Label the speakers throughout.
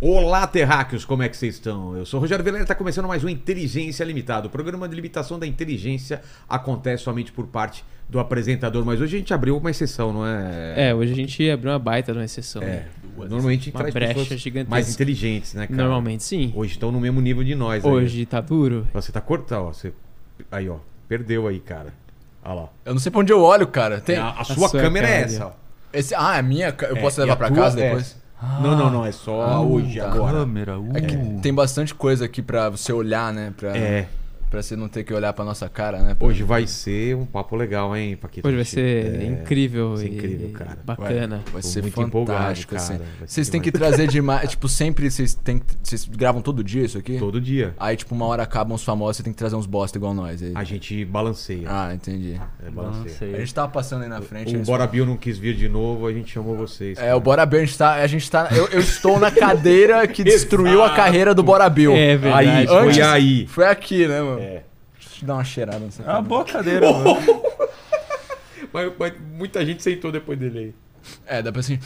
Speaker 1: Olá, terráqueos, como é que vocês estão? Eu sou o Rogério Velera e está começando mais um Inteligência Limitada. O programa de limitação da inteligência acontece somente por parte do apresentador, mas hoje a gente abriu uma exceção, não é?
Speaker 2: É, hoje a gente abriu uma baita de uma exceção.
Speaker 1: É.
Speaker 2: né?
Speaker 1: Normalmente
Speaker 2: Uma
Speaker 1: traz
Speaker 2: brecha
Speaker 1: pessoas
Speaker 2: gigantesca.
Speaker 1: mais inteligentes, né, cara?
Speaker 2: Normalmente sim.
Speaker 1: Hoje estão no mesmo nível de nós. aí.
Speaker 2: Hoje tá duro.
Speaker 1: Você tá cortando, ó. Você... Aí, ó. Perdeu aí, cara. Olha lá.
Speaker 3: Eu não sei pra onde eu olho, cara. Tem.
Speaker 1: A, a sua
Speaker 2: sua
Speaker 1: câmera é
Speaker 2: cara,
Speaker 1: essa, ó.
Speaker 3: Esse... Ah, é a minha? ca- Eu posso
Speaker 1: É,
Speaker 3: levar
Speaker 1: e a
Speaker 3: pra
Speaker 1: tua
Speaker 3: casa
Speaker 1: é
Speaker 3: depois?
Speaker 1: não, não, não. É só hoje,
Speaker 3: tá.
Speaker 1: agora.
Speaker 4: Câmera, uh.
Speaker 3: É que tem bastante coisa aqui pra você olhar, né? Pra,
Speaker 1: É.
Speaker 3: pra você não ter que olhar pra nossa cara, né?
Speaker 1: Hoje vai ser um papo legal, hein, Paquito?
Speaker 2: Hoje vai ser
Speaker 1: É,
Speaker 2: incrível.
Speaker 1: vai ser
Speaker 2: e
Speaker 1: incrível, cara.
Speaker 2: Bacana.
Speaker 3: Vai
Speaker 1: Tô
Speaker 3: ser
Speaker 1: muito
Speaker 3: fantástico,
Speaker 1: empolgado,
Speaker 3: assim.
Speaker 1: cara. Vai ser
Speaker 3: Vocês têm que
Speaker 1: demais.
Speaker 3: trazer demais. tipo, sempre vocês têm que- Vocês gravam todo dia isso aqui?
Speaker 1: Todo dia.
Speaker 3: Aí, tipo, uma hora acabam os famosos, você tem que trazer uns bosta igual nós. aí-
Speaker 1: A gente balanceia.
Speaker 3: Ah, entendi.
Speaker 1: é, balanceia.
Speaker 3: A gente tava passando aí na frente.
Speaker 1: O
Speaker 3: eles-
Speaker 1: Bora Bill não quis vir de novo, a gente chamou vocês.
Speaker 3: É, o Bora Bill, a gente tá. A gente tá eu, eu estou na cadeira que destruiu a carreira do Bora Bill.
Speaker 2: É verdade.
Speaker 1: Aí,
Speaker 2: Antes-
Speaker 1: foi aí.
Speaker 3: Foi aqui, né, mano?
Speaker 1: É.
Speaker 3: Deixa eu dar uma cheirada nessa
Speaker 4: É uma
Speaker 3: cara.
Speaker 4: boa cadeira, mano.
Speaker 1: Mas, mas muita gente sentou depois dele aí.
Speaker 3: É, dá pra assim.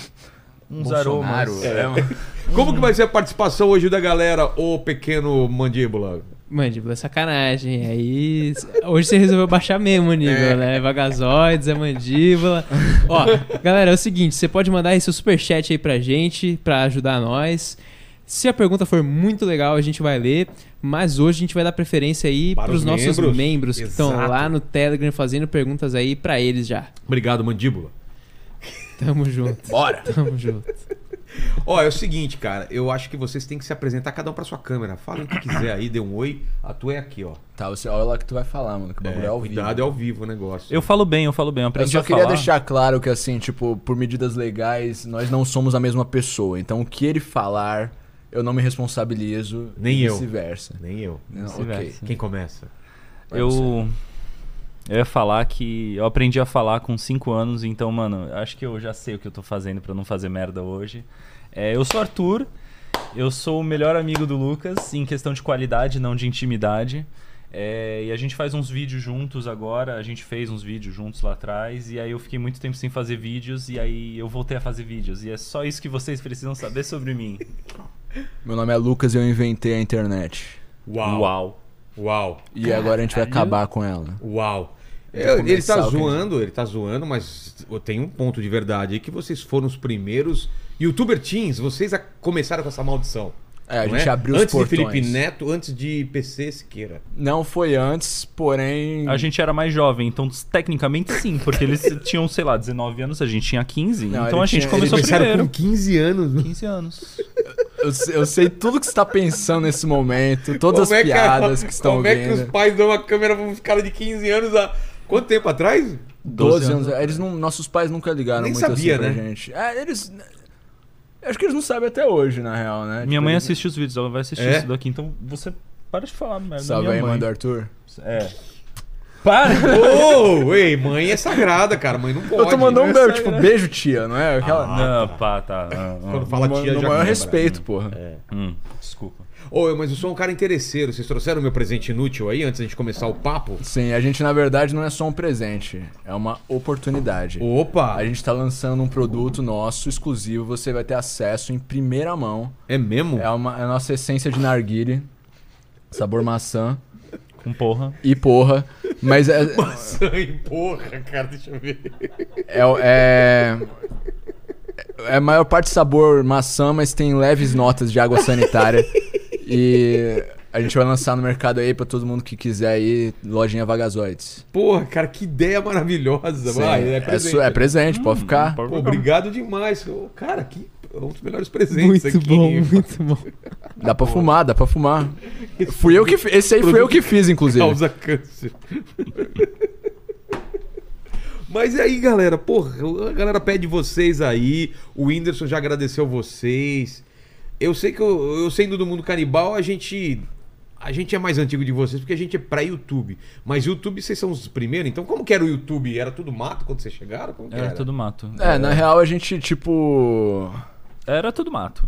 Speaker 4: Uns
Speaker 3: Bolsonaro,
Speaker 4: aromas.
Speaker 3: é, mano.
Speaker 1: Como que vai ser a participação hoje da galera, ô pequeno mandíbula?
Speaker 2: Mandíbula é sacanagem. Aí. Hoje você resolveu baixar mesmo o nível,
Speaker 1: É.
Speaker 2: né? Vagazoides, é mandíbula. Ó, galera, é o seguinte: você pode mandar aí seu superchat aí pra gente, pra ajudar nós. Se a pergunta for muito legal, a gente vai ler. Mas hoje a gente vai dar preferência aí
Speaker 1: Para
Speaker 2: pros
Speaker 1: os
Speaker 2: nossos
Speaker 1: membros.
Speaker 2: membros, que estão
Speaker 1: Exato.
Speaker 2: lá no Telegram fazendo perguntas aí pra eles já.
Speaker 1: Obrigado, mandíbula.
Speaker 2: Tamo junto.
Speaker 3: Bora!
Speaker 2: Tamo junto.
Speaker 1: Ó, é o seguinte, cara, eu acho que vocês têm que se apresentar cada um pra sua câmera. Fala o que quiser aí, dê um oi. A tua é aqui, ó.
Speaker 3: Tá, você, olha lá o que tu vai falar, mano. Que o bagulho é, ao vivo.
Speaker 1: Cuidado, é ao vivo o negócio.
Speaker 4: Eu falo bem, eu falo bem. Eu
Speaker 3: Eu
Speaker 4: aprendi
Speaker 3: só
Speaker 4: a
Speaker 3: queria
Speaker 4: falar.
Speaker 3: deixar claro que, assim, tipo, por medidas legais, nós não somos a mesma pessoa. Então, o que ele falar, eu não me responsabilizo.
Speaker 1: Nem
Speaker 3: e
Speaker 1: eu.
Speaker 3: Vice-versa.
Speaker 1: Nem eu.
Speaker 3: Não, Ok.
Speaker 4: Vice-versa.
Speaker 1: Quem começa?
Speaker 4: Eu... eu ia falar que eu aprendi a falar com 5 anos, então, mano, acho que eu já sei o que eu tô fazendo pra não fazer merda hoje. É, eu sou Arthur, eu sou o melhor amigo do Lucas, em questão de qualidade, não de intimidade. É, e a gente faz uns vídeos juntos agora, a gente fez uns vídeos juntos lá atrás, e aí eu fiquei muito tempo sem fazer vídeos, e aí eu voltei a fazer vídeos. E é só isso que vocês precisam saber sobre mim.
Speaker 3: Meu nome é Lucas e eu inventei a internet.
Speaker 1: Uau. Uau.
Speaker 3: E agora a gente vai acabar com ela.
Speaker 1: Uau.
Speaker 3: Tem que
Speaker 1: Eu- ele
Speaker 3: começar
Speaker 1: tá
Speaker 3: o que a gente-
Speaker 1: zoando, ele tá zoando, mas tem um ponto de verdade aí que vocês foram os primeiros youtuber teens, vocês a- começaram com essa maldição.
Speaker 3: É, a
Speaker 1: não
Speaker 3: gente abriu os
Speaker 1: Antes de
Speaker 3: portões.
Speaker 1: Felipe Neto, antes de PC Siqueira.
Speaker 3: Não foi antes, porém.
Speaker 4: A gente era mais jovem, então tecnicamente sim, porque eles tinham, sei lá, 19 anos, a gente tinha 15,
Speaker 3: Não,
Speaker 4: então
Speaker 3: ele
Speaker 4: a gente
Speaker 3: tinha-
Speaker 4: começou
Speaker 3: ele
Speaker 4: primeiro.
Speaker 1: com 15
Speaker 3: né?
Speaker 1: anos.
Speaker 4: 15 anos.
Speaker 3: Eu, se- eu sei tudo que você tá pensando nesse momento, todas
Speaker 1: Como é
Speaker 3: as
Speaker 1: que a-
Speaker 3: piadas que, estão
Speaker 1: Como é
Speaker 3: vindo.
Speaker 1: que os pais dão uma câmera pra uns caras de 15 anos há quanto tempo atrás?
Speaker 3: 12 anos. Eles não, nossos pais nunca ligaram
Speaker 1: Nem
Speaker 3: muito
Speaker 1: sabia,
Speaker 3: assim pra
Speaker 1: né?
Speaker 3: gente. É, eles. eu Acho que eles não sabem até hoje, na real, né?
Speaker 4: Minha
Speaker 3: Tipo,
Speaker 4: mãe
Speaker 3: eles-
Speaker 4: assiste os vídeos, ela vai assistir
Speaker 1: É?
Speaker 4: isso daqui, então você para de falar merda.
Speaker 3: Salve
Speaker 4: minha
Speaker 3: aí, mãe do Arthur.
Speaker 4: É. Para!
Speaker 1: Ô, ei, mãe é sagrada, cara, mãe não pode.
Speaker 3: eu tô mandando
Speaker 1: né?
Speaker 3: um beijo, tipo, beijo, tia, não é? Aquela.
Speaker 4: não, pá, tá. ah, ah.
Speaker 1: Quando fala
Speaker 3: no
Speaker 1: tia
Speaker 3: no
Speaker 1: já
Speaker 3: maior
Speaker 1: lembra.
Speaker 3: respeito, porra.
Speaker 4: Hum, desculpa.
Speaker 1: Ô, mas eu sou um cara interesseiro. Vocês trouxeram meu presente inútil aí antes da gente começar o papo?
Speaker 3: Sim, a gente, na verdade, não é só um presente, é uma oportunidade.
Speaker 1: Opa!
Speaker 3: A gente tá lançando um produto nosso exclusivo, você vai ter acesso em primeira mão.
Speaker 1: É mesmo?
Speaker 3: É, uma, é a nossa essência de narguile, sabor maçã
Speaker 4: Com porra.
Speaker 3: e porra. Mas é,
Speaker 1: Ai, porra, cara, deixa eu ver.
Speaker 3: é, é, é a maior parte sabor maçã, mas tem leves notas de água sanitária. e a gente vai lançar no mercado aí pra todo mundo que quiser aí, lojinha Vagazoides.
Speaker 1: Porra, cara, que ideia maravilhosa. Vai, é
Speaker 3: é,
Speaker 1: presente. Hum.
Speaker 3: su- é presente, pode ficar.
Speaker 1: Pô, obrigado demais. Ô, Cara, que é um dos melhores presentes aqui.
Speaker 2: Muito bom, muito bom.
Speaker 3: Dá pra fumar, dá pra fumar. Fui eu que fi- esse aí fui eu que fiz, inclusive.
Speaker 1: Causa câncer. Mas e aí, galera? Porra, a galera pede vocês aí. O Whindersson já agradeceu vocês. Eu sei que eu, eu sendo do mundo canibal, a gente. A gente é mais antigo de vocês porque a gente é pré-YouTube. Mas YouTube, vocês são os primeiros. Então, como que era o YouTube? Era tudo mato quando vocês chegaram? Como que
Speaker 4: Era tudo mato.
Speaker 3: É, na real a gente, tipo.
Speaker 4: Era tudo mato.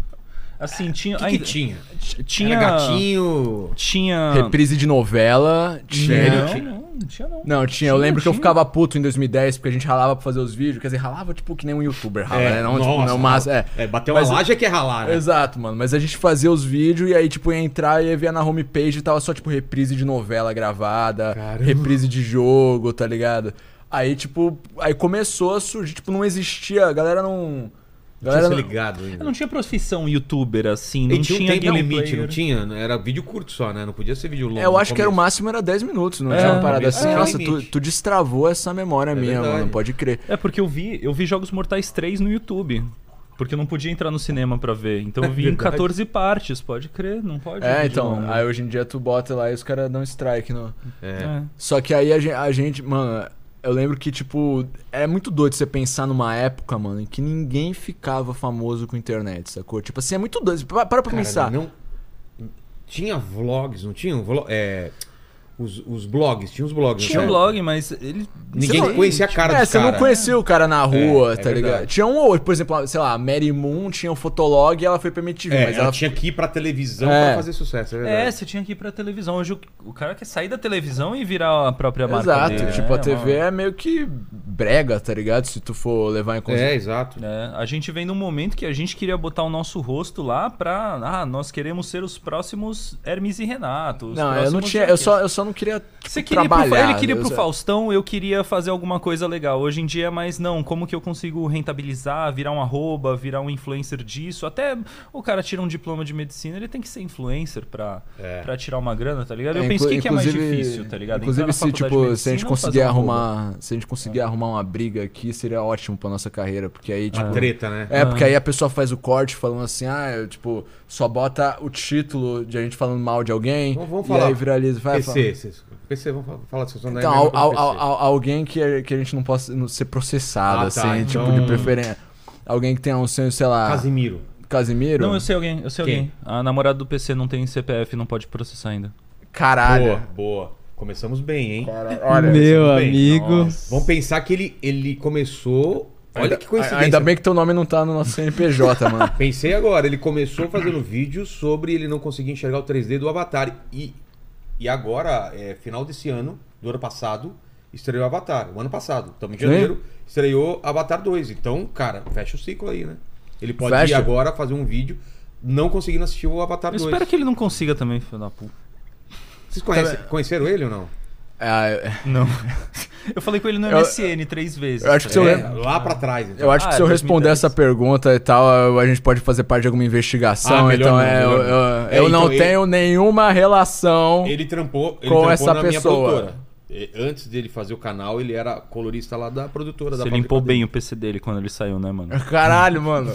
Speaker 4: Assim, tinha.
Speaker 1: O que, que
Speaker 4: ainda-
Speaker 1: tinha?
Speaker 4: Tinha.
Speaker 1: Era gatinho.
Speaker 4: Tinha.
Speaker 1: Ah.
Speaker 3: Reprise de novela. Tinha.
Speaker 1: Sério?
Speaker 4: Não, não, Não tinha, não.
Speaker 3: Não, tinha. Eu
Speaker 4: Tinha,
Speaker 3: lembro que eu
Speaker 4: tinha.
Speaker 3: ficava puto em 2010, porque a gente ralava pra fazer os vídeos. Quer dizer, ralava tipo que nem um youtuber rala, né? Não, tipo, não, mas, é.
Speaker 1: é, bateu
Speaker 3: Mas-
Speaker 1: uma laje é que é ralar, né?
Speaker 3: Exato, mano. Mas a gente fazia os vídeos e aí, tipo, ia entrar e ia ver na homepage e tava só, tipo, reprise de novela gravada,
Speaker 1: Caramba.
Speaker 3: reprise de jogo, tá ligado? Aí, tipo, aí começou a surgir, tipo, não existia, a galera não. a
Speaker 1: Não tinha
Speaker 3: Galera
Speaker 1: se é
Speaker 3: não-
Speaker 1: ligado ainda.
Speaker 4: Eu não tinha profissão youtuber assim,
Speaker 1: E
Speaker 4: não
Speaker 1: tinha um
Speaker 4: tinha
Speaker 1: tempo
Speaker 4: gameplay.
Speaker 1: limite, não tinha? Né? Era vídeo curto só, né? Não podia ser vídeo longo.
Speaker 3: É, eu acho que era o
Speaker 1: no
Speaker 3: máximo era 10 minutos, não
Speaker 4: É,
Speaker 3: tinha uma
Speaker 4: no
Speaker 3: parada
Speaker 1: começo
Speaker 3: assim.
Speaker 1: era
Speaker 3: Nossa, tu,
Speaker 1: limite.
Speaker 3: tu destravou essa memória minha,
Speaker 1: verdade.
Speaker 3: mano, pode crer.
Speaker 4: É porque eu vi, eu vi Jogos Mortais 3 no YouTube. Porque eu não podia entrar no cinema pra ver. Então eu vi em
Speaker 1: Verdade.
Speaker 4: 14 partes, pode crer, não pode.
Speaker 3: É,
Speaker 4: vídeo
Speaker 3: então,
Speaker 4: longo.
Speaker 3: aí hoje em dia tu bota lá e os caras dão strike no.
Speaker 1: começo. É.
Speaker 4: É.
Speaker 3: Só que aí a gen- a gente, mano, eu lembro que, tipo, é muito doido você pensar numa época, mano, em que ninguém ficava famoso com internet, sacou? Tipo assim, é muito doido. Pa- Para pra
Speaker 1: Cara,
Speaker 3: pensar.
Speaker 1: não... Tinha vlogs, não tinha? Vlo... É... Os, os blogs, tinha os blogs.
Speaker 4: Tinha um
Speaker 1: né?
Speaker 4: blog, mas ele.
Speaker 1: Ninguém
Speaker 4: sei,
Speaker 1: conhecia a cara
Speaker 3: é,
Speaker 1: dos
Speaker 3: você não
Speaker 1: caras.
Speaker 3: conhecia o cara na rua,
Speaker 1: é
Speaker 3: tá
Speaker 1: verdade.
Speaker 3: ligado? Tinha um ou outro, por exemplo, sei lá, a Mary Moon tinha o Fotolog e ela foi pra MTV,
Speaker 1: É,
Speaker 3: mas
Speaker 1: ela,
Speaker 3: ela
Speaker 1: tinha que ir pra televisão
Speaker 3: É.
Speaker 1: pra fazer sucesso, é
Speaker 4: É,
Speaker 1: verdade.
Speaker 4: você tinha que ir pra televisão. Hoje o, o cara quer sair da televisão e virar a própria marca.
Speaker 3: Exato,
Speaker 4: dele,
Speaker 3: tipo,
Speaker 4: né?
Speaker 3: a TV é meio que brega, tá ligado? Se tu for levar em
Speaker 1: É,
Speaker 3: consideração.
Speaker 1: exato.
Speaker 4: É, a gente vem num momento que a gente queria botar o nosso rosto lá pra. Ah, nós queremos ser os próximos Hermes e Renato. os
Speaker 3: Não, eu não
Speaker 4: próximos
Speaker 3: tinha, eu só, eu só não queria
Speaker 4: Você
Speaker 3: tipo,
Speaker 4: queria ir pro Fa-
Speaker 3: trabalhar. é.
Speaker 4: ele queria ir pro
Speaker 3: eu-
Speaker 4: Faustão, eu queria fazer alguma coisa legal. Hoje em dia, mas não, como que eu consigo rentabilizar, virar um arroba, virar um influencer disso? Até o cara tira um diploma de medicina, ele tem que ser influencer pra,
Speaker 1: É.
Speaker 4: pra tirar uma grana, tá ligado?
Speaker 3: É,
Speaker 4: Eu penso o que,
Speaker 3: inclu-
Speaker 4: que é mais
Speaker 3: inclusive-
Speaker 4: difícil, tá ligado? Entrar
Speaker 3: Inclusive,
Speaker 4: na
Speaker 3: se,
Speaker 4: faculdade de
Speaker 3: tipo, se a gente
Speaker 4: medicina ou fazer É.
Speaker 3: conseguir
Speaker 4: um arroba?
Speaker 3: arrumar. Se a gente conseguir arrumar uma briga aqui, seria ótimo pra nossa carreira. Porque aí, tipo.
Speaker 4: Ah.
Speaker 1: Uma treta, né?
Speaker 3: É, porque aí a pessoa faz o corte falando assim, ah, eu, tipo, só bota o título de a gente falando mal de alguém.
Speaker 1: Vamos- vamos
Speaker 3: e
Speaker 1: falar.
Speaker 3: aí viraliza. Vai, fala.
Speaker 1: PC, vocês- PC, vamos falar- falar dessa
Speaker 3: Então, al- al- al- al- alguém que, a- que a gente não possa não ser processado,
Speaker 1: Ah,
Speaker 3: assim,
Speaker 1: tá,
Speaker 3: tipo, de
Speaker 1: então-
Speaker 3: preferência. Alguém que tenha um senso, sei lá,
Speaker 1: Casimiro.
Speaker 3: Casimiro?
Speaker 4: Não, eu sei alguém, eu sei
Speaker 1: Quem?
Speaker 4: alguém. A namorada do PC não tem CPF, não pode processar ainda.
Speaker 3: Caralho.
Speaker 1: Boa, boa. Começamos bem, hein?
Speaker 3: Cara,
Speaker 2: Meu
Speaker 1: tudo bem.
Speaker 2: amigo.
Speaker 1: Vamos pensar que ele, ele começou. Olha
Speaker 3: ainda-
Speaker 1: que coincidência.
Speaker 3: Ainda bem que teu nome não tá no nosso CNPJ, mano.
Speaker 1: Pensei agora, ele começou fazendo vídeo sobre ele não conseguir enxergar o 3D do Avatar. E, e agora, é, final desse ano, do ano passado, estreou Avatar. O ano passado, estamos em
Speaker 3: Sim.
Speaker 1: janeiro, estreou Avatar 2. Então, cara, fecha o ciclo aí, né? Ele pode ir
Speaker 3: Fecha.
Speaker 1: agora fazer um vídeo não conseguindo assistir o Avatar
Speaker 4: Eu
Speaker 1: 2.
Speaker 4: espero que ele não consiga também, filho da puta.
Speaker 1: Vocês conhecem- conheceram ele ou não?
Speaker 3: Ah, eu-
Speaker 4: Não. eu falei com ele no
Speaker 3: Eu-
Speaker 4: MSN três vezes.
Speaker 3: eu acho que
Speaker 4: tá
Speaker 3: se eu-
Speaker 4: ligado?
Speaker 1: É, lá pra trás. Então.
Speaker 3: eu acho que
Speaker 4: Ah,
Speaker 3: se eu
Speaker 4: 2010.
Speaker 3: responder essa pergunta e tal, eu- a gente pode fazer parte de alguma investigação.
Speaker 1: Ah, melhor
Speaker 3: então,
Speaker 1: não,
Speaker 3: é, eu,
Speaker 1: melhor não.
Speaker 3: eu-
Speaker 1: É,
Speaker 3: eu
Speaker 1: então
Speaker 3: não
Speaker 1: ele-
Speaker 3: tenho nenhuma relação.
Speaker 1: Ele trampou, ele
Speaker 3: Com
Speaker 1: trampou
Speaker 3: essa
Speaker 1: na
Speaker 3: pessoa.
Speaker 1: minha produtora. E- Antes dele fazer o canal, ele era colorista lá da produtora. da
Speaker 4: Você
Speaker 1: fábrica
Speaker 4: limpou
Speaker 1: dele.
Speaker 4: bem o PC dele quando ele saiu, né, mano?
Speaker 3: Caralho, mano.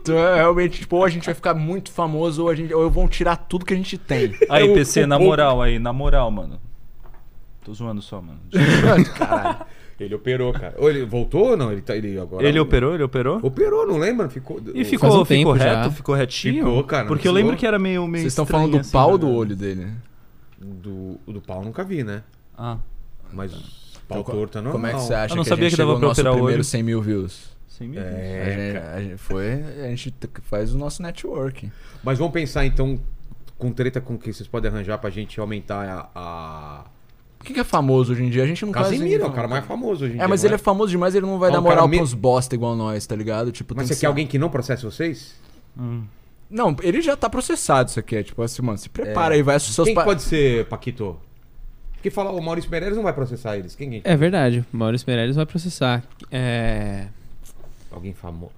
Speaker 3: então, é realmente, tipo, ou a gente vai ficar muito famoso, ou, a gente, ou vão tirar tudo que a gente tem.
Speaker 4: Aí,
Speaker 1: Eu-
Speaker 4: PC,
Speaker 1: É o
Speaker 4: na
Speaker 1: pouco-
Speaker 4: moral aí, na moral, mano. Tô zoando só, mano.
Speaker 3: Caralho.
Speaker 1: Ele operou, cara. Ou ele voltou ou não? Ele, tá, ele agora.
Speaker 4: Ele operou, ele operou?
Speaker 1: Operou, não lembra? Ficou.
Speaker 4: E
Speaker 2: Faz
Speaker 4: ficou,
Speaker 2: um
Speaker 4: ficou
Speaker 2: tempo já.
Speaker 4: reto, ficou retinho?
Speaker 1: Ficou, cara,
Speaker 4: Porque
Speaker 1: ficou.
Speaker 4: eu lembro que era meio meio
Speaker 3: Vocês estão
Speaker 4: estranho,
Speaker 3: falando do
Speaker 4: assim,
Speaker 3: pau
Speaker 4: tá
Speaker 3: do
Speaker 4: ligado?
Speaker 3: olho dele.
Speaker 1: Do, o do pau nunca vi, né?
Speaker 4: Ah,
Speaker 1: Mas pau
Speaker 3: co-
Speaker 1: torto é normal.
Speaker 3: Como é que você acha
Speaker 4: Eu não
Speaker 3: que
Speaker 4: sabia
Speaker 3: a gente
Speaker 4: que dava
Speaker 3: chegou
Speaker 4: pra
Speaker 3: no nosso
Speaker 4: operar o
Speaker 3: primeiro
Speaker 4: olho.
Speaker 3: 100 mil views?
Speaker 4: sem mil.
Speaker 1: É,
Speaker 3: a, gente, a gente foi, a gente t- faz o nosso networking.
Speaker 1: Mas vamos pensar então com treta com que vocês podem arranjar pra gente aumentar a. a...
Speaker 3: O que, que é famoso hoje em dia? A gente não quase
Speaker 1: Casemiro, é o
Speaker 3: não-
Speaker 1: cara mais famoso hoje em dia.
Speaker 3: Um É, mas
Speaker 1: não
Speaker 3: ele é famoso demais, ele não vai
Speaker 1: Ah,
Speaker 3: dar
Speaker 1: um cara
Speaker 3: moral
Speaker 1: me-
Speaker 3: pros bosta igual nós, tá ligado? Tipo,
Speaker 1: Mas
Speaker 3: tem
Speaker 1: você quer
Speaker 3: que ser-
Speaker 1: alguém que não processe vocês?
Speaker 4: Hum.
Speaker 3: Não, ele já tá processado isso aqui. É tipo assim, mano, se prepara aí, vai aos seus
Speaker 1: É. Quem que
Speaker 3: pa-
Speaker 1: pode ser, Paquito? Porque falar o Maurício Meirelles não vai processar eles. Quem, quem?
Speaker 2: É verdade, Maurício Meirelles vai processar. É.
Speaker 1: Alguém famoso.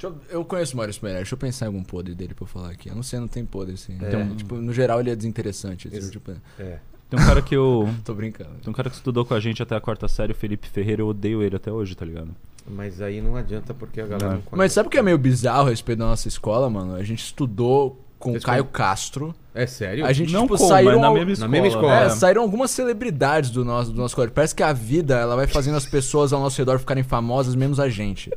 Speaker 3: Deixa eu- Eu conheço o Maurício Meirelles, deixa eu pensar em algum podre dele pra eu falar aqui. Eu não sei, não tem podre, assim. Então, tipo, no geral ele é desinteressante. assim,
Speaker 1: Isso.
Speaker 3: tipo,
Speaker 1: É.
Speaker 4: Tem um cara que eu.
Speaker 3: tô brincando.
Speaker 4: Tem um cara que estudou com a gente até a quarta série, o Felipe Ferreira, eu odeio ele até hoje, tá ligado?
Speaker 1: Mas aí não adianta porque a galera não
Speaker 3: Mas
Speaker 1: conhece.
Speaker 3: sabe o que é meio bizarro a respeito da nossa escola, mano? A gente estudou com o
Speaker 1: Vocês
Speaker 3: Caio Castro.
Speaker 1: É sério?
Speaker 3: A gente,
Speaker 4: não
Speaker 3: tipo,
Speaker 4: como,
Speaker 3: saiu
Speaker 4: mas na
Speaker 3: ao-
Speaker 4: mesma
Speaker 1: na
Speaker 4: escola.
Speaker 1: mesma escola.
Speaker 4: né?
Speaker 3: É, saíram algumas celebridades do nosso, do nosso colégio. Parece que a vida, ela vai fazendo as pessoas ao nosso redor ficarem famosas, menos a gente.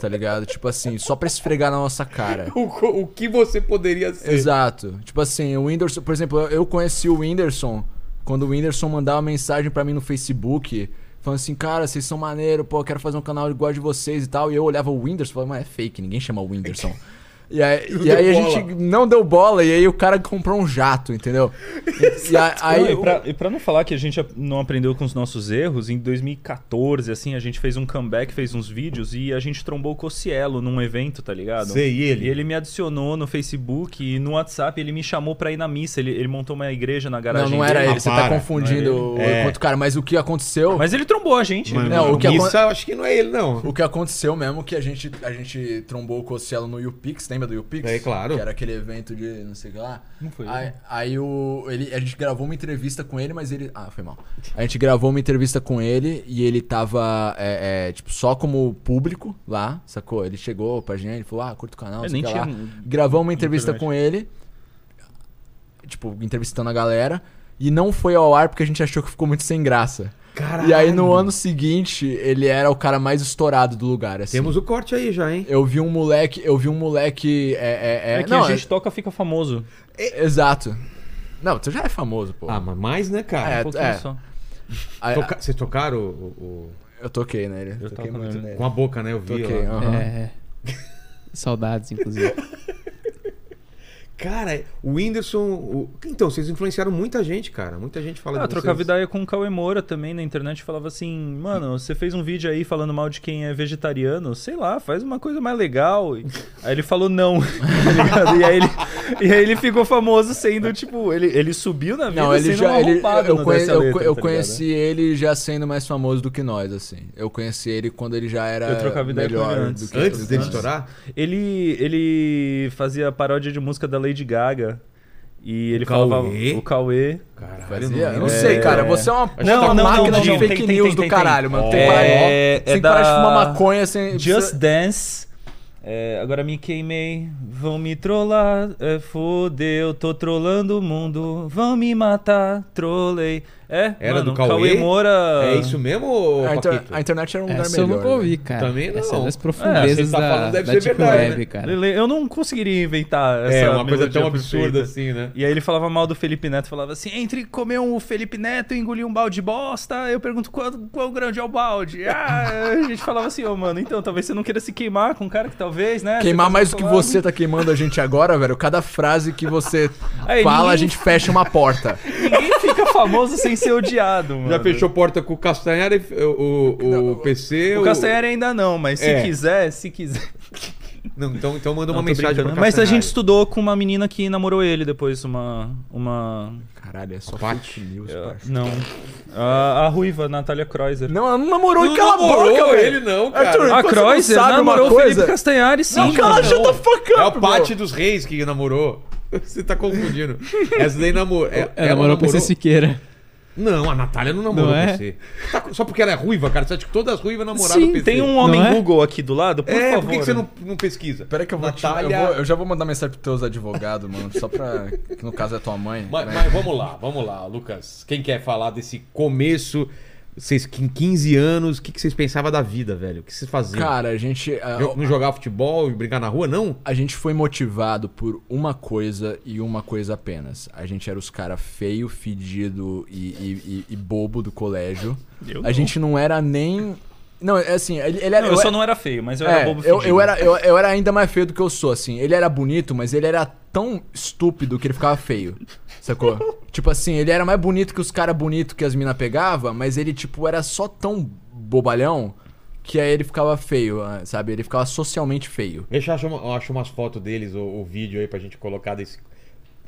Speaker 3: Tá ligado? Tipo assim, só pra esfregar na nossa cara.
Speaker 1: O, co- o que você poderia ser?
Speaker 3: Exato. Tipo assim, o Whindersson... Por exemplo, eu- eu conheci o Whindersson quando o Whindersson mandava uma mensagem pra mim no Facebook... Falando assim, cara, vocês são maneiro, pô, eu quero fazer um canal igual a de vocês e tal. E eu olhava o Whindersson e falava, mas é fake, ninguém chama o Whindersson. E aí,
Speaker 1: Não
Speaker 3: e aí
Speaker 1: deu
Speaker 3: a
Speaker 1: bola.
Speaker 3: gente não deu bola, e aí o cara comprou um jato, entendeu? E- E, a- aí,
Speaker 4: Não, e, pra, e pra não falar que a gente ap- não aprendeu com os nossos erros, em 2014, assim, a gente fez um comeback, fez uns vídeos e a gente trombou o Cocielo num evento, tá ligado?
Speaker 1: Sei, e ele?
Speaker 4: E ele me adicionou no Facebook e no WhatsApp ele me chamou pra ir na missa. Ele, ele montou uma igreja na garagem
Speaker 3: não, não era
Speaker 4: dele.
Speaker 1: Ah,
Speaker 3: ele, você
Speaker 1: para, não
Speaker 3: tá
Speaker 1: era
Speaker 3: confundindo
Speaker 1: ele. É.
Speaker 3: o outro cara, mas o que aconteceu.
Speaker 4: Mas ele trombou a gente.
Speaker 1: Mas,
Speaker 4: ele-
Speaker 3: Não,
Speaker 1: não,
Speaker 3: o que
Speaker 1: isso
Speaker 3: acon-
Speaker 1: eu acho que não é ele, não.
Speaker 3: O que aconteceu mesmo que a gente, a gente trombou o Cossielo no YouPix, lembra do YouPix?
Speaker 1: É, claro.
Speaker 3: Que era aquele evento de não sei o que lá.
Speaker 4: Não foi
Speaker 3: Aí, aí o, ele, a gente gravou uma entrevista com ele, mas ele. Ah, foi mal. A gente gravou uma entrevista com ele e ele tava, é, é, tipo, só como público lá, sacou? Ele chegou pra gente, falou, ah, curta o canal, não
Speaker 4: Eu
Speaker 3: sei o
Speaker 4: nem
Speaker 3: que
Speaker 4: tinha. um
Speaker 3: lá. Gravamos uma entrevista
Speaker 4: Internet.
Speaker 3: com ele, tipo, entrevistando a galera. E não foi ao ar porque a gente achou que ficou muito sem graça.
Speaker 1: Caralho.
Speaker 3: E aí no ano seguinte, ele era o cara mais estourado do lugar, assim.
Speaker 1: Temos o corte aí já, hein?
Speaker 3: Eu vi um moleque, eu vi um moleque. É, é, é-
Speaker 4: É que
Speaker 3: não,
Speaker 4: a gente toca fica famoso.
Speaker 3: é- exato. Não, tu já é famoso, pô.
Speaker 1: Ah, mas mais, né,
Speaker 3: É,
Speaker 1: cara?
Speaker 4: Um pouquinho
Speaker 3: é.
Speaker 4: só. É,
Speaker 3: Aí- ah,
Speaker 1: Toca- Vocês tocaram o- o-
Speaker 3: Eu toquei nele. Eu toquei
Speaker 4: toco
Speaker 3: muito
Speaker 4: nele.
Speaker 3: nele.
Speaker 1: o- com a boca, né? Eu vi.
Speaker 3: Toquei,
Speaker 1: lá.
Speaker 3: aham.
Speaker 2: É. Saudades, inclusive.
Speaker 1: Cara, o Whindersson. o- Então, vocês influenciaram muita gente, cara. Muita gente fala
Speaker 4: Ah,
Speaker 1: de vocês.
Speaker 4: trocava ideia com o Cauê Moura também na internet. Falava assim, mano, você fez um vídeo aí falando mal de quem é vegetariano. Sei lá, faz uma coisa mais legal. E- Aí ele falou não, tá ligado? E aí ele, e aí ele ficou famoso sendo, tipo, ele, ele subiu na vida
Speaker 3: Não, ele
Speaker 4: sendo
Speaker 3: já.
Speaker 4: um
Speaker 3: Ele,
Speaker 4: arrombado
Speaker 3: eu
Speaker 4: no
Speaker 3: conhe-
Speaker 4: Dessa
Speaker 3: eu,
Speaker 4: Letra,
Speaker 3: eu
Speaker 4: tá ligado?
Speaker 3: conheci ele já sendo mais famoso do que nós, assim. Eu conheci ele quando ele já era.
Speaker 4: Eu trocava ideia com ele
Speaker 3: melhor
Speaker 4: antes.
Speaker 3: do que
Speaker 1: Antes
Speaker 3: todos
Speaker 1: dele
Speaker 3: nós.
Speaker 1: estourar?
Speaker 4: Ele, ele fazia paródia de música da Lady Gaga. E ele
Speaker 1: Cauê?
Speaker 4: falava... O Cauê...
Speaker 1: Caralho, eu
Speaker 3: Fazia?
Speaker 1: não,
Speaker 3: Eu
Speaker 1: lembro.
Speaker 3: não sei,
Speaker 4: É.
Speaker 3: cara. Você é uma, você é
Speaker 4: Não,
Speaker 3: uma
Speaker 4: não, não,
Speaker 3: máquina
Speaker 4: não,
Speaker 3: de
Speaker 4: não.
Speaker 3: fake
Speaker 4: Tem, tem,
Speaker 3: news
Speaker 4: tem,
Speaker 3: do
Speaker 4: tem.
Speaker 3: caralho, mano. Tem que
Speaker 4: É,
Speaker 3: parar,
Speaker 4: é
Speaker 3: tem que parar de
Speaker 4: da-
Speaker 3: fumar maconha assim, sem.
Speaker 4: Just Dance. É, agora me queimei, vão me trollar, é, fodeu, tô trolando o mundo, vão me matar, trolei. É,
Speaker 1: Era
Speaker 4: mano,
Speaker 1: do Cauê?
Speaker 4: Moura.
Speaker 1: É isso mesmo, ô,
Speaker 4: Ah,
Speaker 3: A,
Speaker 4: então,
Speaker 3: inter-
Speaker 1: Paquito?
Speaker 3: a internet era um lugar
Speaker 2: Essa eu
Speaker 3: melhor.
Speaker 2: nunca ouvi, cara.
Speaker 1: né? Também
Speaker 2: Essa é
Speaker 1: não.
Speaker 2: das
Speaker 4: É,
Speaker 2: profundezas
Speaker 1: você tá
Speaker 2: da,
Speaker 1: falando, deve
Speaker 2: da
Speaker 1: ser
Speaker 2: Deep
Speaker 1: verdade,
Speaker 2: Web,
Speaker 1: né?
Speaker 2: cara.
Speaker 4: Lele, Eu não conseguiria inventar essa
Speaker 1: É, uma coisa
Speaker 4: melodia
Speaker 1: tão
Speaker 4: perfeita.
Speaker 1: absurda assim, né?
Speaker 4: E aí ele falava mal do Felipe Neto, falava assim, entre comer um Felipe Neto e engolir um balde de bosta, eu pergunto qual, qual grande é o balde. Ah, a gente falava assim, ô mano, então, talvez você não queira se queimar com um cara que talvez, né?
Speaker 3: Queimar
Speaker 4: você
Speaker 3: mais
Speaker 4: tá
Speaker 3: do que
Speaker 4: falando.
Speaker 3: você tá queimando a gente agora, velho. Cada frase que você
Speaker 4: Aí,
Speaker 3: fala, a
Speaker 4: ninguém-
Speaker 3: gente fecha uma porta.
Speaker 4: Ninguém fica famoso sem ser odiado, mano.
Speaker 1: Já fechou porta com o Castanhari, o, o, o PC.
Speaker 4: O Castanheira ainda não, mas se
Speaker 1: É.
Speaker 4: quiser, se quiser.
Speaker 1: Não, então, então manda uma
Speaker 4: Não, tô
Speaker 1: mensagem
Speaker 4: brincando.
Speaker 1: pra
Speaker 4: Mas a gente
Speaker 1: Castanhari.
Speaker 4: estudou com uma menina que namorou ele depois, uma. Uma.
Speaker 3: Caralho, é só
Speaker 1: Pat.
Speaker 3: fake news,
Speaker 4: eh,
Speaker 3: parça.
Speaker 4: Não. A, a ruiva, Natália Kreuser.
Speaker 3: Não, ela não namorou
Speaker 1: Não
Speaker 3: e cala a
Speaker 1: namorou
Speaker 3: boca, velho. É
Speaker 1: ele, não, cara.
Speaker 3: Arthur,
Speaker 4: A
Speaker 3: você não
Speaker 4: Kreuser
Speaker 3: sabe uma
Speaker 4: namorou o Felipe
Speaker 3: coisa?
Speaker 4: Castanhari, sim.
Speaker 3: Não, cala,
Speaker 4: mano.
Speaker 3: shut the fuck up,
Speaker 1: É o
Speaker 3: meu.
Speaker 1: Pati dos Reis que namorou. Você tá confundindo. Essa daí namorou. É,
Speaker 2: Ela morou com esse Siqueira.
Speaker 1: Não, a Natália não namorou
Speaker 2: Não é?
Speaker 1: PC. Tá com- só porque ela é ruiva, cara. Você acha que todas as ruivas namoraram
Speaker 2: Sim,
Speaker 1: PC?
Speaker 4: Tem um
Speaker 2: Não
Speaker 4: homem
Speaker 2: é?
Speaker 4: Google aqui do lado, por
Speaker 1: É,
Speaker 4: favor. né?
Speaker 1: por que, que você não, não pesquisa?
Speaker 3: Pera que eu vou, te-
Speaker 1: Natália...
Speaker 3: eu vou- eu já vou mandar mensagem pros teus advogados, mano. Só pra... Que no caso é tua mãe.
Speaker 1: Mas,
Speaker 3: né?
Speaker 1: mas vamos lá, vamos lá, Lucas. Quem quer falar desse começo? Vocês que em 15 anos, o que, que vocês pensavam da vida, velho? O que vocês faziam?
Speaker 3: Cara, a gente... a-
Speaker 1: Jo- não jogar futebol e brincar na rua, não?
Speaker 3: A gente foi motivado por uma coisa e uma coisa apenas. A gente era os cara feio, fedido e, e- e- e bobo do colégio.
Speaker 4: Eu
Speaker 3: a
Speaker 4: não.
Speaker 3: gente não era nem. Não, é assim, ele, ele era.
Speaker 4: Não, eu só não era feio, mas Então eu
Speaker 3: é,
Speaker 4: era bobo
Speaker 3: eu,
Speaker 4: fedido.
Speaker 3: eu era eu, eu era ainda mais feio do que eu sou, assim. Ele era bonito, mas ele era tão estúpido que ele ficava feio. Sacou? tipo assim, ele era mais bonito que os caras bonitos que as minas pegava, mas ele, tipo, era só tão bobalhão que aí ele ficava feio, ah, sabe? Ele ficava socialmente feio.
Speaker 1: Deixa eu achar, uma- eu acho umas fotos deles, ou o vídeo aí pra gente colocar desse.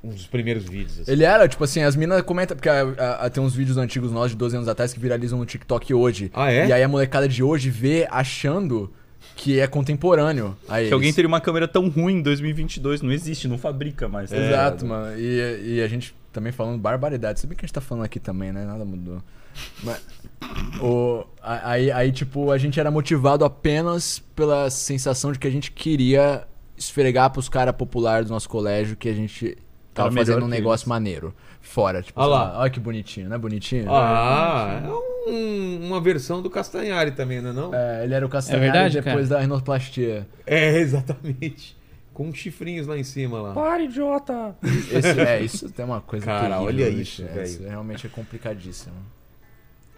Speaker 1: Um dos primeiros vídeos. assim.
Speaker 3: Ele era, tipo assim, as minas comentam, porque a- a- a- tem uns vídeos antigos nós de 12 anos atrás que viralizam no TikTok hoje.
Speaker 1: Ah, é?
Speaker 3: E aí a molecada de hoje vê achando que é contemporâneo. Aí
Speaker 4: Que alguém teria uma câmera tão ruim em 2022, não existe, não fabrica mais. tá
Speaker 1: É.
Speaker 3: Exato,
Speaker 4: ligado?
Speaker 3: mano. E, e a gente também falando barbaridade. Se bem que a gente tá falando aqui também, né? Nada mudou. Mas. o- a- aí, aí, tipo, a gente era motivado apenas pela sensação de que a gente queria esfregar pros caras populares do nosso colégio que a gente tava
Speaker 4: Era melhor
Speaker 3: fazendo um
Speaker 4: que
Speaker 3: negócio maneiro. Fora, tipo,
Speaker 1: Olha
Speaker 3: sei
Speaker 1: lá.
Speaker 3: Olha que bonitinho, não é bonitinho?
Speaker 1: Ah, é um- uma versão do Castanhari também, não é? Não?
Speaker 3: É, ele era o Castanhari
Speaker 2: É verdade,
Speaker 3: depois da rinoplastia.
Speaker 1: É, exatamente. Com chifrinhos lá em cima lá.
Speaker 4: Para, idiota!
Speaker 3: Esse- é, isso tem uma coisa
Speaker 1: Cara,
Speaker 3: terrível,
Speaker 1: olha
Speaker 3: né,
Speaker 1: isso,
Speaker 3: bicho?
Speaker 1: velho.
Speaker 3: Isso Realmente é complicadíssimo.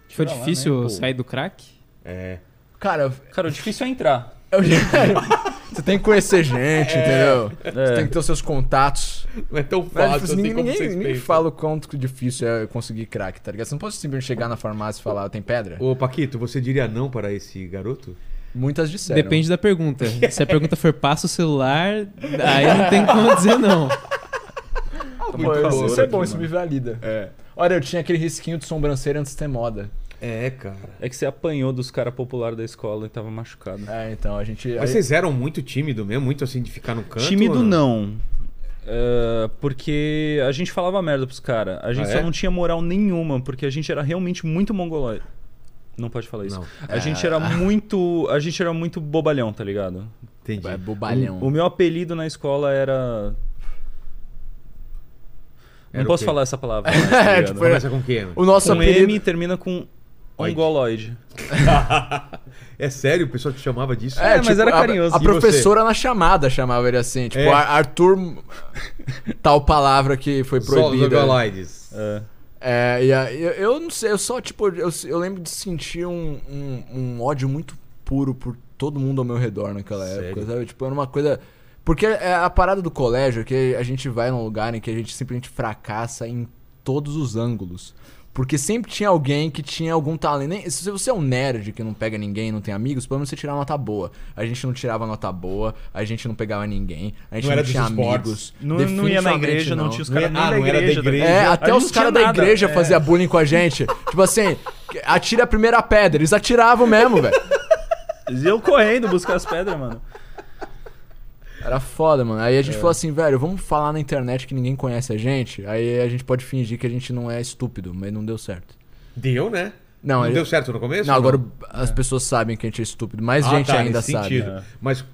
Speaker 2: Foi
Speaker 4: Tira lá,
Speaker 2: difícil
Speaker 4: né, pô?
Speaker 2: sair do crack?
Speaker 1: É.
Speaker 3: Cara,
Speaker 4: Cara, o difícil é entrar.
Speaker 3: eu, Você tem que conhecer gente, entendeu? Você
Speaker 4: É.
Speaker 3: tem que ter os seus contatos.
Speaker 1: Não é tão
Speaker 3: Mas,
Speaker 1: fácil
Speaker 3: tipo,
Speaker 1: assim
Speaker 3: ninguém,
Speaker 1: como
Speaker 3: ninguém,
Speaker 1: vocês
Speaker 3: ninguém
Speaker 1: pensam.
Speaker 3: fala o quanto difícil é conseguir crack, tá ligado? Você não pode simplesmente chegar na farmácia e falar, tem pedra?
Speaker 1: Ô, Paquito, você diria não para esse garoto?
Speaker 3: Muitas disseram.
Speaker 2: Depende da pergunta. Se a pergunta for passa o celular, aí não tem como dizer não.
Speaker 3: Pô,
Speaker 4: Muito
Speaker 3: isso,
Speaker 4: calor
Speaker 3: isso é
Speaker 4: aqui,
Speaker 3: bom, isso
Speaker 4: mano.
Speaker 3: me valida. Olha, eu tinha aquele risquinho de sobrancelha antes de ter moda.
Speaker 1: É, cara.
Speaker 4: É que você apanhou dos caras populares da escola e tava machucado.
Speaker 3: É, então a gente.
Speaker 1: Mas
Speaker 3: aí-
Speaker 1: vocês eram muito tímido mesmo, muito assim de ficar no canto?
Speaker 4: Tímido
Speaker 1: ou
Speaker 4: não. É, porque a gente falava merda pros caras. A gente
Speaker 1: Ah,
Speaker 4: só
Speaker 1: é?
Speaker 4: não tinha moral nenhuma, porque a gente era realmente muito mongolói. Não pode falar isso.
Speaker 1: Não.
Speaker 4: A gente era muito. A gente era muito bobalhão, tá ligado?
Speaker 1: Entendi. Tipo,
Speaker 3: É bobalhão.
Speaker 4: O meu apelido na escola era.
Speaker 1: Era
Speaker 4: não posso
Speaker 1: o quê?
Speaker 4: falar essa palavra. mais, tá ligado?
Speaker 3: tipo,
Speaker 1: Começa com quem?
Speaker 3: O nosso
Speaker 4: com
Speaker 3: apelido.
Speaker 4: M termina com
Speaker 1: Oide.
Speaker 4: Ongoloide.
Speaker 1: É sério? O pessoal te chamava disso?
Speaker 4: É, mas era
Speaker 3: tipo, a-
Speaker 4: carinhoso.
Speaker 3: A,
Speaker 4: E
Speaker 3: professora na chamada chamava ele assim, tipo,
Speaker 1: É.
Speaker 3: Ar- Arthur, tal palavra que foi
Speaker 1: Só os
Speaker 3: proibida. né?
Speaker 1: Ogolides.
Speaker 4: É.
Speaker 3: É, e a- eu, eu não sei, eu só, tipo, eu, eu lembro de sentir um, um- um ódio muito puro por todo mundo ao meu redor naquela
Speaker 1: Sério?
Speaker 3: época, sabe? Tipo, era uma coisa. Porque é a parada do colégio é que a gente vai num lugar em que a gente simplesmente fracassa em todos os ângulos. Porque sempre tinha alguém que tinha algum talento. Nem- se você é um nerd que não pega ninguém, não tem amigos, pelo menos você tirava nota boa. A gente não tirava nota boa, a gente não pegava ninguém, a gente
Speaker 1: Não
Speaker 3: não,
Speaker 1: era dos
Speaker 3: tinha
Speaker 1: esportes.
Speaker 3: amigos.
Speaker 4: Não, não ia na
Speaker 3: Definitivamente
Speaker 4: igreja, não, tinha os
Speaker 1: Não
Speaker 4: caras nem
Speaker 1: ia- ah,
Speaker 4: da
Speaker 1: não era da
Speaker 4: igreja. tá ligado?
Speaker 1: igreja.
Speaker 3: É,
Speaker 1: A
Speaker 3: até
Speaker 4: gente
Speaker 3: os
Speaker 4: não
Speaker 3: caras da
Speaker 4: tinha nada.
Speaker 3: igreja
Speaker 4: É.
Speaker 3: faziam bullying com a gente. tipo assim, atira a primeira pedra. Eles atiravam mesmo, velho.
Speaker 4: É, E eu correndo buscar as pedras, mano.
Speaker 3: Era foda, mano. Aí a gente falou assim, velho, vamos falar na internet que ninguém conhece a gente. Aí a gente pode fingir que a gente não é estúpido, mas não deu certo.
Speaker 1: Deu, né?
Speaker 3: Não,
Speaker 1: Não
Speaker 3: ele-
Speaker 1: deu certo no começo?
Speaker 3: Não,
Speaker 1: ou
Speaker 3: agora as pessoas sabem que a gente é estúpido. Mais
Speaker 4: Ah,
Speaker 3: gente
Speaker 1: tá,
Speaker 3: ainda
Speaker 1: nesse
Speaker 3: sabe.
Speaker 1: sentido. Mas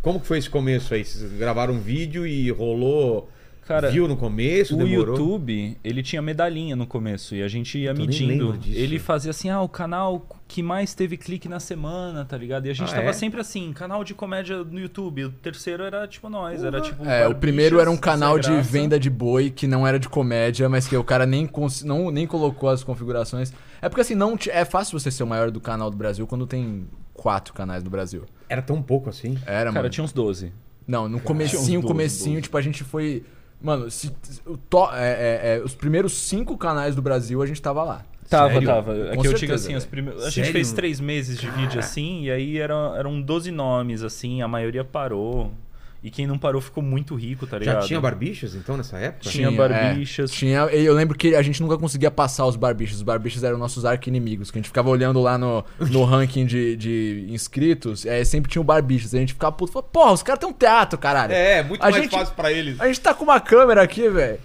Speaker 1: como que foi esse começo aí? Vocês gravaram um vídeo e rolou...
Speaker 4: Cara,
Speaker 1: viu no começo,
Speaker 4: O
Speaker 1: demorou?
Speaker 4: YouTube, ele tinha medalhinha no começo e a gente ia
Speaker 1: Puta, eu nem
Speaker 4: medindo.
Speaker 1: lembro disso.
Speaker 4: Ele fazia assim, ah, o canal que mais teve clique na semana, tá ligado? E a gente
Speaker 1: Ah,
Speaker 4: tava
Speaker 1: é?
Speaker 4: sempre assim, canal de comédia no YouTube. O terceiro era tipo nós, era
Speaker 3: É,
Speaker 4: tipo.
Speaker 3: o
Speaker 4: Barbichas,
Speaker 3: primeiro era um canal
Speaker 4: Sem
Speaker 3: de
Speaker 4: Graça.
Speaker 3: venda de boi que não era de comédia, mas que o cara nem, cons- não, nem colocou as configurações. É porque assim, não te- é fácil você ser o maior do canal do Brasil quando tem quatro canais no Brasil.
Speaker 1: Era tão pouco assim?
Speaker 3: Era,
Speaker 4: Cara,
Speaker 3: mano.
Speaker 4: tinha uns 12.
Speaker 3: Não, no comecinho,
Speaker 4: uns doze,
Speaker 3: comecinho,
Speaker 4: doze.
Speaker 3: tipo, a gente foi. Mano, se- o to- é, é, é, os primeiros cinco canais do Brasil a gente tava lá.
Speaker 4: Tava,
Speaker 1: Sério?
Speaker 4: tava. É que eu
Speaker 3: certeza,
Speaker 4: digo assim, as
Speaker 3: velho.
Speaker 4: prime... a
Speaker 1: Sério?
Speaker 4: gente fez três meses de vídeo assim, e aí era, eram 12 nomes, assim, a maioria parou. E quem não parou ficou muito rico, tá
Speaker 1: Já
Speaker 4: ligado?
Speaker 1: tinha barbichas então nessa época?
Speaker 4: Tinha barbichas.
Speaker 3: É, tinha, e eu lembro que a gente nunca conseguia passar os barbichas. Os barbichas eram nossos arqui-inimigos, que a gente ficava olhando lá no, no ranking de, de inscritos, é, sempre tinha o barbichas. E a gente ficava puto, falava, porra, os caras têm um teatro, caralho.
Speaker 1: É, muito
Speaker 3: A
Speaker 1: mais
Speaker 3: gente-
Speaker 1: fácil pra eles.
Speaker 3: A gente tá com uma câmera aqui, velho.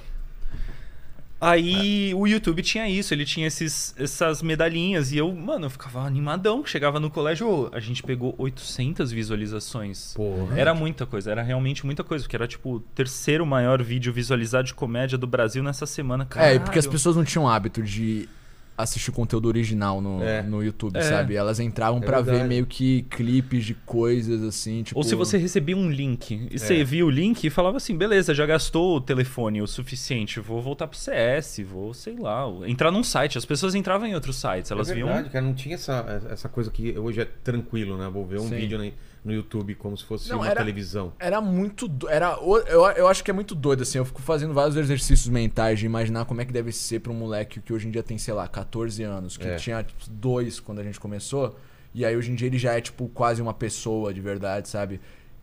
Speaker 4: Aí o YouTube tinha isso, ele tinha esses, essas medalhinhas e eu, mano, eu ficava animadão. Chegava no colégio, ô, a gente pegou 800 visualizações.
Speaker 3: né?
Speaker 1: Porra.
Speaker 4: Era muita coisa, era realmente muita coisa, porque era tipo o terceiro maior vídeo visualizado de comédia do Brasil nessa semana, cara.
Speaker 3: É, porque as pessoas não tinham hábito de assistir conteúdo original no,
Speaker 1: É.
Speaker 3: no YouTube,
Speaker 4: É.
Speaker 3: sabe? Elas entravam pra ver
Speaker 1: verdade.
Speaker 3: meio que clipes de coisas assim, tipo. É.
Speaker 4: Ou se você recebia um link e você via o link e falava assim, beleza, já gastou o telefone o suficiente, vou voltar pro CS, vou, sei lá, entrar num site. As pessoas entravam em outros sites, elas
Speaker 1: é
Speaker 4: viam
Speaker 1: verdade, cara, não tinha essa, essa coisa que hoje é tranquilo, né? Vou ver um
Speaker 3: Sim.
Speaker 1: vídeo no, no YouTube como se fosse
Speaker 3: Não,
Speaker 1: uma
Speaker 3: era-
Speaker 1: televisão.
Speaker 3: Era muito. do- Era, o- eu, eu acho que é muito doido, assim. Eu fico fazendo vários exercícios mentais de imaginar como é que deve ser pra um moleque que hoje em dia tem, sei lá, 14 anos, que
Speaker 1: É.
Speaker 3: tinha tipo, dois quando a gente começou. E aí hoje em dia ele já é, tipo, quase uma pessoa de verdade, sabe?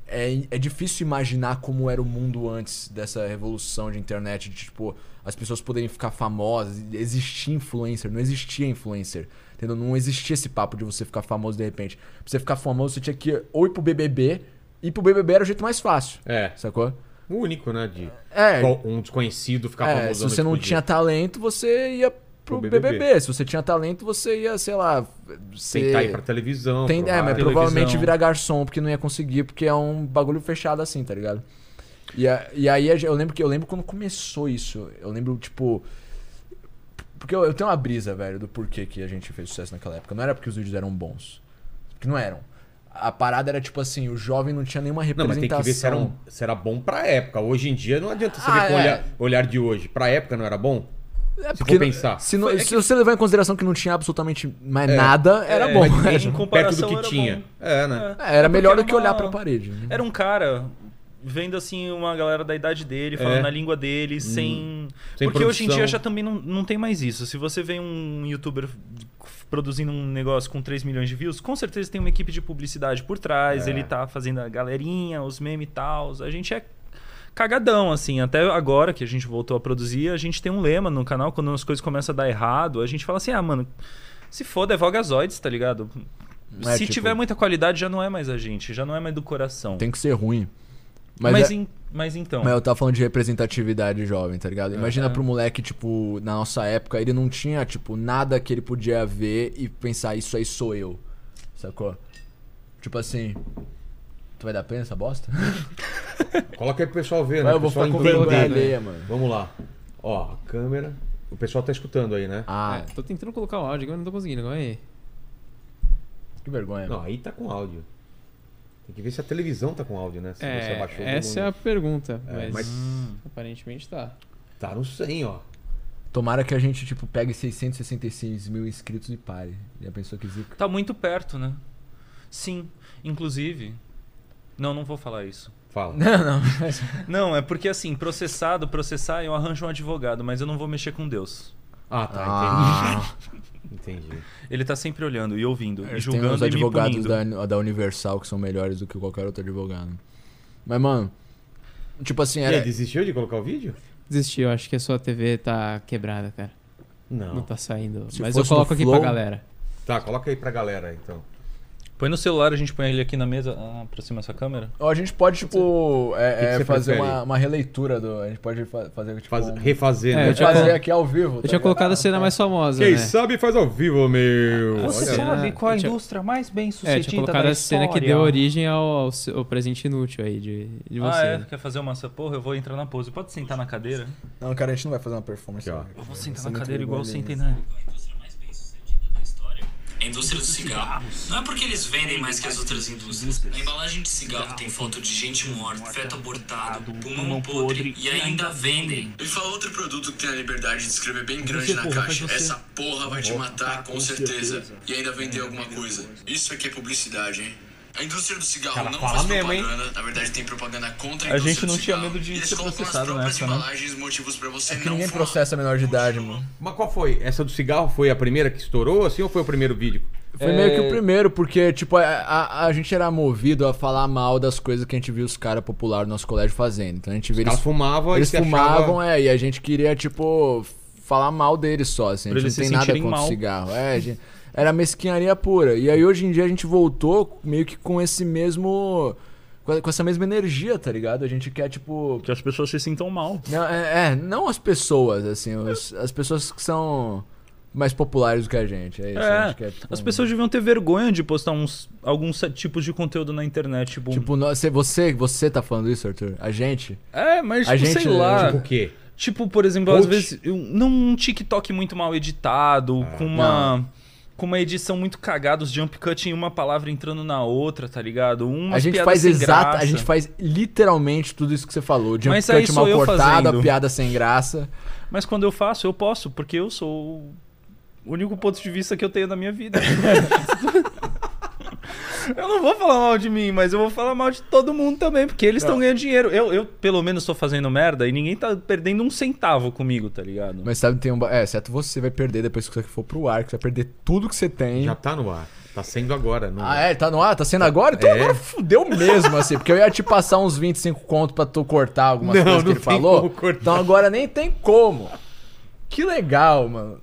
Speaker 3: É, é difícil imaginar como era o mundo antes dessa revolução de internet, de tipo, as pessoas poderem ficar famosas, existir influencer, não existia influencer. Entendeu? Não existia esse papo de você ficar famoso de repente. Pra você ficar famoso, você tinha que ou ir pro BBB, ir pro BBB era o jeito mais fácil.
Speaker 1: É.
Speaker 3: Sacou?
Speaker 1: O único, né? De
Speaker 3: É,
Speaker 1: qual- um desconhecido ficar
Speaker 3: é,
Speaker 1: famoso.
Speaker 3: se você não tinha talento, você ia
Speaker 1: Pro
Speaker 3: pro, BBB.
Speaker 1: BBB.
Speaker 3: Se você tinha talento, você ia, sei lá, ser...
Speaker 1: Tentar ir pra televisão.
Speaker 3: Tem,
Speaker 1: pro
Speaker 3: é, mas
Speaker 1: rádio.
Speaker 4: televisão.
Speaker 3: provavelmente virar garçom, porque não ia conseguir, porque é um bagulho fechado assim, tá ligado? E, a- e aí a gen- eu lembro que eu lembro quando começou isso. Eu lembro, tipo. Porque eu, eu tenho uma brisa, velho, do porquê que a gente fez sucesso naquela época. Não era porque os vídeos eram bons. Porque não eram. A parada era tipo assim, o jovem não tinha nenhuma
Speaker 1: Não, mas
Speaker 3: representação.
Speaker 1: tem que ver se era, um- se era bom pra época. Hoje em dia não adianta você
Speaker 3: Ah,
Speaker 1: ver com o
Speaker 3: é.
Speaker 1: olhar, olhar de hoje. Pra época não era bom?
Speaker 3: É
Speaker 1: Se for pensar.
Speaker 3: Se, não-
Speaker 4: Foi- é
Speaker 3: se você levar em consideração que não tinha absolutamente mais nada, era
Speaker 4: É,
Speaker 3: bom. Era,
Speaker 4: mas em
Speaker 1: Perto do
Speaker 4: comparação
Speaker 1: que
Speaker 4: era
Speaker 1: tinha.
Speaker 4: bom.
Speaker 1: É, né?
Speaker 4: É,
Speaker 3: era melhor
Speaker 4: porque
Speaker 3: do que olhar
Speaker 4: uma-
Speaker 3: pra parede. né?
Speaker 4: Era um cara vendo assim uma galera da idade dele, falando a língua dele, sem.
Speaker 1: Sem
Speaker 4: Porque hoje em
Speaker 1: produção.
Speaker 4: dia já também não, não tem mais isso. Se você vê um youtuber produzindo um negócio com 3 milhões de views, com certeza tem uma equipe de publicidade por trás, ele tá fazendo a galerinha, os memes e tal. A gente é cagadão, assim. Até agora que a gente voltou a produzir, a gente tem um lema no canal, quando as coisas começam a dar errado, a gente fala assim, ah, mano, se foda, é Vogazoides, tá ligado?
Speaker 3: É,
Speaker 4: se
Speaker 3: tipo-
Speaker 4: tiver muita qualidade, já não é mais a gente, já não é mais do coração.
Speaker 3: Tem que ser ruim. Mas,
Speaker 4: Mas,
Speaker 3: é-
Speaker 4: em- mas então.
Speaker 3: mas eu tava falando de representatividade jovem, tá
Speaker 4: É,
Speaker 3: ligado? Imagina pro moleque, tipo, na nossa época, ele não tinha, tipo, nada que ele podia ver e pensar, isso aí sou eu. Sacou? Tipo assim. Tu vai dar pena essa bosta?
Speaker 1: Coloca aí pro pessoal ver, né?
Speaker 3: Mas eu
Speaker 1: O
Speaker 3: vou
Speaker 1: pessoal
Speaker 3: ficar com
Speaker 1: entender,
Speaker 3: vergonha
Speaker 1: né?
Speaker 3: alheia, mano.
Speaker 1: Vamos lá. Ó, a câmera. O pessoal tá escutando aí, né?
Speaker 3: Ah,
Speaker 2: É, tô tentando colocar o áudio aqui, mas não tô conseguindo. Calma aí.
Speaker 3: que vergonha.
Speaker 1: Não, aí tá com áudio. Tem que ver se a televisão tá com áudio, né? Se
Speaker 2: É,
Speaker 1: você abaixou o
Speaker 2: essa é a
Speaker 1: volume.
Speaker 2: pergunta,
Speaker 1: É,
Speaker 2: mas,
Speaker 1: mas-
Speaker 2: aparentemente tá.
Speaker 1: Tá no 100, ó.
Speaker 3: Tomara que a gente, tipo, pegue 666 mil inscritos e pare. Já pensou que zica?
Speaker 4: Tá muito perto, né? Sim. Inclusive. Não, não vou falar isso.
Speaker 1: Fala.
Speaker 4: Não, é porque assim, processado, processar, eu arranjo um advogado, mas eu não vou mexer com Deus.
Speaker 1: Ah, tá,
Speaker 3: Ah.
Speaker 1: entendi. Entendi.
Speaker 4: Ele tá sempre olhando e ouvindo, e
Speaker 3: É, Tem
Speaker 4: julgando
Speaker 3: uns
Speaker 4: e me
Speaker 3: advogados
Speaker 4: punindo.
Speaker 3: da, da Universal que são melhores do que qualquer outro advogado. Mas, mano, tipo assim,
Speaker 1: E aí,
Speaker 3: era.
Speaker 1: desistiu de colocar o vídeo?
Speaker 2: Desisti, eu acho que a sua TV tá quebrada, cara.
Speaker 1: Não.
Speaker 2: Não, tá saindo.
Speaker 3: Se
Speaker 2: mas eu
Speaker 3: fosse no
Speaker 2: coloco aqui
Speaker 3: Flow-
Speaker 2: pra galera.
Speaker 1: Tá, coloca aí pra galera, então.
Speaker 4: Põe no celular, a gente põe ele aqui na mesa. Ah, aproxima essa câmera.
Speaker 3: Ó, a gente pode, tipo, é-
Speaker 1: que
Speaker 3: é
Speaker 1: você
Speaker 3: fazer
Speaker 1: prefere?
Speaker 3: uma, uma releitura do. A gente pode fa- fazer, tipo.
Speaker 1: Faz-
Speaker 3: um-
Speaker 1: refazer,
Speaker 2: É,
Speaker 1: né?
Speaker 2: eu tinha
Speaker 3: fazer
Speaker 2: colo-
Speaker 3: aqui ao vivo. tá
Speaker 2: Eu tinha colocado a cena mais famosa,
Speaker 1: Quem
Speaker 2: né?
Speaker 1: sabe faz ao vivo, meu.
Speaker 2: Você
Speaker 1: Olha,
Speaker 2: sabe qual a eu tinha-
Speaker 4: indústria mais bem
Speaker 2: É, tinha colocado a cena que deu origem ao, ao se- ao presente inútil aí de, de você.
Speaker 4: Ah, é?
Speaker 2: né?
Speaker 4: Quer fazer uma essa porra? Eu vou entrar na pose. Pode sentar na cadeira?
Speaker 3: Não, cara, a gente não vai fazer uma performance.
Speaker 1: Aqui, ó.
Speaker 3: né?
Speaker 4: Eu vou
Speaker 3: Vai
Speaker 4: sentar
Speaker 3: ser
Speaker 4: na
Speaker 3: muito
Speaker 4: cadeira igual eu
Speaker 3: vergonha.
Speaker 4: sentei na.
Speaker 5: a indústria mais bem sucedida da história é a indústria do cigarro. Não é porque eles vendem mais que as outras indústrias. A embalagem de cigarro tem foto de gente morta, feto abortado, pulmão podre e ainda vendem. E fala outro produto que tem a liberdade de escrever bem grande na caixa. Essa porra vai te matar, com certeza. E ainda vender alguma coisa. Isso aqui é publicidade, hein? A indústria do cigarro não faz propaganda. Na verdade, tem propaganda contra a indústria
Speaker 4: A gente
Speaker 5: do
Speaker 4: não tinha
Speaker 5: cigarro.
Speaker 4: medo de
Speaker 5: Eles
Speaker 4: ser
Speaker 5: colocam as
Speaker 4: processado
Speaker 5: próprias
Speaker 4: nessa, né?
Speaker 5: embalagens, motivos pra você
Speaker 3: É que
Speaker 5: não
Speaker 3: ninguém
Speaker 5: fumar.
Speaker 3: processa a menor de idade, mano.
Speaker 1: Mas qual foi? Essa do cigarro foi a primeira que estourou, assim, ou foi o primeiro vídeo?
Speaker 3: Foi meio que o primeiro, porque, tipo, a, a, a gente era movido a falar mal das coisas que a gente viu os caras populares no nosso colégio fazendo. Então a gente vê
Speaker 1: Os caras
Speaker 3: eles,
Speaker 1: fumavam
Speaker 3: eles
Speaker 1: e se
Speaker 3: fumavam,
Speaker 1: achava...
Speaker 3: é, e a gente queria, tipo, falar mal deles só, assim. A
Speaker 4: Pra
Speaker 3: gente
Speaker 4: eles
Speaker 3: não tem
Speaker 4: se
Speaker 3: nada
Speaker 4: sentirem
Speaker 3: contra
Speaker 4: mal.
Speaker 3: cigarro. É, a gente- era mesquinharia pura. E aí hoje em dia a gente voltou meio que com esse mesmo. com com essa mesma energia, tá ligado? A gente quer, tipo.
Speaker 4: Que as pessoas se sintam mal.
Speaker 3: Não, é, é, não as pessoas, assim, os- as pessoas que são mais populares do que a gente. É isso. a
Speaker 4: É,
Speaker 3: gente quer, tipo,
Speaker 4: as
Speaker 3: um-
Speaker 4: pessoas deviam ter vergonha de postar uns, alguns tipos de conteúdo na internet. Tipo,
Speaker 3: Tipo, nós- você, você, você tá falando isso, Arthur? A gente?
Speaker 4: é, mas
Speaker 3: a
Speaker 4: tipo,
Speaker 3: gente-
Speaker 4: sei lá.
Speaker 1: Tipo
Speaker 4: Tipo,
Speaker 1: o quê?
Speaker 4: por exemplo, às
Speaker 1: Coach?
Speaker 4: vezes, um- não um TikTok muito mal editado,
Speaker 3: Ah,
Speaker 4: com uma. Com uma edição muito cagada, os jump cut em uma palavra entrando na outra, tá ligado? Uma
Speaker 3: a gente faz exata, a gente faz literalmente tudo isso que você falou. De um
Speaker 4: Mas aí
Speaker 3: cut mal
Speaker 4: sou eu
Speaker 3: cortado, a
Speaker 4: fazendo.
Speaker 3: piada sem graça.
Speaker 4: Mas quando eu faço, eu posso, porque eu sou o único ponto de vista que eu tenho na minha vida. eu não vou falar mal de mim, mas eu vou falar mal de todo mundo também, porque eles estão ganhando dinheiro. Eu, eu, pelo menos, tô fazendo merda e ninguém tá perdendo um centavo comigo, tá ligado?
Speaker 3: Mas sabe, tem um. ba- É, certo, você vai perder depois que você for pro ar, que você vai perder tudo que você tem.
Speaker 1: Já tá no ar. Tá sendo agora. Não...
Speaker 3: Ah, é, tá no ar? Tá sendo agora? Então
Speaker 1: É.
Speaker 3: agora fudeu mesmo, assim, porque eu ia te passar uns 25 conto pra tu cortar algumas
Speaker 1: Não,
Speaker 3: coisas que
Speaker 1: não
Speaker 3: ele
Speaker 1: tem
Speaker 3: falou.
Speaker 1: como cortar.
Speaker 3: Então agora nem tem como. Que legal, mano.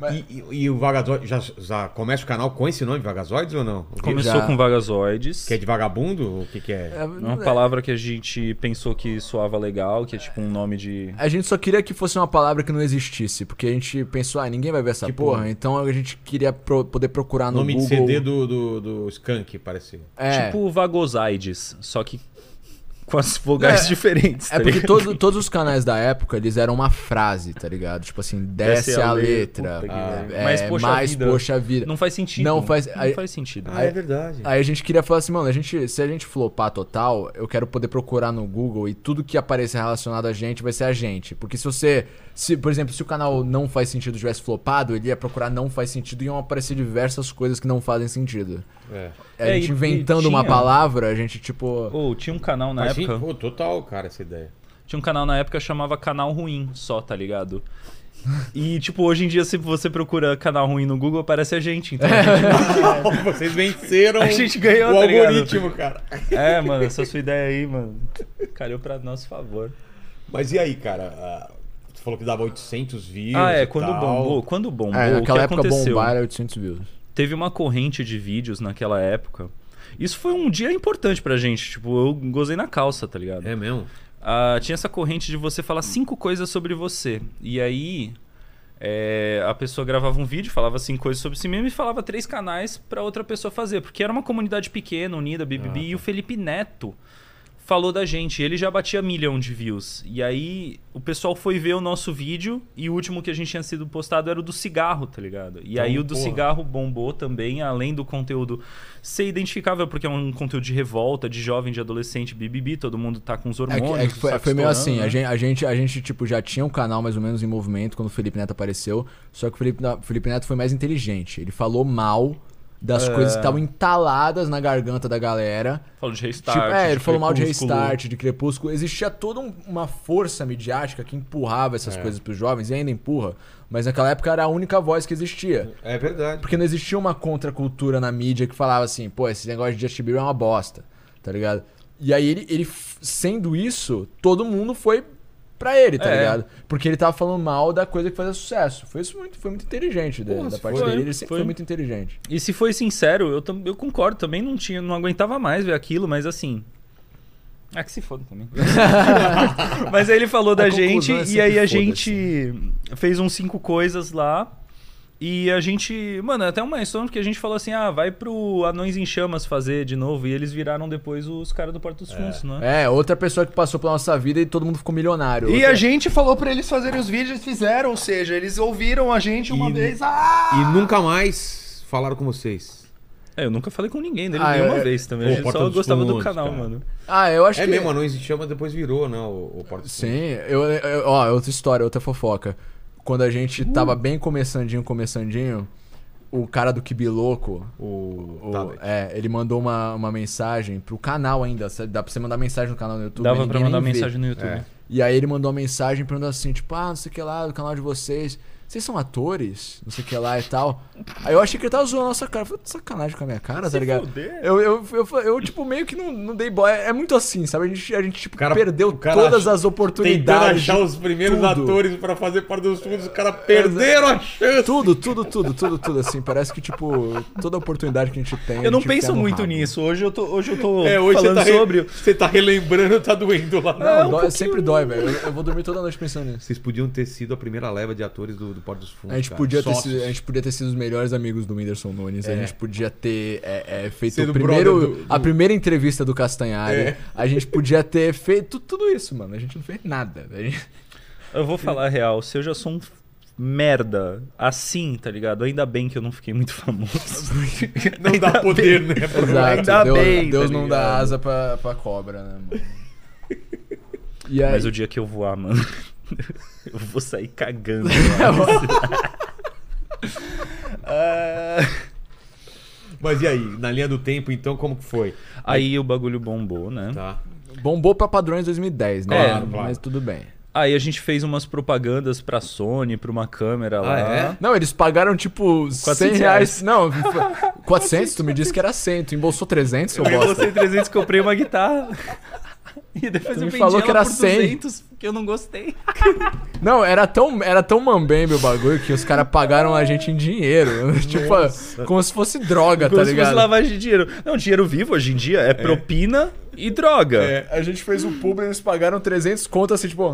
Speaker 1: é? E, e- e o Vagazoides... Já, já começa o canal com esse nome, Vagazoides, ou não? O
Speaker 4: Começou
Speaker 3: já.
Speaker 4: com Vagazoides.
Speaker 1: Que é de vagabundo? O que que é?
Speaker 3: É,
Speaker 4: Uma palavra que a gente pensou que soava legal, que é tipo um nome de.
Speaker 3: A gente só queria que fosse uma palavra que não existisse, porque a gente pensou, ah, ninguém vai ver essa
Speaker 1: Tipo-
Speaker 3: porra, então a gente queria pro- poder procurar no
Speaker 1: nome
Speaker 3: Google.
Speaker 1: de CD do, do, do Skunk, pareceu.
Speaker 3: É,
Speaker 4: Tipo Vagozides, só que com as vogais
Speaker 3: É.
Speaker 4: diferentes.
Speaker 3: É
Speaker 4: tá
Speaker 3: porque
Speaker 4: ligado?
Speaker 3: todo- todos os canais da época, eles eram uma frase, tá ligado? Tipo assim, desce, a, letra.
Speaker 4: puta que
Speaker 3: ah, é,
Speaker 4: pariu. é Mas,
Speaker 3: mais
Speaker 4: poxa
Speaker 3: poxa
Speaker 4: vida.
Speaker 3: vida.
Speaker 4: Não faz sentido.
Speaker 3: Não faz-
Speaker 4: não
Speaker 3: aí-
Speaker 4: faz sentido.
Speaker 1: Ah, é verdade.
Speaker 3: Aí a gente queria falar assim, mano, a gente, se a gente flopar total, eu quero poder procurar no Google e tudo que aparecer relacionado a gente vai ser a gente. Porque se você. Se, por exemplo, se o canal Não Faz Sentido tivesse flopado, ele ia procurar Não Faz Sentido e iam aparecer diversas coisas que não fazem sentido.
Speaker 1: É.
Speaker 3: A
Speaker 4: É,
Speaker 3: gente
Speaker 4: e- e
Speaker 3: inventando uma
Speaker 4: tinha-
Speaker 3: palavra, a gente tipo.
Speaker 4: Ou tinha um canal na
Speaker 1: Mas,
Speaker 4: época.
Speaker 1: gente, pô, total, cara, essa ideia.
Speaker 4: Tinha um canal na época que chamava Canal Ruim só, tá ligado? E, tipo, hoje em dia, se você procura canal ruim no Google, aparece a gente. Então,
Speaker 1: Vocês venceram
Speaker 4: A gente ganhou,
Speaker 1: o
Speaker 4: tá ligado?
Speaker 1: algoritmo, cara.
Speaker 4: é, mano, essa sua ideia aí, mano, calhou pra nosso favor.
Speaker 1: Mas e aí, cara? Ah, Você falou que dava 800 views.
Speaker 4: Ah, é,
Speaker 1: e
Speaker 4: quando
Speaker 1: tal.
Speaker 4: bombou, quando bombou,
Speaker 3: É,
Speaker 4: o que
Speaker 3: naquela época
Speaker 4: aconteceu?
Speaker 3: bombar era 800 views.
Speaker 4: Teve uma corrente de vídeos naquela época. Isso foi um dia importante pra gente, tipo, eu gozei na calça, tá ligado?
Speaker 1: É mesmo?
Speaker 4: Ah, tinha essa corrente de você falar cinco coisas sobre você. E aí é, a pessoa gravava um vídeo, falava cinco coisas sobre si mesmo e falava três canais pra outra pessoa fazer. Porque era uma comunidade pequena, unida,
Speaker 1: Ah,
Speaker 4: BBB. E o
Speaker 1: tá.
Speaker 4: Felipe Neto falou da gente. Ele já batia milhão de views. E aí o pessoal foi ver o nosso vídeo e o último que a gente tinha sido postado era o do cigarro, tá ligado? E
Speaker 1: Então,
Speaker 4: aí o do
Speaker 1: porra.
Speaker 4: cigarro bombou também, além do conteúdo ser identificável, porque é um conteúdo de revolta, de jovem, de adolescente, BBB, todo mundo tá com os
Speaker 3: É que,
Speaker 4: hormônios.
Speaker 3: é que
Speaker 4: o
Speaker 3: foi,
Speaker 4: saco
Speaker 3: foi meio assim, a,
Speaker 4: estourando, né?
Speaker 3: gente, a, gente, a gente, tipo, já tinha um canal mais ou menos em movimento quando o Felipe Neto apareceu, só que o Felipe, Na- Felipe Neto foi mais inteligente. Ele falou mal
Speaker 4: É.
Speaker 3: das coisas que estavam entaladas na garganta da galera.
Speaker 4: Falou de restart.
Speaker 3: Tipo, é, ele
Speaker 4: de
Speaker 3: falou mal de
Speaker 4: Crepúsculo.
Speaker 3: restart, de crepúsculo. Existia toda um- uma força midiática que empurrava
Speaker 4: É.
Speaker 3: essas coisas pros jovens e ainda empurra, mas naquela época era a única voz que existia.
Speaker 1: É verdade.
Speaker 3: Porque não existia uma contracultura na mídia que falava assim, pô, esse negócio de Justin Bieber é uma bosta, tá ligado? E aí ele, ele f- sendo isso, todo mundo foi pra ele, tá
Speaker 4: É.
Speaker 3: ligado? Porque ele tava falando mal da coisa que fazia sucesso. Foi isso muito, foi muito inteligente dele,
Speaker 1: Porra,
Speaker 3: da parte
Speaker 4: foi,
Speaker 3: dele, ele sempre
Speaker 4: foi.
Speaker 3: foi. muito inteligente.
Speaker 4: E se foi sincero, eu, tam- eu concordo, também não tinha, não aguentava mais ver aquilo, mas assim. Ah, que se foda também. mas aí ele falou da
Speaker 3: conclusão
Speaker 4: gente,
Speaker 3: é
Speaker 4: e
Speaker 3: sempre
Speaker 4: aí a
Speaker 3: foda-se.
Speaker 4: gente fez uns cinco coisas lá. E a gente. Mano, é até uma história que a gente falou assim: ah, vai pro Anões em Chamas fazer de novo. E eles viraram depois os caras do Porto dos Fundos, né?
Speaker 3: É, outra pessoa que passou pela nossa vida e todo mundo ficou milionário.
Speaker 6: E
Speaker 3: Outra-
Speaker 6: a gente falou pra eles fazerem os vídeos, eles fizeram, ou seja, eles ouviram a gente uma
Speaker 1: E-
Speaker 6: vez. Ah!
Speaker 1: E nunca mais falaram com vocês.
Speaker 4: É, eu nunca falei com ninguém dele
Speaker 3: Ah,
Speaker 4: nenhuma
Speaker 3: é-
Speaker 4: vez também.
Speaker 1: Pô,
Speaker 4: a gente
Speaker 1: Porta
Speaker 4: só
Speaker 1: dos
Speaker 4: gostava do
Speaker 1: Fundos,
Speaker 4: canal,
Speaker 1: cara.
Speaker 4: mano.
Speaker 3: Ah, eu acho
Speaker 1: é
Speaker 3: que...
Speaker 1: mesmo, Anões de Chama depois virou, né, o, o Porto
Speaker 3: Sim, eu, eu- ó, outra história, outra fofoca. Quando a gente tava bem começandinho, começandinho, o cara do Kibiloco,
Speaker 1: O,
Speaker 3: O-
Speaker 1: Tabet.
Speaker 3: é, ele mandou uma, uma mensagem pro canal ainda. sabe? Dá pra você mandar mensagem no canal no YouTube.
Speaker 4: Dava
Speaker 3: mas
Speaker 4: pra
Speaker 3: ninguém
Speaker 4: mandar
Speaker 3: nem vê.
Speaker 4: mensagem no YouTube.
Speaker 3: E aí ele mandou uma mensagem perguntando assim, tipo, ah, não sei o que lá, do canal de vocês. Vocês são atores? Não sei o que lá e tal. Aí eu achei que ele tava zoando a nossa cara. Eu falei, "Tá de sacanagem com a minha cara, tá ligado? Eu, eu, eu, eu, tipo, meio que não, não dei bola. É muito assim, sabe? A gente, a gente tipo,
Speaker 1: cara-
Speaker 3: perdeu
Speaker 1: o cara
Speaker 3: todas
Speaker 1: ach-
Speaker 3: as
Speaker 1: Tentando
Speaker 3: oportunidades. de
Speaker 1: achar os primeiros
Speaker 3: tudo. É,
Speaker 1: atores pra fazer Porta dos Fundos, os caras perderam a chance.
Speaker 3: Tudo, tudo, tudo, tudo, tudo, assim. Parece que, tipo, toda oportunidade que a gente tem. a
Speaker 4: Eu não
Speaker 3: gente pega
Speaker 4: penso
Speaker 3: no
Speaker 4: muito
Speaker 3: rabo.
Speaker 4: nisso. Hoje eu tô, hoje eu tô
Speaker 1: É, hoje você
Speaker 4: falando
Speaker 1: tá, re-
Speaker 4: sobre.
Speaker 1: você tá relembrando, tá doendo lá.
Speaker 3: Não,
Speaker 1: Não,
Speaker 3: dói- sempre dói, velho. Eu, eu vou dormir toda noite pensando nisso.
Speaker 1: Vocês podiam ter sido a primeira leva de atores do, do Porto dos Fundos.
Speaker 3: A gente,
Speaker 1: cara.
Speaker 3: podia ter
Speaker 1: Sócios.
Speaker 3: sido, a gente podia ter sido os melhores amigos do Whindersson Nunes. A gente podia ter é, é, feito
Speaker 1: Sido
Speaker 3: o primeiro,
Speaker 1: brother do- do-
Speaker 3: a primeira entrevista do Castanhari.
Speaker 1: É.
Speaker 3: A gente podia ter feito tudo isso, mano. A gente não fez nada. velho.
Speaker 4: Eu vou falar a real. Se eu já sou um f- merda assim, tá ligado? Ainda bem que eu não fiquei muito famoso.
Speaker 1: Não dá poder, né?
Speaker 3: Exato.
Speaker 4: Ainda
Speaker 3: Deus,
Speaker 4: bem,
Speaker 3: Deus
Speaker 4: tá
Speaker 3: não
Speaker 4: ligado?
Speaker 3: dá asa pra, pra cobra, né, mano? E aí,
Speaker 4: Mas o dia que eu voar, mano, eu vou sair cagando. Ah,
Speaker 1: Mas e aí, na linha do tempo, então, como que foi?
Speaker 4: Aí o bagulho bombou, né?
Speaker 1: Tá.
Speaker 3: bombou pra padrões 2010, né?
Speaker 4: Claro,
Speaker 1: claro.
Speaker 3: Mas tudo bem.
Speaker 4: Aí a gente fez umas propagandas pra Sony, pra uma câmera lá.
Speaker 1: é?
Speaker 3: Não, eles pagaram tipo 100
Speaker 4: 400
Speaker 3: reais. Não, 400, tu me disse que era 100. Tu embolsou 300, seu
Speaker 4: Eu
Speaker 3: bosta.
Speaker 4: gostei 300, comprei uma guitarra. E depois
Speaker 3: Tu
Speaker 4: eu
Speaker 3: me
Speaker 4: vendi
Speaker 3: falou que
Speaker 4: ela
Speaker 3: era Ah,
Speaker 4: por
Speaker 3: 100.
Speaker 4: 200, que eu não gostei.
Speaker 3: Não, era tão, era tão mambembe o bagulho que os caras pagaram a gente em dinheiro. tipo, como se fosse droga,
Speaker 4: Como
Speaker 3: tá
Speaker 4: se fosse
Speaker 3: ligado?
Speaker 4: lavagem de dinheiro. Não, dinheiro vivo hoje em dia é, propina e droga.
Speaker 1: É.
Speaker 3: A gente fez um pub e eles pagaram 300 conto, assim, tipo...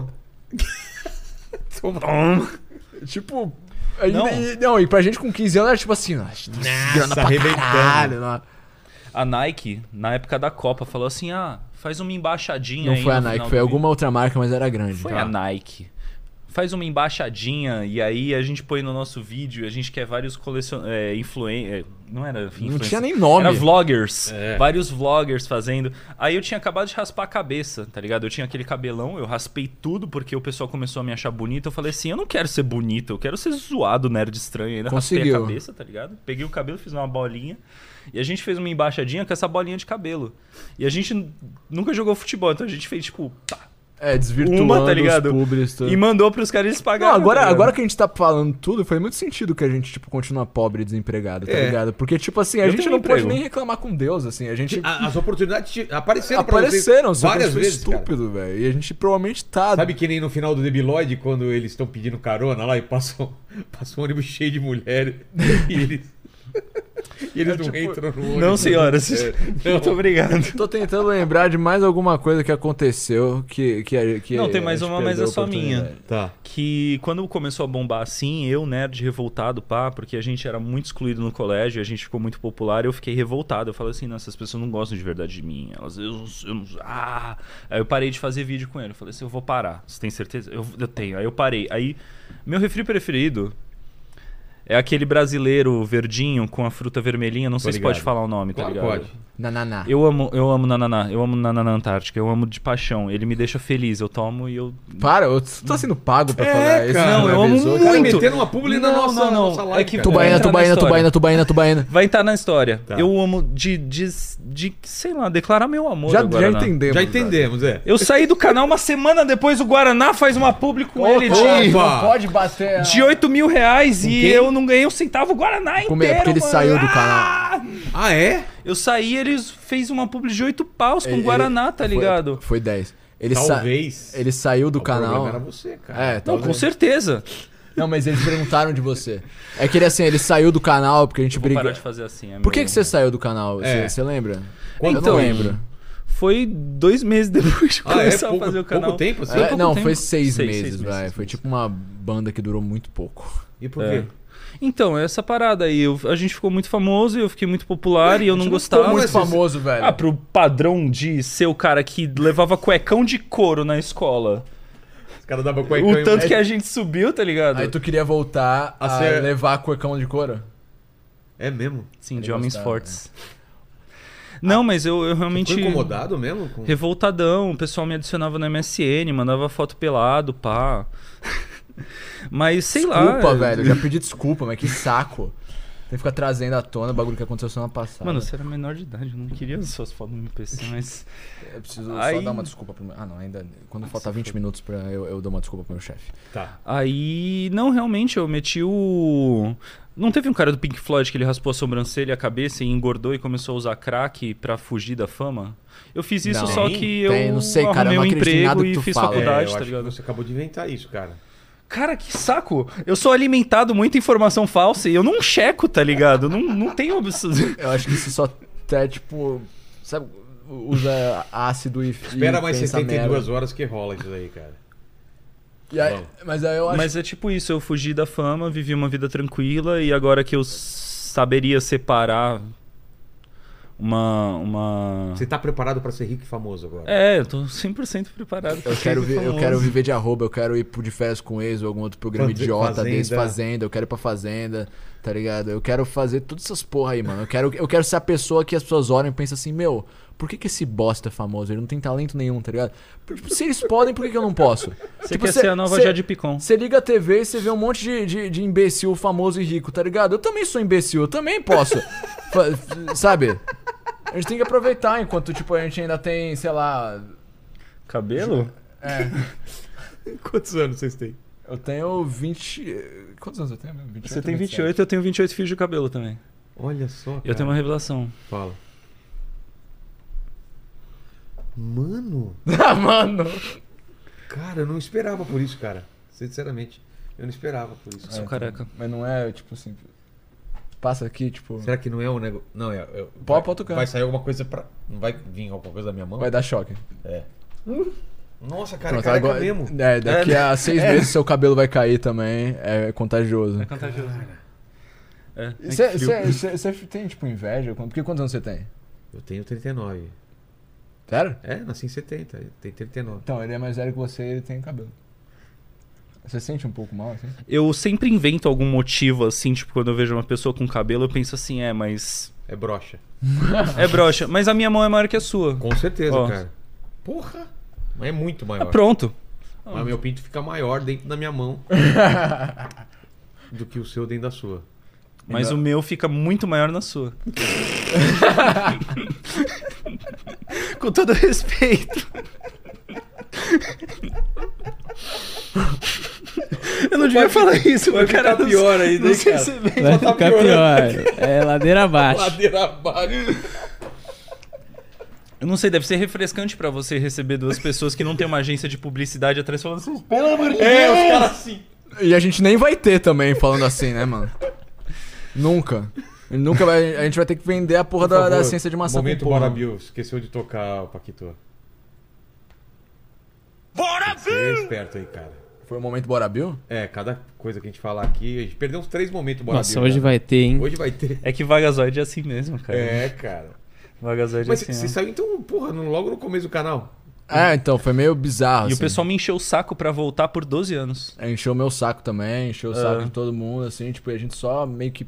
Speaker 3: tipo... aí-
Speaker 4: Não.
Speaker 3: e- não, e pra gente com 15 anos era tipo assim, nossa, nossa grana pra
Speaker 1: arrebentando.
Speaker 3: caralho. Não.
Speaker 4: a Nike, na época da Copa, falou assim: ah, faz uma embaixadinha.
Speaker 3: Não
Speaker 4: aí
Speaker 3: foi
Speaker 4: É, no
Speaker 3: a
Speaker 4: final
Speaker 3: Nike,
Speaker 4: do
Speaker 3: foi
Speaker 4: vídeo."
Speaker 3: alguma outra marca, mas era grande.
Speaker 4: Foi
Speaker 3: tá?
Speaker 4: a Nike. Faz uma embaixadinha e aí a gente põe no nosso vídeo, a gente quer vários colecion... é, influen... é, Não era
Speaker 3: Não
Speaker 4: influencer.
Speaker 3: tinha nem nome.
Speaker 4: Era vloggers.
Speaker 1: É.
Speaker 4: Vários vloggers fazendo. Aí eu tinha acabado de raspar a cabeça, tá ligado? Eu tinha aquele cabelão, eu raspei tudo porque o pessoal começou a me achar bonito. Eu falei assim: eu não quero ser bonito, eu quero ser zoado, nerd estranho. Ainda raspei a
Speaker 3: Conseguiu.
Speaker 4: cabeça, tá ligado? Peguei o cabelo, fiz uma bolinha. E a gente fez uma embaixadinha com essa bolinha de cabelo. E a gente n- nunca jogou futebol, então a gente fez tipo. Pá,
Speaker 3: É, desvirtuando
Speaker 4: Uma, tá ligado?
Speaker 3: os pubs, tudo.
Speaker 4: e mandou pros caras eles
Speaker 3: Não,
Speaker 4: pagarem.
Speaker 3: agora,
Speaker 4: tá ligado?
Speaker 3: agora que a gente tá falando tudo, faz muito sentido que a gente, tipo, continua pobre e desempregado, tá
Speaker 1: É.
Speaker 3: ligado? Porque, tipo assim, a
Speaker 4: Eu
Speaker 3: gente
Speaker 4: tenho
Speaker 3: não pode
Speaker 4: emprego.
Speaker 3: nem reclamar com Deus, assim. A
Speaker 4: Tipo-
Speaker 3: gente
Speaker 1: A- As oportunidades te- apareceram pra vocês
Speaker 3: apareceram, só que a
Speaker 1: várias
Speaker 3: gente foi
Speaker 1: vezes. cara.
Speaker 3: estúpido, velho. E a gente provavelmente tá...
Speaker 1: Sabe que nem no final do Debiloid, quando eles estão pedindo carona lá e passam, passa um ônibus cheio de mulheres e eles, e eles não entram no ônibus.
Speaker 4: É, tipo, Não, senhoras.
Speaker 1: É,
Speaker 4: Muito obrigado.
Speaker 3: Tô tentando lembrar de mais alguma coisa que aconteceu que... que, a- que
Speaker 4: Não,
Speaker 3: a
Speaker 4: tem mais
Speaker 3: gente
Speaker 4: uma, mas
Speaker 3: perdeu
Speaker 4: é
Speaker 3: a
Speaker 4: só minha.
Speaker 3: oportunidade.
Speaker 1: Tá.
Speaker 4: que quando começou a bombar assim, eu, nerd, revoltado, pá, porque a gente era muito excluído no colégio, a gente ficou muito popular, eu fiquei revoltado. Eu falei assim, nossa, essas pessoas não gostam de verdade de mim. Elas, eu, não- eu não. Ah! Aí eu parei de fazer vídeo com ele. Eu falei assim, eu vou parar. Você tem certeza? Eu, eu tenho. Aí eu parei. Aí, meu refri preferido. É aquele brasileiro verdinho com a fruta vermelhinha, não sei se pode
Speaker 1: ligado.
Speaker 4: falar o nome,
Speaker 1: Claro
Speaker 4: tá
Speaker 1: que
Speaker 4: ligado?
Speaker 1: pode.
Speaker 3: Nananá.
Speaker 4: Eu amo, eu amo nananá, eu amo nananá antártica, eu amo de paixão. Ele me deixa feliz, eu tomo e eu
Speaker 3: Para, eu tô sendo pago pra
Speaker 1: É,
Speaker 3: falar isso.
Speaker 1: cara. Não,
Speaker 3: é
Speaker 4: eu amo
Speaker 3: avisou,
Speaker 1: O cara
Speaker 3: cara.
Speaker 4: Muito.
Speaker 1: metendo uma publi na
Speaker 4: Não,
Speaker 1: nossa,
Speaker 4: não, não.
Speaker 1: nossa live.
Speaker 4: É que
Speaker 1: cara.
Speaker 3: Tubaína,
Speaker 4: Entra na
Speaker 3: tubaína,
Speaker 4: história.
Speaker 3: tubaína, tubaína, tubaína.
Speaker 4: Vai entrar na história.
Speaker 1: Tá.
Speaker 4: Eu amo de, de, de, sei lá, declarar meu amor.
Speaker 3: Já,
Speaker 4: ao
Speaker 3: já
Speaker 4: Guaraná.
Speaker 3: entendemos.
Speaker 1: Já
Speaker 3: velho.
Speaker 1: entendemos, é.
Speaker 4: Eu saí do canal uma semana depois, o Guaraná faz uma publi com ele de,
Speaker 1: Opa!
Speaker 3: bater. a-
Speaker 4: de 8 mil reais e
Speaker 1: quem?
Speaker 4: eu não ganhei um centavo. O Guaraná inteiro,
Speaker 3: Como é? Porque ele
Speaker 4: mano.
Speaker 3: saiu do
Speaker 4: Ah!
Speaker 3: canal.
Speaker 1: Ah, é?
Speaker 4: Eu saí ele fez uma publi de 8 paus com
Speaker 3: Ele-
Speaker 4: o Guaraná, tá
Speaker 3: É, foi-
Speaker 4: ligado?
Speaker 3: Foi 10. Ele sa-
Speaker 1: Talvez.
Speaker 4: é
Speaker 3: Ele saiu do
Speaker 1: O
Speaker 3: canal.
Speaker 1: problema era você, cara.
Speaker 3: É,
Speaker 4: Não,
Speaker 3: talvez.
Speaker 4: com certeza.
Speaker 3: Não, mas eles perguntaram de você. É que ele assim, ele saiu do canal porque a gente
Speaker 4: Vou parar
Speaker 3: brigou.
Speaker 4: de fazer assim. é
Speaker 3: Por que,
Speaker 4: meu-
Speaker 3: que você saiu do canal? Você
Speaker 1: É.
Speaker 3: você lembra?
Speaker 1: Quando
Speaker 3: eu não
Speaker 1: foi?
Speaker 3: lembro.
Speaker 4: Foi dois meses depois de
Speaker 1: Ah, é?
Speaker 4: começar
Speaker 1: Pouco-
Speaker 4: a fazer o
Speaker 1: pouco
Speaker 4: canal.
Speaker 1: tempo, assim?
Speaker 4: É,
Speaker 3: É,
Speaker 4: pouco
Speaker 3: não,
Speaker 4: tempo.
Speaker 3: foi seis,
Speaker 4: Seis,
Speaker 3: meses,
Speaker 4: seis
Speaker 3: vai.
Speaker 4: meses,
Speaker 3: Foi
Speaker 4: seis
Speaker 3: tipo uma banda que durou muito pouco.
Speaker 1: E por
Speaker 4: É.
Speaker 1: quê?
Speaker 4: Então, essa parada aí, eu- a gente ficou muito famoso, eu fiquei muito popular e eu não gostava.
Speaker 1: ficou muito
Speaker 4: Mas-
Speaker 3: famoso, velho.
Speaker 4: Ah, pro padrão de ser o cara que levava cuecão de couro na escola.
Speaker 1: Os caras davam cuecão
Speaker 4: É. O
Speaker 1: em-
Speaker 4: tanto que a gente subiu, tá ligado?
Speaker 3: é Aí tu queria voltar
Speaker 4: Ah,
Speaker 1: A
Speaker 3: a,
Speaker 4: é-
Speaker 1: ser-
Speaker 3: levar cuecão de couro?
Speaker 1: É mesmo?
Speaker 4: Sim, de
Speaker 3: Ele
Speaker 4: homens
Speaker 3: gostava, né?
Speaker 4: fortes. Não, mas eu, eu realmente.
Speaker 1: Ficou incomodado mesmo? Com...
Speaker 4: Revoltadão, o pessoal me adicionava no MSN, mandava foto pelado, pá. Mas sei lá.
Speaker 3: desculpa,
Speaker 4: é-
Speaker 3: velho. Eu já pedi desculpa, mas que saco. Tem que ficar trazendo à tona o bagulho que aconteceu semana passada.
Speaker 4: Mano, você era menor de idade, eu não queria suas fotos no meu PC, mas.
Speaker 3: eu preciso só
Speaker 4: aí-
Speaker 3: dar uma desculpa pro meu. Ah, não, ainda. Quando faltar 20 minutos pra eu, eu dou uma desculpa pro meu chefe.
Speaker 1: Tá.
Speaker 4: Aí, não, realmente, eu meti o. Não teve um cara do Pink Floyd que ele raspou a sobrancelha e a cabeça e engordou e começou a usar crack pra fugir da fama? Eu fiz isso,
Speaker 3: Não.
Speaker 4: só
Speaker 1: Tem,
Speaker 4: que eu
Speaker 3: tem, não sei, cara,
Speaker 4: arrumei
Speaker 3: eu não
Speaker 4: um
Speaker 3: acredito em nada
Speaker 4: emprego
Speaker 3: que
Speaker 4: e
Speaker 3: tu
Speaker 4: fiz
Speaker 3: fala.
Speaker 1: É, eu
Speaker 4: faculdade,
Speaker 1: acho
Speaker 4: tá
Speaker 1: que
Speaker 4: ligado?
Speaker 1: você acabou de inventar isso, cara.
Speaker 4: Cara, que saco! Eu sou alimentado muito em informação falsa e eu não checo, tá ligado? não, não tenho... obs-
Speaker 3: Eu acho que isso só até, tipo. Sabe, usa ácido e.
Speaker 1: Espera
Speaker 3: e
Speaker 1: mais
Speaker 3: pensa
Speaker 1: 72
Speaker 3: merda.
Speaker 1: horas que rola isso aí, cara.
Speaker 3: E aí- mas aí eu acho.
Speaker 4: Mas é tipo isso, eu fugi da fama, vivi uma vida tranquila e agora que eu saberia separar uma...
Speaker 3: Ah.
Speaker 4: uma...
Speaker 1: Você tá preparado pra ser rico e famoso agora?
Speaker 4: É, eu tô 100% preparado. pra
Speaker 3: Eu
Speaker 4: ser
Speaker 3: quero, vi- eu
Speaker 4: famoso.
Speaker 3: quero viver de arroba, eu quero ir pro de férias com ex ou algum outro programa
Speaker 1: Fazer-
Speaker 3: idiota
Speaker 1: Fazenda.
Speaker 3: desse, fazenda, eu quero ir pra fazenda, tá ligado? Eu quero fazer todas essas porra aí, mano. Eu quero, eu quero ser a pessoa que as pessoas olham e pensam assim, meu, por que, que esse bosta é famoso? Ele não tem talento nenhum, tá ligado? Por- tipo, se eles podem, por que, que eu não posso? Tipo,
Speaker 4: Você quer ser a nova Jade Picon.
Speaker 3: Você liga a TV e você vê um monte de, de, de imbecil famoso e rico, tá ligado? Eu também sou imbecil, eu também posso. Fa- f- sabe? A gente tem que aproveitar enquanto, tipo, a gente ainda tem, sei lá. é,
Speaker 4: Cabelo?
Speaker 1: Quantos anos vocês têm?
Speaker 3: Eu tenho 20. Quantos anos eu tenho mesmo? 28,
Speaker 4: Você tem
Speaker 3: 27.
Speaker 4: 28, eu tenho 28 fios de cabelo também.
Speaker 1: Olha só, cara.
Speaker 4: Eu
Speaker 3: É.
Speaker 4: tenho uma revelação.
Speaker 1: Fala. Mano,
Speaker 3: ah, mano!
Speaker 1: cara, eu não esperava por isso, cara. Sinceramente, eu não esperava por isso.
Speaker 4: Sou um careca.
Speaker 3: Mas não é, tipo assim. Passa aqui, tipo.
Speaker 1: Será que não é um negócio... Não, é... é-
Speaker 3: Pode-
Speaker 1: vai,
Speaker 3: pode tocar.
Speaker 1: vai sair alguma coisa pra... Não vai vir alguma coisa da
Speaker 4: é
Speaker 1: minha mão?
Speaker 3: Vai dar choque.
Speaker 1: Nossa, cara, é
Speaker 3: Pronto,
Speaker 1: careca
Speaker 3: agora-
Speaker 1: mesmo.
Speaker 3: É, daqui a seis meses seu cabelo vai cair também. É contagioso.
Speaker 4: Contagioso. É, é
Speaker 3: Você
Speaker 4: frio.
Speaker 3: é, tem, tipo, inveja? Porque quantos anos você tem?
Speaker 1: Eu tenho 39.
Speaker 3: Sério?
Speaker 1: É, nasci em 70, tem 39.
Speaker 3: Então, ele é mais velho que você e ele tem cabelo. Você sente um pouco mal, assim?
Speaker 4: Eu sempre invento algum motivo, assim, tipo, quando eu vejo uma pessoa com cabelo, eu penso assim, é, mas.
Speaker 1: É brocha.
Speaker 4: É broxa, mas a minha mão é maior que a sua.
Speaker 1: Com certeza,
Speaker 4: Ó.
Speaker 1: cara. Porra! Mas é muito
Speaker 4: Ah,
Speaker 1: maior.
Speaker 4: pronto.
Speaker 1: Mas meu pinto fica maior dentro da minha mão do que o seu dentro da sua.
Speaker 4: Mas o meu fica muito maior na sua. Com todo respeito. Eu não devia falar isso, mas o cara
Speaker 1: ficar
Speaker 4: não-
Speaker 1: pior ainda,
Speaker 4: não
Speaker 1: hein,
Speaker 4: sei
Speaker 1: cara?
Speaker 4: se bem.
Speaker 2: Vai ficar pior. É ladeira abaixo.
Speaker 1: Ladeira abaixo.
Speaker 4: Eu não sei, deve ser refrescante pra você receber duas pessoas que não tem uma agência de publicidade atrás falando assim.
Speaker 1: É, os caras assim.
Speaker 3: E a gente nem vai ter também, falando assim, né, mano? Nunca. Ele nunca vai. A gente vai ter que vender a porra
Speaker 1: Por
Speaker 3: da, da
Speaker 1: favor,
Speaker 3: ciência de maçã. com
Speaker 1: Momento
Speaker 3: porra.
Speaker 1: Bora Bill. Esqueceu de tocar o Paquito.
Speaker 5: Bora,
Speaker 1: Você é esperto aí, cara.
Speaker 3: Foi o momento Bora Bill?
Speaker 1: É, cada coisa que a gente falar aqui, a gente perdeu uns três momentos Bora
Speaker 2: Nossa,
Speaker 1: Bill,
Speaker 2: hoje
Speaker 1: cara.
Speaker 2: vai ter, hein?
Speaker 1: Hoje vai ter.
Speaker 4: É que vagazoide é assim mesmo, cara.
Speaker 1: É, cara.
Speaker 4: Vagazoide
Speaker 1: Mas
Speaker 4: é assim.
Speaker 1: você
Speaker 4: ó.
Speaker 1: saiu então, porra, no- logo no começo do canal.
Speaker 3: É, então, foi meio bizarro.
Speaker 4: E o
Speaker 3: assim.
Speaker 4: pessoal me encheu o saco pra voltar por 12 anos.
Speaker 3: É, Encheu meu saco também, encheu o saco
Speaker 4: É.
Speaker 3: de todo mundo, assim, tipo, e a gente só meio que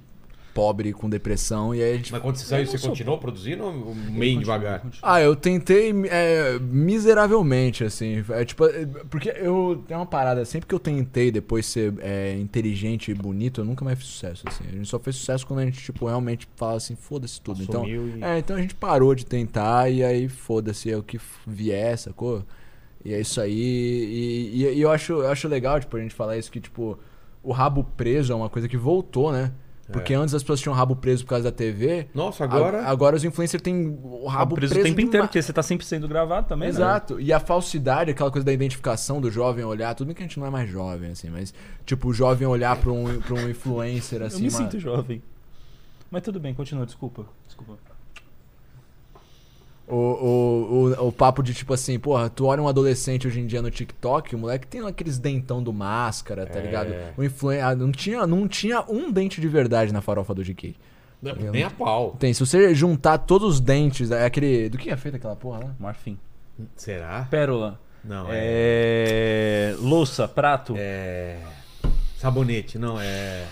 Speaker 3: pobre com depressão, e aí a gente.
Speaker 1: Mas quando você saiu, você continuou produzindo ou meio devagar?
Speaker 3: Ah, eu tentei é, miseravelmente, assim. É, tipo, é, porque eu. Tem uma parada, sempre que eu tentei depois ser é, inteligente e bonito, eu nunca mais fiz sucesso, assim. A gente só fez sucesso quando a gente, tipo, realmente fala assim, foda-se tudo. Então,
Speaker 1: Assumiu e-
Speaker 3: é, então a gente parou de tentar e aí foda-se, é o que f- vier, sacou? E é isso aí. E, e- e eu, acho, eu acho legal, tipo, a gente falar isso que, tipo, o rabo preso é uma coisa que voltou, né? Porque
Speaker 1: É.
Speaker 3: antes as pessoas tinham rabo preso por causa da TV.
Speaker 1: Nossa, agora-
Speaker 3: A- agora os influencers têm o rabo
Speaker 4: Rabo
Speaker 3: preso,
Speaker 4: preso o tempo
Speaker 3: demais.
Speaker 4: inteiro, porque você tá sempre sendo gravado também, né?
Speaker 3: Exato. E a falsidade, aquela coisa da identificação do jovem olhar, tudo bem que a gente não é mais jovem, assim, mas, tipo, o jovem olhar pra um, pra um influencer, assim.
Speaker 4: Eu me
Speaker 3: uma-
Speaker 4: sinto jovem. Mas tudo bem, continua, desculpa. Desculpa.
Speaker 3: O, o, o, o papo de tipo assim, porra, tu olha um adolescente hoje em dia no TikTok, o moleque tem aqueles dentão do máscara, tá ligado?
Speaker 4: É.
Speaker 3: O influen... ah, não, tinha, não tinha um dente de verdade na farofa do GK.
Speaker 1: Não, nem a pau.
Speaker 3: Tem, se você juntar todos os dentes, é aquele. Do que é feita aquela porra lá?
Speaker 4: Marfim.
Speaker 1: Será?
Speaker 4: Pérola.
Speaker 1: Não, é...
Speaker 4: É... Louça, prato. É,
Speaker 1: é... Sabonete, não, é...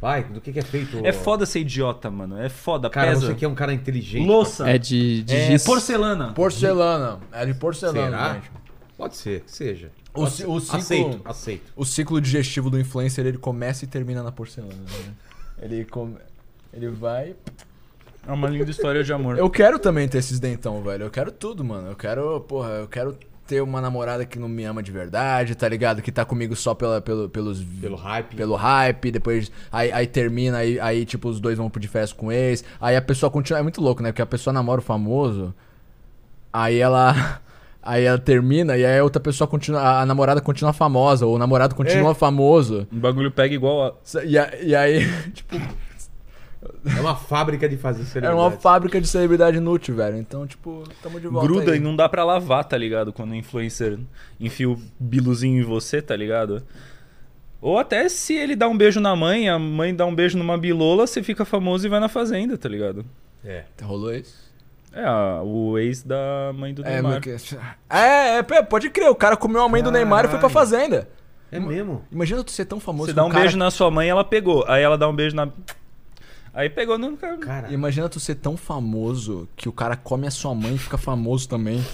Speaker 1: Vai, do que, que é feito?
Speaker 4: foda ser idiota, mano. É foda,
Speaker 1: Cara,
Speaker 4: pesa.
Speaker 1: você que é um cara inteligente.
Speaker 4: Louça.
Speaker 2: É de, de
Speaker 4: É,
Speaker 2: giz.
Speaker 4: porcelana.
Speaker 3: Porcelana. É de porcelana,
Speaker 1: Será?
Speaker 3: gente.
Speaker 1: Pode ser, que seja.
Speaker 3: O, ci- o ciclo,
Speaker 1: Aceito, aceito.
Speaker 3: o ciclo digestivo do influencer, ele começa e termina na porcelana, né? Ele, come... ele vai
Speaker 4: É uma linda história de amor.
Speaker 3: Eu quero também ter esses dentão, velho. Eu quero tudo, mano. Eu quero, porra, eu quero ter uma namorada que não me ama de verdade, tá ligado? Que tá comigo só pela, pelo, pelos,
Speaker 1: Pelo hype.
Speaker 3: pelo hype, depois aí, aí termina, aí, aí tipo os dois vão pro de festa com o ex, aí a pessoa continua, é muito louco, né? Porque a pessoa namora o famoso, aí ela aí ela termina e aí a outra pessoa continua, a, a namorada continua famosa, ou o namorado
Speaker 1: É.
Speaker 3: continua famoso.
Speaker 4: O Um bagulho pega igual a...
Speaker 3: E, a- e aí, tipo,
Speaker 1: É uma fábrica de fazer
Speaker 3: era
Speaker 1: celebridade.
Speaker 3: uma fábrica de celebridade inútil, velho. Então, tipo, tamo de volta
Speaker 4: Gruda
Speaker 3: aí.
Speaker 4: e não dá pra lavar, tá ligado? Quando o influencer enfia o biluzinho em você, tá ligado? Ou até se ele dá um beijo na mãe, a mãe dá um beijo numa bilola, você fica famoso e vai na fazenda, tá ligado?
Speaker 1: É.
Speaker 3: Rolou isso?
Speaker 4: É, a- o ex da mãe do
Speaker 3: É,
Speaker 4: Neymar.
Speaker 3: meu que... é, é, pô, pode crer, o cara comeu a mãe do Neymar e foi pra fazenda.
Speaker 1: É mesmo?
Speaker 3: Imagina tu ser tão famoso
Speaker 4: Você
Speaker 3: que
Speaker 4: dá
Speaker 3: o
Speaker 4: um
Speaker 3: cara-
Speaker 4: beijo na sua mãe, ela pegou. Aí ela dá um beijo na. Aí pegou, não, cara.
Speaker 1: Cara, é
Speaker 3: Imagina tu ser tão famoso que o cara come a sua mãe e fica famoso também.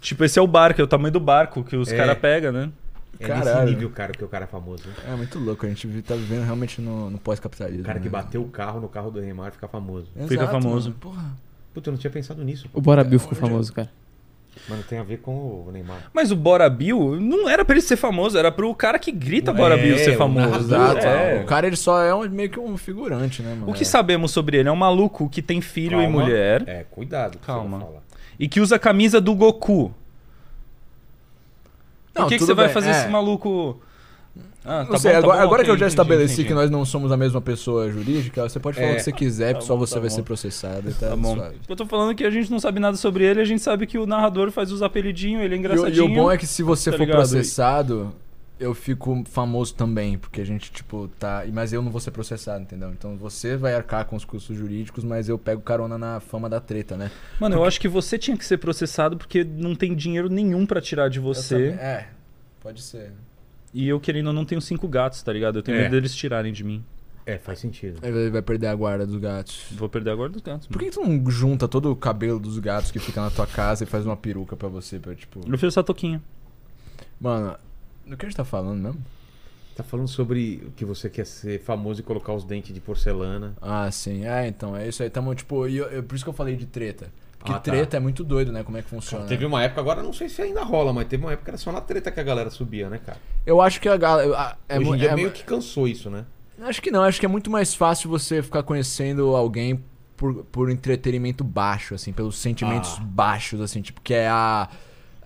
Speaker 4: Tipo, esse é o barco, é o tamanho do barco que os
Speaker 1: É.
Speaker 4: caras pegam, né?
Speaker 1: é nesse
Speaker 3: caralho.
Speaker 1: nível, cara, que o cara é famoso. né?
Speaker 3: É muito louco, a gente vi- tá vivendo realmente no, no pós-capitalismo.
Speaker 1: O cara que
Speaker 3: né?
Speaker 1: bateu o carro no carro do Neymar fica famoso.
Speaker 3: Exato,
Speaker 4: fica famoso.
Speaker 3: mano, porra.
Speaker 1: Puta, eu não tinha pensado nisso. pô.
Speaker 2: O Bora Bill ficou famoso, cara.
Speaker 1: Mano, tem a ver com o Neymar.
Speaker 4: Mas o Bora Bill não era pra ele ser famoso, era pro cara que grita Bora
Speaker 1: É,
Speaker 4: Bill ser
Speaker 1: o
Speaker 4: famoso.
Speaker 3: Exato.
Speaker 4: É.
Speaker 3: O cara ele só é um- meio que um figurante, né, mano?
Speaker 4: O que sabemos sobre ele? É um maluco que tem filho e mulher
Speaker 1: É, cuidado. que você
Speaker 4: Calma.
Speaker 1: não fala.
Speaker 4: e que usa a camisa do Goku. Por que, que
Speaker 3: tudo
Speaker 4: você vai
Speaker 3: bem,
Speaker 4: fazer
Speaker 3: é.
Speaker 4: esse maluco. Ah,
Speaker 3: Não sei, agora, agora que eu já
Speaker 4: entendi,
Speaker 3: estabeleci
Speaker 4: entendi.
Speaker 3: que nós não somos a mesma pessoa jurídica, você pode falar
Speaker 1: É.
Speaker 3: o que você quiser, porque só
Speaker 4: bom,
Speaker 3: você
Speaker 4: tá
Speaker 3: vai
Speaker 4: bom.
Speaker 3: ser processado e tá,
Speaker 4: Tá bom.
Speaker 3: suave.
Speaker 4: Eu tô falando que a gente não sabe nada sobre ele, a gente sabe que o narrador faz os apelidinhos, ele é
Speaker 3: E o-
Speaker 4: engraçadinho.
Speaker 3: E, o bom é que se você
Speaker 4: tá
Speaker 3: for
Speaker 4: ligado?
Speaker 3: processado, eu fico famoso também, porque a gente, tipo, tá. e- Mas eu não vou ser processado, entendeu? Então você vai arcar com os custos jurídicos, mas eu pego carona na fama da treta, né?
Speaker 4: Mano, eu acho que você tinha que ser processado porque não tem dinheiro nenhum pra tirar de
Speaker 3: Eu
Speaker 4: você.
Speaker 3: também- É, pode ser.
Speaker 4: E eu querendo ou não tenho cinco gatos, tá ligado? Eu tenho
Speaker 1: É.
Speaker 4: medo deles tirarem de mim.
Speaker 1: É, faz sentido.
Speaker 3: Ele vai perder a guarda dos gatos.
Speaker 4: Vou perder agora dos gatos.
Speaker 3: Por
Speaker 4: mano.
Speaker 3: que tu não junta todo o cabelo dos gatos que fica na tua casa e faz uma peruca pra você? Pra, tipo.
Speaker 4: Eu fiz essa é toquinha.
Speaker 3: Mano, do que a gente tá falando mesmo?
Speaker 1: Tá falando sobre o que você quer ser famoso e colocar os dentes de porcelana.
Speaker 3: Ah, sim. É, então, é isso aí. Tamo, tipo, e eu- eu- por isso que eu falei de treta. Porque
Speaker 1: Ah, tá.
Speaker 3: treta é muito doido, né? Como é que funciona.
Speaker 1: Teve um- uma época, agora não sei se ainda rola, mas teve uma época que era só na treta que a galera subia, né, cara?
Speaker 3: Eu acho que a galera. É,
Speaker 1: Hoje
Speaker 3: mu-
Speaker 1: em dia
Speaker 3: é-
Speaker 1: meio que cansou isso, né?
Speaker 3: Acho que não, acho que é muito mais fácil você ficar conhecendo alguém por, por entretenimento baixo, assim, pelos sentimentos
Speaker 1: Ah.
Speaker 3: baixos, assim, tipo, que é a.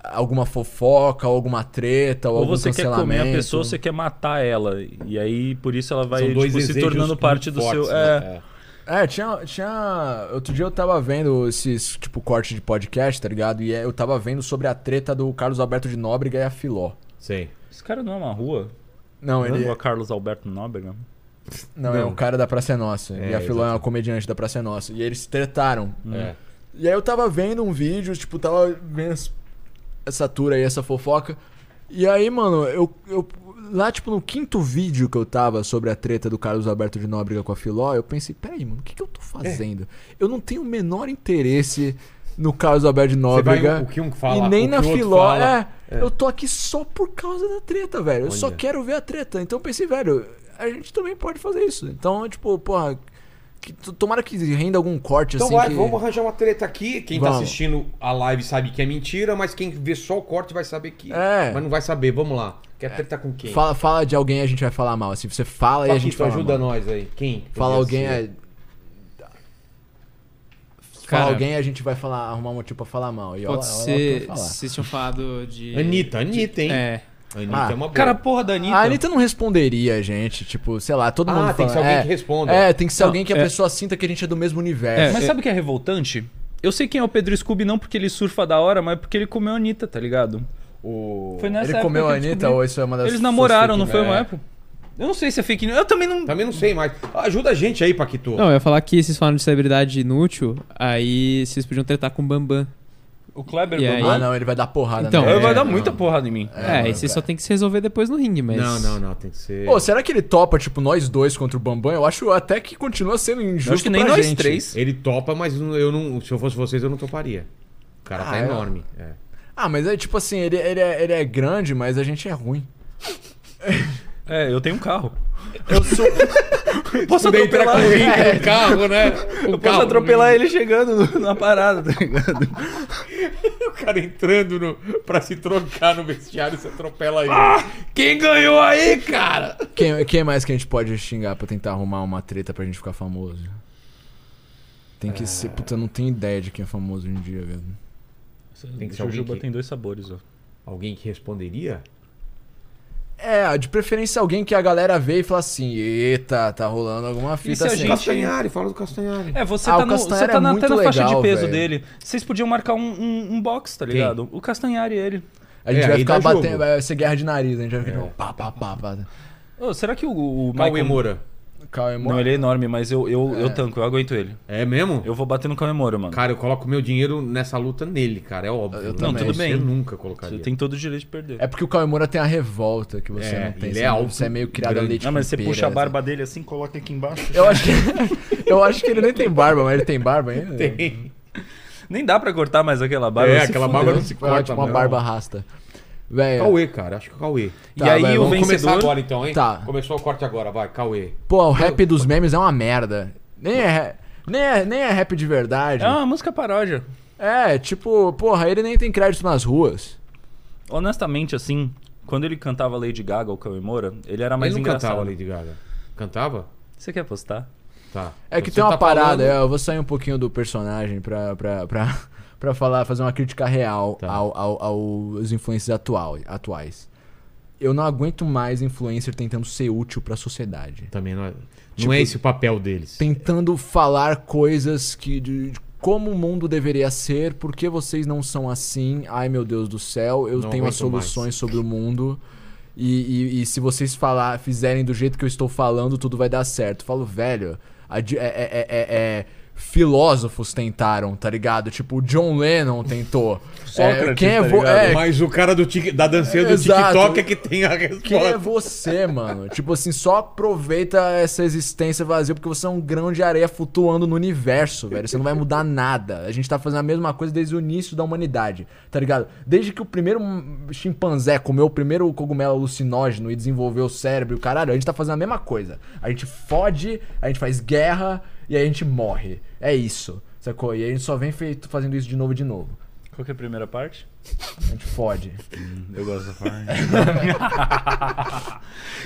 Speaker 3: Alguma fofoca, ou alguma treta, ou,
Speaker 4: Ou
Speaker 3: algum
Speaker 4: você quer comer a
Speaker 3: cancelamento.
Speaker 4: pessoa, você quer matar ela. E aí, por isso, ela vai
Speaker 1: São dois
Speaker 4: tipo, se
Speaker 1: desejos
Speaker 4: tornando
Speaker 1: muito
Speaker 4: parte do
Speaker 1: fortes,
Speaker 4: seu. é.
Speaker 1: né? É.
Speaker 3: É, tinha, tinha. Outro dia eu tava vendo esses, tipo, corte de podcast, tá ligado? E é- eu tava vendo sobre a treta do Carlos Alberto de Nóbrega e a Filó.
Speaker 1: Sim.
Speaker 4: Esse cara não é uma rua?
Speaker 3: Não,
Speaker 4: Não
Speaker 3: ele.
Speaker 4: é o Carlos Alberto Nóbrega?
Speaker 3: Não, é um cara da Praça é Nossa.
Speaker 1: É,
Speaker 3: e a Filó é uma
Speaker 1: exatamente.
Speaker 3: comediante da Praça é Nossa. E eles se tretaram.
Speaker 4: Hum.
Speaker 1: É.
Speaker 3: E aí eu tava vendo um vídeo, tipo, tava vendo essa- essa tour aí, essa fofoca. E aí, mano, eu, eu. Lá, tipo, no quinto vídeo que eu tava sobre a treta do Carlos Alberto de Nóbrega com a Filó, eu pensei, peraí, mano, o que, que eu
Speaker 1: É.
Speaker 3: tô fazendo? Eu não tenho o menor interesse no Carlos Alberto de
Speaker 1: Você vai,
Speaker 3: Nóbrega.
Speaker 1: o que um fala,
Speaker 3: e nem
Speaker 1: o que
Speaker 3: na
Speaker 1: o outro
Speaker 3: Filó.
Speaker 1: fala.
Speaker 3: É, eu tô aqui só por causa da treta, velho. Eu só
Speaker 1: Olha.
Speaker 3: quero ver a treta. Então eu pensei, velho, a gente também pode fazer isso. Então, tipo, porra. que- t- tomara que renda algum corte
Speaker 1: Então
Speaker 3: assim.
Speaker 1: vai,
Speaker 3: que...
Speaker 1: vamos arranjar uma treta aqui. Quem tá
Speaker 3: Vamos.
Speaker 1: assistindo a live sabe que é mentira, mas quem vê só o corte vai saber que.
Speaker 3: É.
Speaker 1: Mas não vai saber, vamos lá. Quer treta com quem?
Speaker 3: Fala, fala de alguém a gente vai falar mal. Assim, você fala e a
Speaker 1: Paquito,
Speaker 3: gente fala.
Speaker 1: ajuda
Speaker 3: mal.
Speaker 1: nós aí. Quem? que
Speaker 3: Fala alguém
Speaker 1: poderia ser?
Speaker 3: é.
Speaker 2: Cara-
Speaker 3: fala alguém e a gente vai falar, arrumar um motivo pra falar mal. E olha-
Speaker 2: Pode
Speaker 3: olha lá
Speaker 2: ser.
Speaker 3: pra falar.
Speaker 2: Vocês tinham falado de.
Speaker 1: Anitta, Anitta, hein?
Speaker 2: É.
Speaker 1: Anitta
Speaker 3: Ah,
Speaker 1: é uma boa.
Speaker 4: Cara, porra da Anitta.
Speaker 3: A Anitta não responderia a gente, tipo, sei lá, todo
Speaker 1: Ah,
Speaker 3: mundo
Speaker 1: tem que ser
Speaker 3: fala,
Speaker 1: alguém
Speaker 3: é,
Speaker 1: que responda.
Speaker 3: É, tem que ser alguém que a
Speaker 4: é.
Speaker 3: pessoa sinta que a gente é do mesmo universo.
Speaker 4: Mas sabe o que é revoltante? Eu sei quem é o Pedro Scooby, não porque ele surfa da hora, mas porque ele comeu a Anitta, tá ligado?
Speaker 1: O...
Speaker 4: Foi nessa
Speaker 3: Ele
Speaker 4: época
Speaker 3: comeu
Speaker 4: que
Speaker 3: a
Speaker 4: eu
Speaker 3: Anitta
Speaker 4: descobri.
Speaker 3: ou isso é uma das
Speaker 4: Eles namoraram,
Speaker 3: suas
Speaker 4: não
Speaker 3: fake
Speaker 4: foi uma
Speaker 3: news?
Speaker 4: época? Eu não sei se é fake news. Eu também não.
Speaker 1: Também não sei mais. Ajuda a gente aí, Paquito.
Speaker 2: Não, eu ia falar que vocês falaram de celebridade inútil, aí vocês podiam tretar com o Bambam.
Speaker 4: O Kleber
Speaker 2: E aí?
Speaker 4: Bambam-
Speaker 3: Ah, não, ele vai dar porrada.
Speaker 2: Então,
Speaker 4: Ele
Speaker 2: É,
Speaker 4: vai dar
Speaker 3: não.
Speaker 4: muita porrada em mim.
Speaker 2: É, e vocês só tem que se resolver depois no ringue, mas.
Speaker 1: não, não, não, tem que ser.
Speaker 3: Pô,
Speaker 4: é
Speaker 3: será que ele topa, tipo, nós dois contra o Bambam? Eu acho até que continua sendo injusto
Speaker 4: Eu acho que nem
Speaker 3: pra
Speaker 4: nós
Speaker 3: gente.
Speaker 4: três.
Speaker 1: Ele topa, mas não- eu não. Se eu fosse vocês, eu não toparia. O cara tá
Speaker 3: Ah, é?
Speaker 1: enorme. É.
Speaker 3: Ah, mas é tipo assim, ele, ele, é, ele é grande, mas a gente é ruim.
Speaker 4: É, eu tenho um carro.
Speaker 3: Eu sou...
Speaker 4: Posso atropelar,
Speaker 1: É. O carro, né? O
Speaker 4: eu posso atropelar ele chegando na parada, tá ligado?
Speaker 1: O cara entrando no, pra se trocar no vestiário, você atropela ele.
Speaker 4: Ah, Quem ganhou aí, cara?
Speaker 3: quem, quem mais que a gente pode xingar pra tentar arrumar uma treta pra gente ficar famoso? Tem que ser... Puta, eu não tenho ideia de quem é famoso hoje em dia, velho.
Speaker 1: Tem que ser alguém
Speaker 4: Jujuba
Speaker 1: que-
Speaker 4: tem dois sabores, ó.
Speaker 1: Alguém que responderia?
Speaker 3: É, de preferência alguém que a galera vê e fala assim, eita, tá rolando alguma
Speaker 1: é
Speaker 3: fita
Speaker 4: se é a
Speaker 3: assim.
Speaker 4: gente-
Speaker 1: Castanhari, fala do Castanhari.
Speaker 4: É, você
Speaker 3: Ah,
Speaker 4: tá,
Speaker 3: o
Speaker 4: no,
Speaker 3: Castanhari
Speaker 4: você tá
Speaker 3: é
Speaker 4: na, até
Speaker 3: muito
Speaker 4: na faixa
Speaker 3: legal,
Speaker 4: de peso
Speaker 3: velho.
Speaker 4: dele. Vocês podiam marcar um, um, um box, tá ligado? O Castanhari e ele.
Speaker 3: A gente
Speaker 1: É,
Speaker 3: vai
Speaker 1: aí
Speaker 3: ficar
Speaker 1: dá jogo. É.
Speaker 3: batendo, vai ser guerra de nariz, a gente vai ficar tipo, pá, pá, pá, pá.
Speaker 4: Ô, será que o, o
Speaker 1: Cauê
Speaker 4: Michael...
Speaker 1: Moura.
Speaker 3: Calma,
Speaker 4: Não, ele é enorme, mas eu, eu, eu tanco, eu aguento ele.
Speaker 1: É mesmo?
Speaker 4: Eu vou bater no Cauê Moura, mano.
Speaker 1: Cara, eu coloco meu dinheiro nessa luta nele, cara. É óbvio.
Speaker 3: Eu
Speaker 1: né?
Speaker 3: também.
Speaker 1: Você
Speaker 4: Você
Speaker 1: nunca
Speaker 4: Você
Speaker 1: colocaria.
Speaker 4: tem todo o direito de perder.
Speaker 3: É porque o Kawemura tem a revolta que você
Speaker 1: É,
Speaker 3: não tem.
Speaker 1: ele
Speaker 3: você
Speaker 1: é
Speaker 3: não-
Speaker 1: alto,
Speaker 3: Você é meio criado a
Speaker 1: grande.
Speaker 3: leite
Speaker 4: não, mas
Speaker 3: com
Speaker 4: você
Speaker 3: pera,
Speaker 4: puxa a
Speaker 3: né?
Speaker 4: barba dele assim, coloca aqui embaixo.
Speaker 3: Eu acho que eu acho que ele nem tem barba, mas ele tem barba ainda. né?
Speaker 1: Tem.
Speaker 4: Nem dá pra cortar mais aquela barba.
Speaker 1: É,
Speaker 4: se
Speaker 1: aquela
Speaker 4: fuder.
Speaker 1: barba não se
Speaker 3: Tipo, é
Speaker 1: corta,
Speaker 3: tipo uma
Speaker 1: não.
Speaker 3: barba rasta. Velho,
Speaker 1: Cauê, cara. Acho que é Cauê.
Speaker 4: E
Speaker 3: Tá,
Speaker 4: aí
Speaker 3: vai,
Speaker 4: o
Speaker 3: vamos
Speaker 1: Vamos começar
Speaker 4: vencedor...
Speaker 1: agora então, hein?
Speaker 3: Tá.
Speaker 1: Começou o corte agora, vai, Cauê.
Speaker 3: pô, o rap dos memes é uma merda. Nem é, ra- nem é, nem é rap de verdade.
Speaker 4: É uma música paródia.
Speaker 3: É, tipo, porra, ele nem tem crédito nas ruas.
Speaker 4: Honestamente, assim, quando ele cantava Lady Gaga ou Cauê Moura, ele era mais
Speaker 1: Mas ele não
Speaker 4: engraçado.
Speaker 1: cantava Lady Gaga. Cantava?
Speaker 4: Você quer postar?
Speaker 1: Tá.
Speaker 3: É que
Speaker 1: Você
Speaker 3: tem uma
Speaker 1: tá falando-
Speaker 3: parada, é, eu vou sair um pouquinho do personagem pra, pra, pra, pra falar, fazer uma crítica real
Speaker 1: Tá.
Speaker 3: ao, ao- aos influencers atual, atuais. Eu não aguento mais influencer tentando ser útil pra sociedade.
Speaker 1: Também não é.
Speaker 3: Tipo-
Speaker 1: não é esse o papel deles.
Speaker 3: Tentando falar coisas que. De, de como o mundo deveria ser, por que vocês não são assim? Ai meu Deus do céu, eu
Speaker 1: Não
Speaker 3: tenho as
Speaker 1: aguento mais.
Speaker 3: soluções sobre o mundo. E, e- e se vocês falar, fizerem do jeito que eu estou falando, tudo vai dar certo. Eu falo, velho, a di- é- é- é- é- é, filósofos tentaram, tá ligado? Tipo, o John Lennon tentou.
Speaker 6: Sócrates,
Speaker 3: quem é,
Speaker 6: tá
Speaker 3: vo-
Speaker 6: ligado?
Speaker 3: é,
Speaker 1: Mas o cara do tic- da dancinha do
Speaker 3: Exato.
Speaker 1: TikTok é que tem a
Speaker 3: quem é
Speaker 1: resposta.
Speaker 3: você, mano? tipo assim, só aproveita essa existência vazia porque você é um grão de areia flutuando no universo, velho. Você não vai mudar nada. A gente tá fazendo a mesma coisa desde o início da humanidade, tá ligado? Desde que o primeiro chimpanzé comeu o primeiro cogumelo alucinógeno e desenvolveu o cérebro e o caralho, a gente tá fazendo a mesma coisa. A gente fode, a gente faz guerra e a gente morre. É isso, sacou? E a gente só vem feito, fazendo isso de novo e de novo.
Speaker 4: Qual que é a primeira parte?
Speaker 3: A gente fode.
Speaker 4: Eu gosto da parte.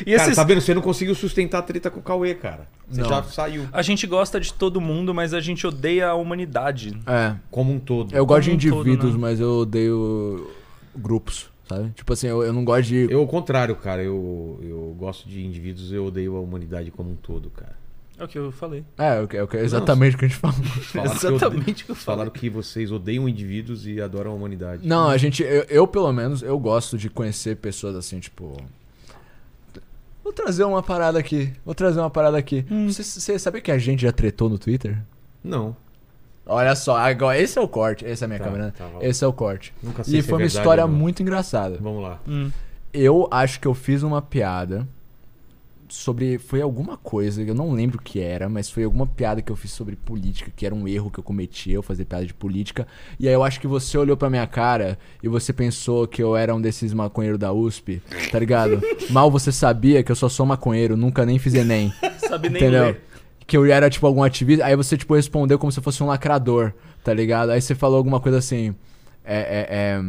Speaker 4: e
Speaker 1: Cara,
Speaker 4: esses...
Speaker 1: tá vendo? Você não conseguiu sustentar a treta com o Cauê, cara. Você
Speaker 3: Não.
Speaker 1: já saiu
Speaker 4: A gente gosta de todo mundo, mas a gente odeia a humanidade.
Speaker 3: É.
Speaker 1: como um todo.
Speaker 3: Eu gosto de
Speaker 4: Como um todo,
Speaker 3: indivíduos,
Speaker 4: né?
Speaker 3: mas eu odeio grupos, sabe? Tipo assim, eu, eu não gosto de.
Speaker 1: Eu, ao contrário, cara. Eu, eu gosto de indivíduos, eu odeio a humanidade como um todo, cara.
Speaker 4: É o que eu falei.
Speaker 3: É, eu, que- eu, que- é exatamente o que a gente falou.
Speaker 1: Falaram que
Speaker 4: Exatamente o que eu falei.
Speaker 1: Falaram que vocês odeiam indivíduos e adoram a humanidade.
Speaker 3: Não, a gente. Eu, eu, pelo menos, eu gosto de conhecer pessoas assim, tipo. Vou trazer uma parada aqui. Vou trazer uma parada aqui.
Speaker 1: Hum.
Speaker 3: Você você sabe que a gente já tretou no Twitter?
Speaker 1: Não.
Speaker 3: Olha só, agora esse é o corte. Essa é a minha
Speaker 1: Tá,
Speaker 3: câmera, né?
Speaker 1: tá, vamos.
Speaker 3: esse é o corte.
Speaker 1: Nunca sei se é
Speaker 3: E foi uma
Speaker 1: verdade
Speaker 3: história
Speaker 1: ou não.
Speaker 3: muito Uhum. engraçada.
Speaker 1: Vamos lá.
Speaker 3: Eu acho que eu fiz uma piada sobre. Foi alguma coisa, eu não lembro o que era, mas foi alguma piada que eu fiz sobre política, que era um erro que eu cometi, eu fazer piada de política. E aí eu acho que você olhou pra minha cara e você pensou que eu era um desses maconheiros da USP, tá ligado? Mal você sabia que eu só sou maconheiro, nunca nem fiz Enem.
Speaker 4: Sabe nem
Speaker 3: Entendeu?
Speaker 4: ler.
Speaker 3: Que eu era, tipo, algum ativista. Aí você, tipo, respondeu como se eu fosse um lacrador, tá ligado? Aí você falou alguma coisa assim. É, é, é,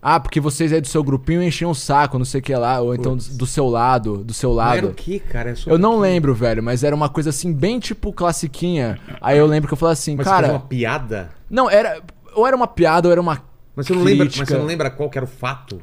Speaker 3: Ah, porque vocês aí do seu grupinho enchiam o saco, não sei o que lá. Ou então do seu lado, do seu
Speaker 1: Mas Era o
Speaker 3: lado.
Speaker 1: que, cara? É sobre
Speaker 3: Eu
Speaker 1: o
Speaker 3: não
Speaker 1: quê?
Speaker 3: lembro, velho, mas era uma coisa assim, bem tipo classiquinha. Aí eu lembro que eu falei assim,
Speaker 1: Mas
Speaker 3: cara.
Speaker 1: você fez uma piada?
Speaker 3: Não, era. Ou era uma piada, ou era uma.
Speaker 1: Mas você, não lembra, mas
Speaker 3: crítica.
Speaker 1: você não lembra qual que era o fato?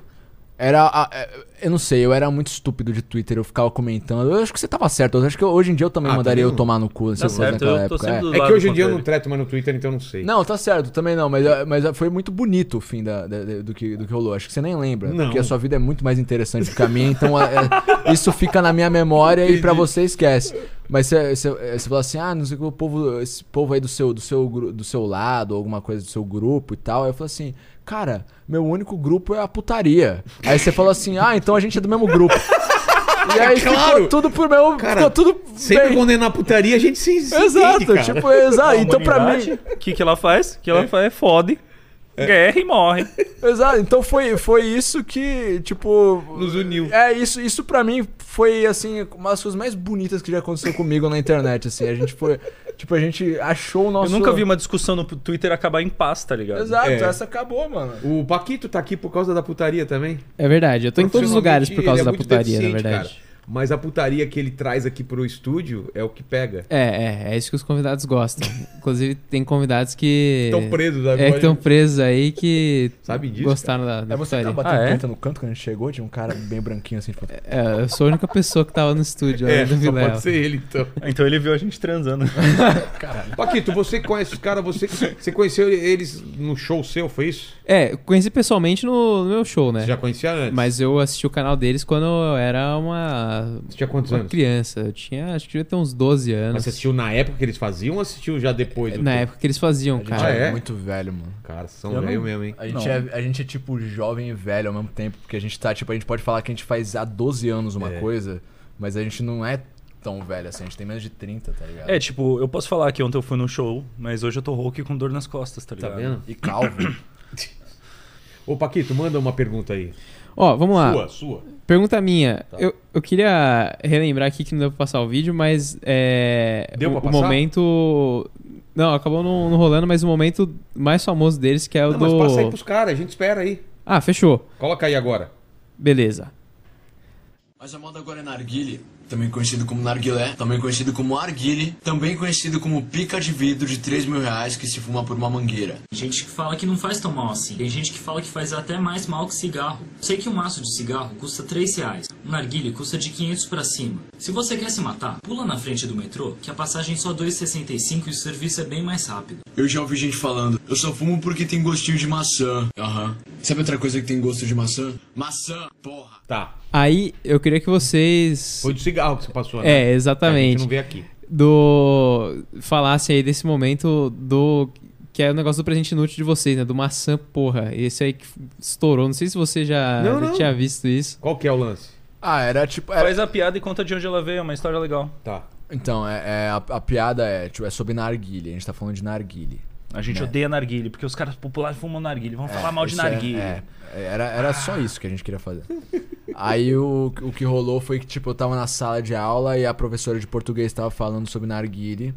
Speaker 3: Era. a- é, eu não sei, eu era muito estúpido de Twitter, eu ficava comentando. Eu acho que você tava certo. Eu acho que eu- hoje em dia eu também
Speaker 1: Ah, tá
Speaker 3: mandaria eu
Speaker 1: vendo?
Speaker 3: tomar no cu, não sei
Speaker 4: Tá
Speaker 3: o que lá
Speaker 4: certo,
Speaker 3: naquela
Speaker 4: eu tô
Speaker 3: época.
Speaker 4: sempre
Speaker 3: é.
Speaker 4: do
Speaker 1: É
Speaker 4: lado
Speaker 1: que hoje em
Speaker 4: do
Speaker 1: dia eu não
Speaker 4: contrário.
Speaker 1: treto mais no Twitter, então eu não sei.
Speaker 3: Não, tá certo, também não, mas, mas foi muito bonito o fim da, da- da- do, que, do que rolou. Acho que você nem lembra,
Speaker 1: Não.
Speaker 3: porque a sua vida é muito mais interessante do que a minha, então é, isso fica na minha memória e pra você esquece. Mas você, você, é, você fala assim, ah, não sei o que, o povo, esse povo aí do seu, do, seu, gru- do seu lado, alguma coisa do seu grupo e tal. Aí eu falo assim, cara, meu único grupo é a putaria. Aí você fala assim, ah, então a gente é do mesmo grupo. E aí
Speaker 1: É Claro!
Speaker 3: ficou tudo por meu.
Speaker 1: Cara,
Speaker 3: ficou tudo.
Speaker 1: Sempre
Speaker 3: bem.
Speaker 1: condenar a putaria, a gente se, se
Speaker 3: Exato,
Speaker 1: entende, cara.
Speaker 3: tipo, exato. Então pra mim.
Speaker 4: O que, que ela faz? O que ela faz é fode,
Speaker 1: É.
Speaker 4: guerra e morre.
Speaker 3: Exato, então foi, foi isso que, tipo.
Speaker 1: Nos uniu.
Speaker 3: É, isso, isso pra mim foi, assim, uma das coisas mais bonitas que já aconteceu comigo na internet, assim. A gente foi. Tipo, a gente achou o
Speaker 4: Eu
Speaker 3: nosso.
Speaker 4: nunca vi uma discussão no Twitter acabar em paz, tá ligado?
Speaker 3: Exato,
Speaker 1: É.
Speaker 3: essa acabou, mano.
Speaker 1: O Paquito tá aqui por causa da putaria também?
Speaker 2: É verdade, eu tô em todos os lugares por
Speaker 1: Ele
Speaker 2: causa
Speaker 1: é
Speaker 2: da
Speaker 1: muito
Speaker 2: putaria, na
Speaker 1: deficiente,
Speaker 2: verdade.
Speaker 1: cara. Mas a putaria que ele traz aqui pro estúdio é o que pega.
Speaker 2: É, é, é isso que os convidados gostam. Inclusive, tem convidados que.
Speaker 1: Estão presos, sabe?
Speaker 2: É, que
Speaker 1: Pode-
Speaker 2: estão presos aí que.
Speaker 1: né? Sabe disso,
Speaker 2: Gostaram da, da
Speaker 3: É você que
Speaker 2: putaria.
Speaker 3: tava batendo
Speaker 4: Ah, é?
Speaker 3: punheta no canto quando a gente chegou, tinha um cara bem branquinho assim, tipo.
Speaker 2: É, eu sou a única pessoa que tava no estúdio
Speaker 1: É,
Speaker 2: né, do
Speaker 1: só
Speaker 2: Vilela.
Speaker 1: pode ser ele, então.
Speaker 4: Então ele viu a gente transando.
Speaker 1: Paquito, você que conhece os caras, você, você conheceu eles no show seu, foi isso?
Speaker 2: É, eu conheci pessoalmente no, no meu show, né?
Speaker 1: Você já conhecia antes?
Speaker 2: Mas eu assisti o canal deles quando eu era uma,
Speaker 1: Você tinha quantos
Speaker 2: uma
Speaker 1: anos?
Speaker 2: criança. Eu tinha, acho que devia ter uns 12
Speaker 1: Mas
Speaker 2: anos.
Speaker 1: você assistiu na época que eles faziam ou assistiu já depois? do
Speaker 2: na
Speaker 1: tempo?
Speaker 2: época que eles faziam,
Speaker 3: A gente
Speaker 2: cara.
Speaker 1: Ah,
Speaker 3: era
Speaker 1: é?
Speaker 3: muito velho, mano.
Speaker 1: Cara,
Speaker 4: Eu
Speaker 1: são
Speaker 4: não-
Speaker 1: velho mesmo, hein?
Speaker 3: A gente,
Speaker 4: Não.
Speaker 3: é, a gente é tipo jovem e velho ao mesmo tempo, porque a gente tá, tipo, a gente pode falar que a gente faz há 12 anos uma
Speaker 1: É.
Speaker 3: coisa, mas a gente não é tão velho assim, a gente tem menos de 30, tá ligado?
Speaker 4: É, tipo, eu posso falar que ontem eu fui num show, mas hoje eu tô rouco e com dor nas costas, tá
Speaker 1: Tá
Speaker 4: ligado?
Speaker 1: vendo?
Speaker 3: E calvo.
Speaker 1: Ô, Paquito, manda uma pergunta aí.
Speaker 2: Ó, vamos lá.
Speaker 1: Sua, sua.
Speaker 2: Pergunta minha.
Speaker 1: Tá.
Speaker 2: Eu, eu queria relembrar aqui que não deu pra passar o vídeo, mas é,
Speaker 1: Deu
Speaker 2: o,
Speaker 1: pra
Speaker 2: o
Speaker 1: passar?
Speaker 2: momento. Não, acabou não, não rolando, mas o momento mais famoso deles que é o
Speaker 1: Não, mas passa aí
Speaker 2: do.
Speaker 1: pros caras, a gente espera aí.
Speaker 2: Ah, fechou.
Speaker 1: Coloca aí agora.
Speaker 2: Beleza.
Speaker 7: Mas a moda agora é narguile, também conhecido como narguilé, também conhecido como arguile, também conhecido como pica de vidro de 3 mil reais que se fuma por uma mangueira.
Speaker 5: Tem gente que fala que não faz tão mal assim. Tem gente que fala que faz até mais mal que cigarro. Sei que um maço de cigarro custa 3 reais. Um narguilha custa de 500 pra cima. Se você quer se matar, pula na frente do metrô, que a passagem é só 2,65 e o serviço é bem mais rápido.
Speaker 7: Eu já ouvi gente falando, eu só fumo porque tem gostinho de maçã. Aham. Sabe outra coisa que tem gosto de maçã? Maçã, porra.
Speaker 1: Tá.
Speaker 2: Aí eu queria que vocês.
Speaker 1: Foi do cigarro que você passou, né? A
Speaker 2: É, exatamente.
Speaker 1: gente não vê aqui.
Speaker 2: do falasse aí desse momento do que é o negócio do presente inútil de vocês, né? Do maçã, porra. Esse aí que estourou. Não sei se você já,
Speaker 1: Não,
Speaker 2: já
Speaker 1: não.
Speaker 2: tinha visto isso.
Speaker 1: Qual que é o lance?
Speaker 3: Ah, era tipo. era-
Speaker 4: Faz a piada e conta de onde ela veio, é uma história legal.
Speaker 1: Tá.
Speaker 3: Então, é, é, a, a piada é, tipo, é sobre narguile. A gente tá falando de narguile.
Speaker 4: A
Speaker 1: É.
Speaker 4: gente odeia narguile, porque os caras populares fumam narguile. Vamos falar
Speaker 3: É,
Speaker 4: mal de
Speaker 3: isso é-
Speaker 4: narguile.
Speaker 3: é, era, era só isso que a gente queria fazer. Aí o, o que rolou foi que, tipo, eu tava na sala de aula e a professora de português tava falando sobre narguile.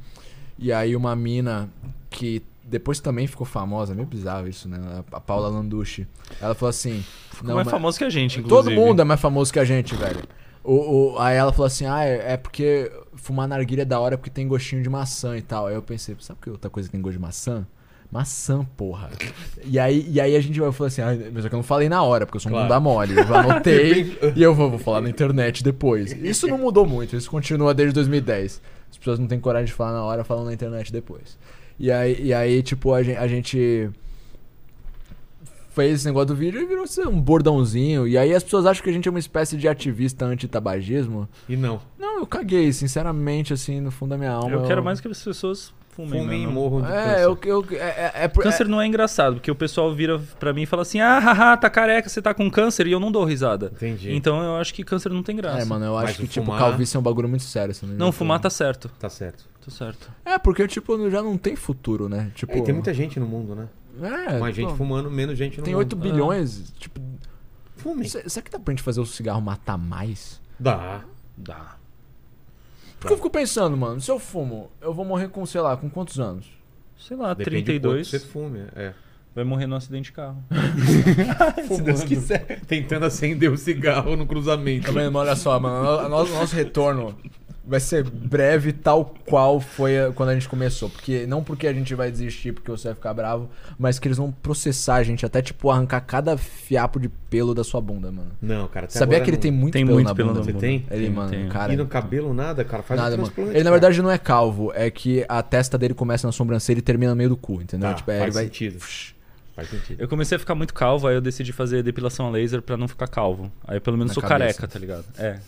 Speaker 3: E aí uma mina que depois também ficou famosa, é meio bizarro isso, né? A, a Paula Landucci. Ela falou assim...
Speaker 4: Não, mais
Speaker 3: mas-
Speaker 4: é famoso que a gente, inclusive.
Speaker 3: Todo mundo é mais famoso que a gente, velho. O, o- aí ela falou assim: Ah, é, é porque fumar narguilha é da hora porque tem gostinho de maçã e tal. Aí eu pensei: Sabe que outra coisa que tem gosto de maçã? Maçã, porra. E aí, e aí a gente vai falar assim: ah, Mas é que eu não falei na hora, porque eu sou um bunda mole. Eu anotei e eu vou, vou falar na internet depois. Isso não mudou muito, isso continua desde 2010. As pessoas não têm coragem de falar na hora, falam na internet depois. E aí, e aí tipo, a gen- A gente fez esse negócio do vídeo e virou assim, um bordãozinho. E aí as pessoas acham que a gente é uma espécie de ativista anti-tabagismo.
Speaker 1: E não.
Speaker 3: Não, eu caguei, sinceramente, assim, no fundo da minha alma.
Speaker 4: Eu quero mais que as pessoas fumem.
Speaker 1: Fumem e
Speaker 4: mano.
Speaker 1: morram de
Speaker 3: É,
Speaker 1: câncer.
Speaker 3: eu. eu é, é, é, por-
Speaker 4: Câncer
Speaker 3: é-
Speaker 4: não é engraçado, porque o pessoal vira pra mim e fala assim: ah, haha, tá careca, você tá com câncer, e eu não dou risada.
Speaker 1: Entendi.
Speaker 4: Então eu acho que câncer não tem graça.
Speaker 3: é, mano, eu
Speaker 1: Mas
Speaker 3: acho que,
Speaker 1: o
Speaker 3: tipo,
Speaker 1: fumar-
Speaker 3: calvície é um bagulho muito sério. se eu me
Speaker 4: Não,
Speaker 3: engano.
Speaker 4: fumar tá certo.
Speaker 1: Tá certo.
Speaker 4: Tá certo.
Speaker 3: É, porque, tipo, já não tem futuro, né? Tipo.
Speaker 1: É, e tem muita gente no mundo, né?
Speaker 3: É,
Speaker 1: Mais gente
Speaker 3: pô,
Speaker 1: fumando, menos gente no
Speaker 3: Tem
Speaker 4: Ah.
Speaker 1: mundo.
Speaker 3: 8 bilhões. Tipo,
Speaker 1: Fume.
Speaker 3: se- será que dá pra gente fazer o cigarro matar mais?
Speaker 1: Dá.
Speaker 4: Dá.
Speaker 3: Porque eu fico pensando, mano, se eu fumo, eu vou morrer com, sei lá, com quantos anos?
Speaker 4: Sei lá,
Speaker 1: Depende do quanto
Speaker 4: 32
Speaker 1: Você fume, é.
Speaker 4: vai morrer num acidente de carro.
Speaker 1: Se Deus quiser. é Tentando acender o cigarro no cruzamento.
Speaker 3: Tá vendo? Mas olha só, mano, o nosso, nosso retorno vai ser breve, tal qual foi a- quando a gente começou. Porque não porque a gente vai desistir, porque você vai ficar bravo, mas que eles vão processar a gente, até tipo arrancar cada fiapo de pelo da sua bunda, mano.
Speaker 1: Não, cara. até
Speaker 3: Sabia
Speaker 1: agora
Speaker 3: que ele
Speaker 1: não-
Speaker 3: tem muito
Speaker 4: Tem
Speaker 3: pelo
Speaker 4: muito
Speaker 3: na
Speaker 4: pelo
Speaker 3: bunda?
Speaker 4: na
Speaker 1: Você
Speaker 4: bunda.
Speaker 1: tem?
Speaker 3: Ele,
Speaker 4: Tenho,
Speaker 3: mano,
Speaker 4: tenho.
Speaker 3: cara.
Speaker 1: E no cabelo nada, cara. Faz
Speaker 3: Nada,
Speaker 1: um
Speaker 3: mano.
Speaker 1: transplante.
Speaker 3: Ele na
Speaker 1: cara.
Speaker 3: verdade não é calvo, é que a testa dele começa na sobrancelha e termina no meio do cu, entendeu?
Speaker 1: Tá,
Speaker 3: tipo, é,
Speaker 1: faz
Speaker 3: ele vai.
Speaker 1: sentido. Faz sentido.
Speaker 4: Eu comecei a ficar muito calvo, aí eu decidi fazer depilação a laser pra não ficar calvo. Aí eu, pelo menos
Speaker 3: Na
Speaker 4: sou
Speaker 3: cabeça.
Speaker 4: careca, tá ligado? É.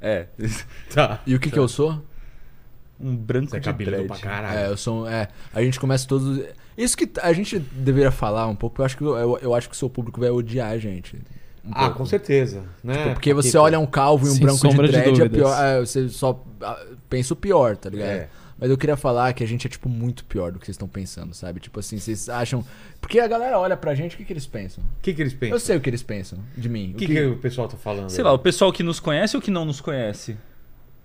Speaker 4: É.
Speaker 1: Tá.
Speaker 3: E o que, que eu sou?
Speaker 4: Um branco
Speaker 1: Você é
Speaker 4: de
Speaker 1: cabeludo pra
Speaker 4: dread.
Speaker 1: caralho.
Speaker 3: É, eu sou. um- É, a gente começa todos. Isso que a gente deveria falar um pouco, eu acho que, eu, eu acho que o seu público vai odiar a gente. Um
Speaker 1: ah,
Speaker 3: pouco.
Speaker 1: com certeza. Né?
Speaker 3: Porque você
Speaker 1: Paquita.
Speaker 3: olha um calvo e um
Speaker 2: Sem
Speaker 3: branco de
Speaker 2: sombra de
Speaker 3: dread, é
Speaker 2: dúvidas.
Speaker 3: pior, é, você só ah, pensa o pior, tá ligado?
Speaker 1: É.
Speaker 3: Mas eu queria falar que a gente é, tipo, muito pior do que vocês estão pensando, sabe? Tipo assim, vocês acham. Porque a galera olha pra gente, o que, que eles pensam?
Speaker 1: O que, que eles pensam?
Speaker 3: Eu sei o que eles pensam de mim. O
Speaker 1: O que,
Speaker 3: que-
Speaker 1: que o pessoal tá falando?
Speaker 4: Sei lá, o pessoal que nos conhece ou que não nos conhece?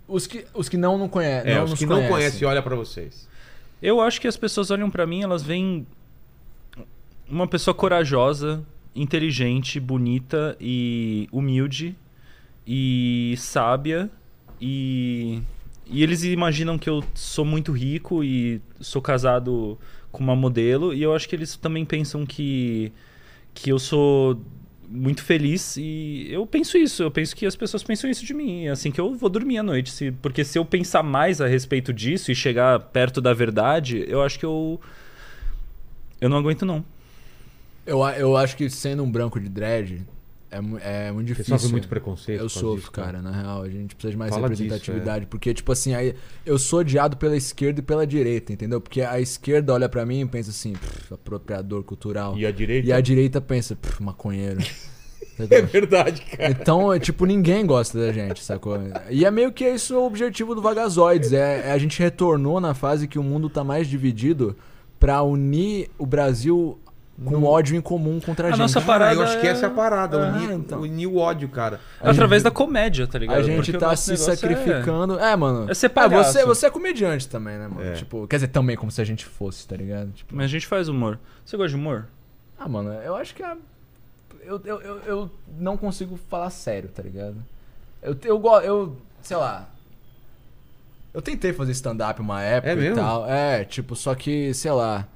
Speaker 3: Os, que, os que não, não conhecem.
Speaker 1: É,
Speaker 3: não
Speaker 1: os
Speaker 3: nos
Speaker 1: que não
Speaker 3: conhecem.
Speaker 1: conhecem olha pra vocês.
Speaker 4: Eu acho que as pessoas olham pra mim, elas veem uma pessoa corajosa, inteligente, bonita e humilde e sábia e e eles imaginam que eu sou muito rico e sou casado com uma modelo e eu acho que eles também pensam que que eu sou muito feliz e eu penso isso, eu penso que as pessoas pensam isso de mim, é assim que eu vou dormir à noite, se- porque se eu pensar mais a respeito disso e chegar perto da verdade, eu acho que eu eu não aguento não.
Speaker 3: Eu, a- eu acho que sendo um branco de dread é, mu- é muito
Speaker 1: Você
Speaker 3: difícil.
Speaker 1: sofre muito preconceito.
Speaker 3: Eu
Speaker 1: por causa
Speaker 3: sofro,
Speaker 1: disso, né?
Speaker 3: cara, na real. A gente precisa de mais
Speaker 1: Fala disso, é.
Speaker 3: representatividade. Porque, tipo assim, aí eu sou odiado pela esquerda e pela direita, entendeu? Porque a esquerda olha pra mim e pensa assim, "Pff, apropriador cultural.
Speaker 1: E a direita?
Speaker 3: E a direita pensa, "Pff, maconheiro.
Speaker 1: É
Speaker 3: Entendeu?
Speaker 1: verdade, cara.
Speaker 3: Então, é, tipo, ninguém gosta da gente, sacou? E é meio que isso o objetivo do Vagazoides. É, é a gente retornou na fase que o mundo tá mais dividido pra unir o Brasil com ódio em comum contra a,
Speaker 4: A
Speaker 3: gente.
Speaker 4: nossa
Speaker 1: Cara,
Speaker 4: parada
Speaker 1: eu acho que
Speaker 4: é-
Speaker 1: essa é a parada.
Speaker 3: Ah,
Speaker 1: unir,
Speaker 3: então.
Speaker 1: unir o ódio, cara.
Speaker 4: Através da comédia, tá ligado?
Speaker 3: A gente
Speaker 4: Porque o
Speaker 3: tá
Speaker 4: nosso
Speaker 3: se
Speaker 4: negócio é-
Speaker 3: sacrificando. É, mano.
Speaker 4: é ser
Speaker 3: Ah,
Speaker 4: palhaço.
Speaker 3: você, você é comediante também, né, mano?
Speaker 1: É.
Speaker 3: Tipo, quer dizer, também como se a gente fosse, tá ligado? Tipo,
Speaker 4: Mas a gente faz humor. Você gosta de humor?
Speaker 3: ah, mano, eu acho que é. Eu, eu, eu, eu não consigo falar sério, tá ligado? Eu, eu, go- eu sei lá. Eu tentei fazer stand-up uma época
Speaker 1: É
Speaker 3: e
Speaker 1: mesmo?
Speaker 3: tal. É, tipo, só que, sei lá.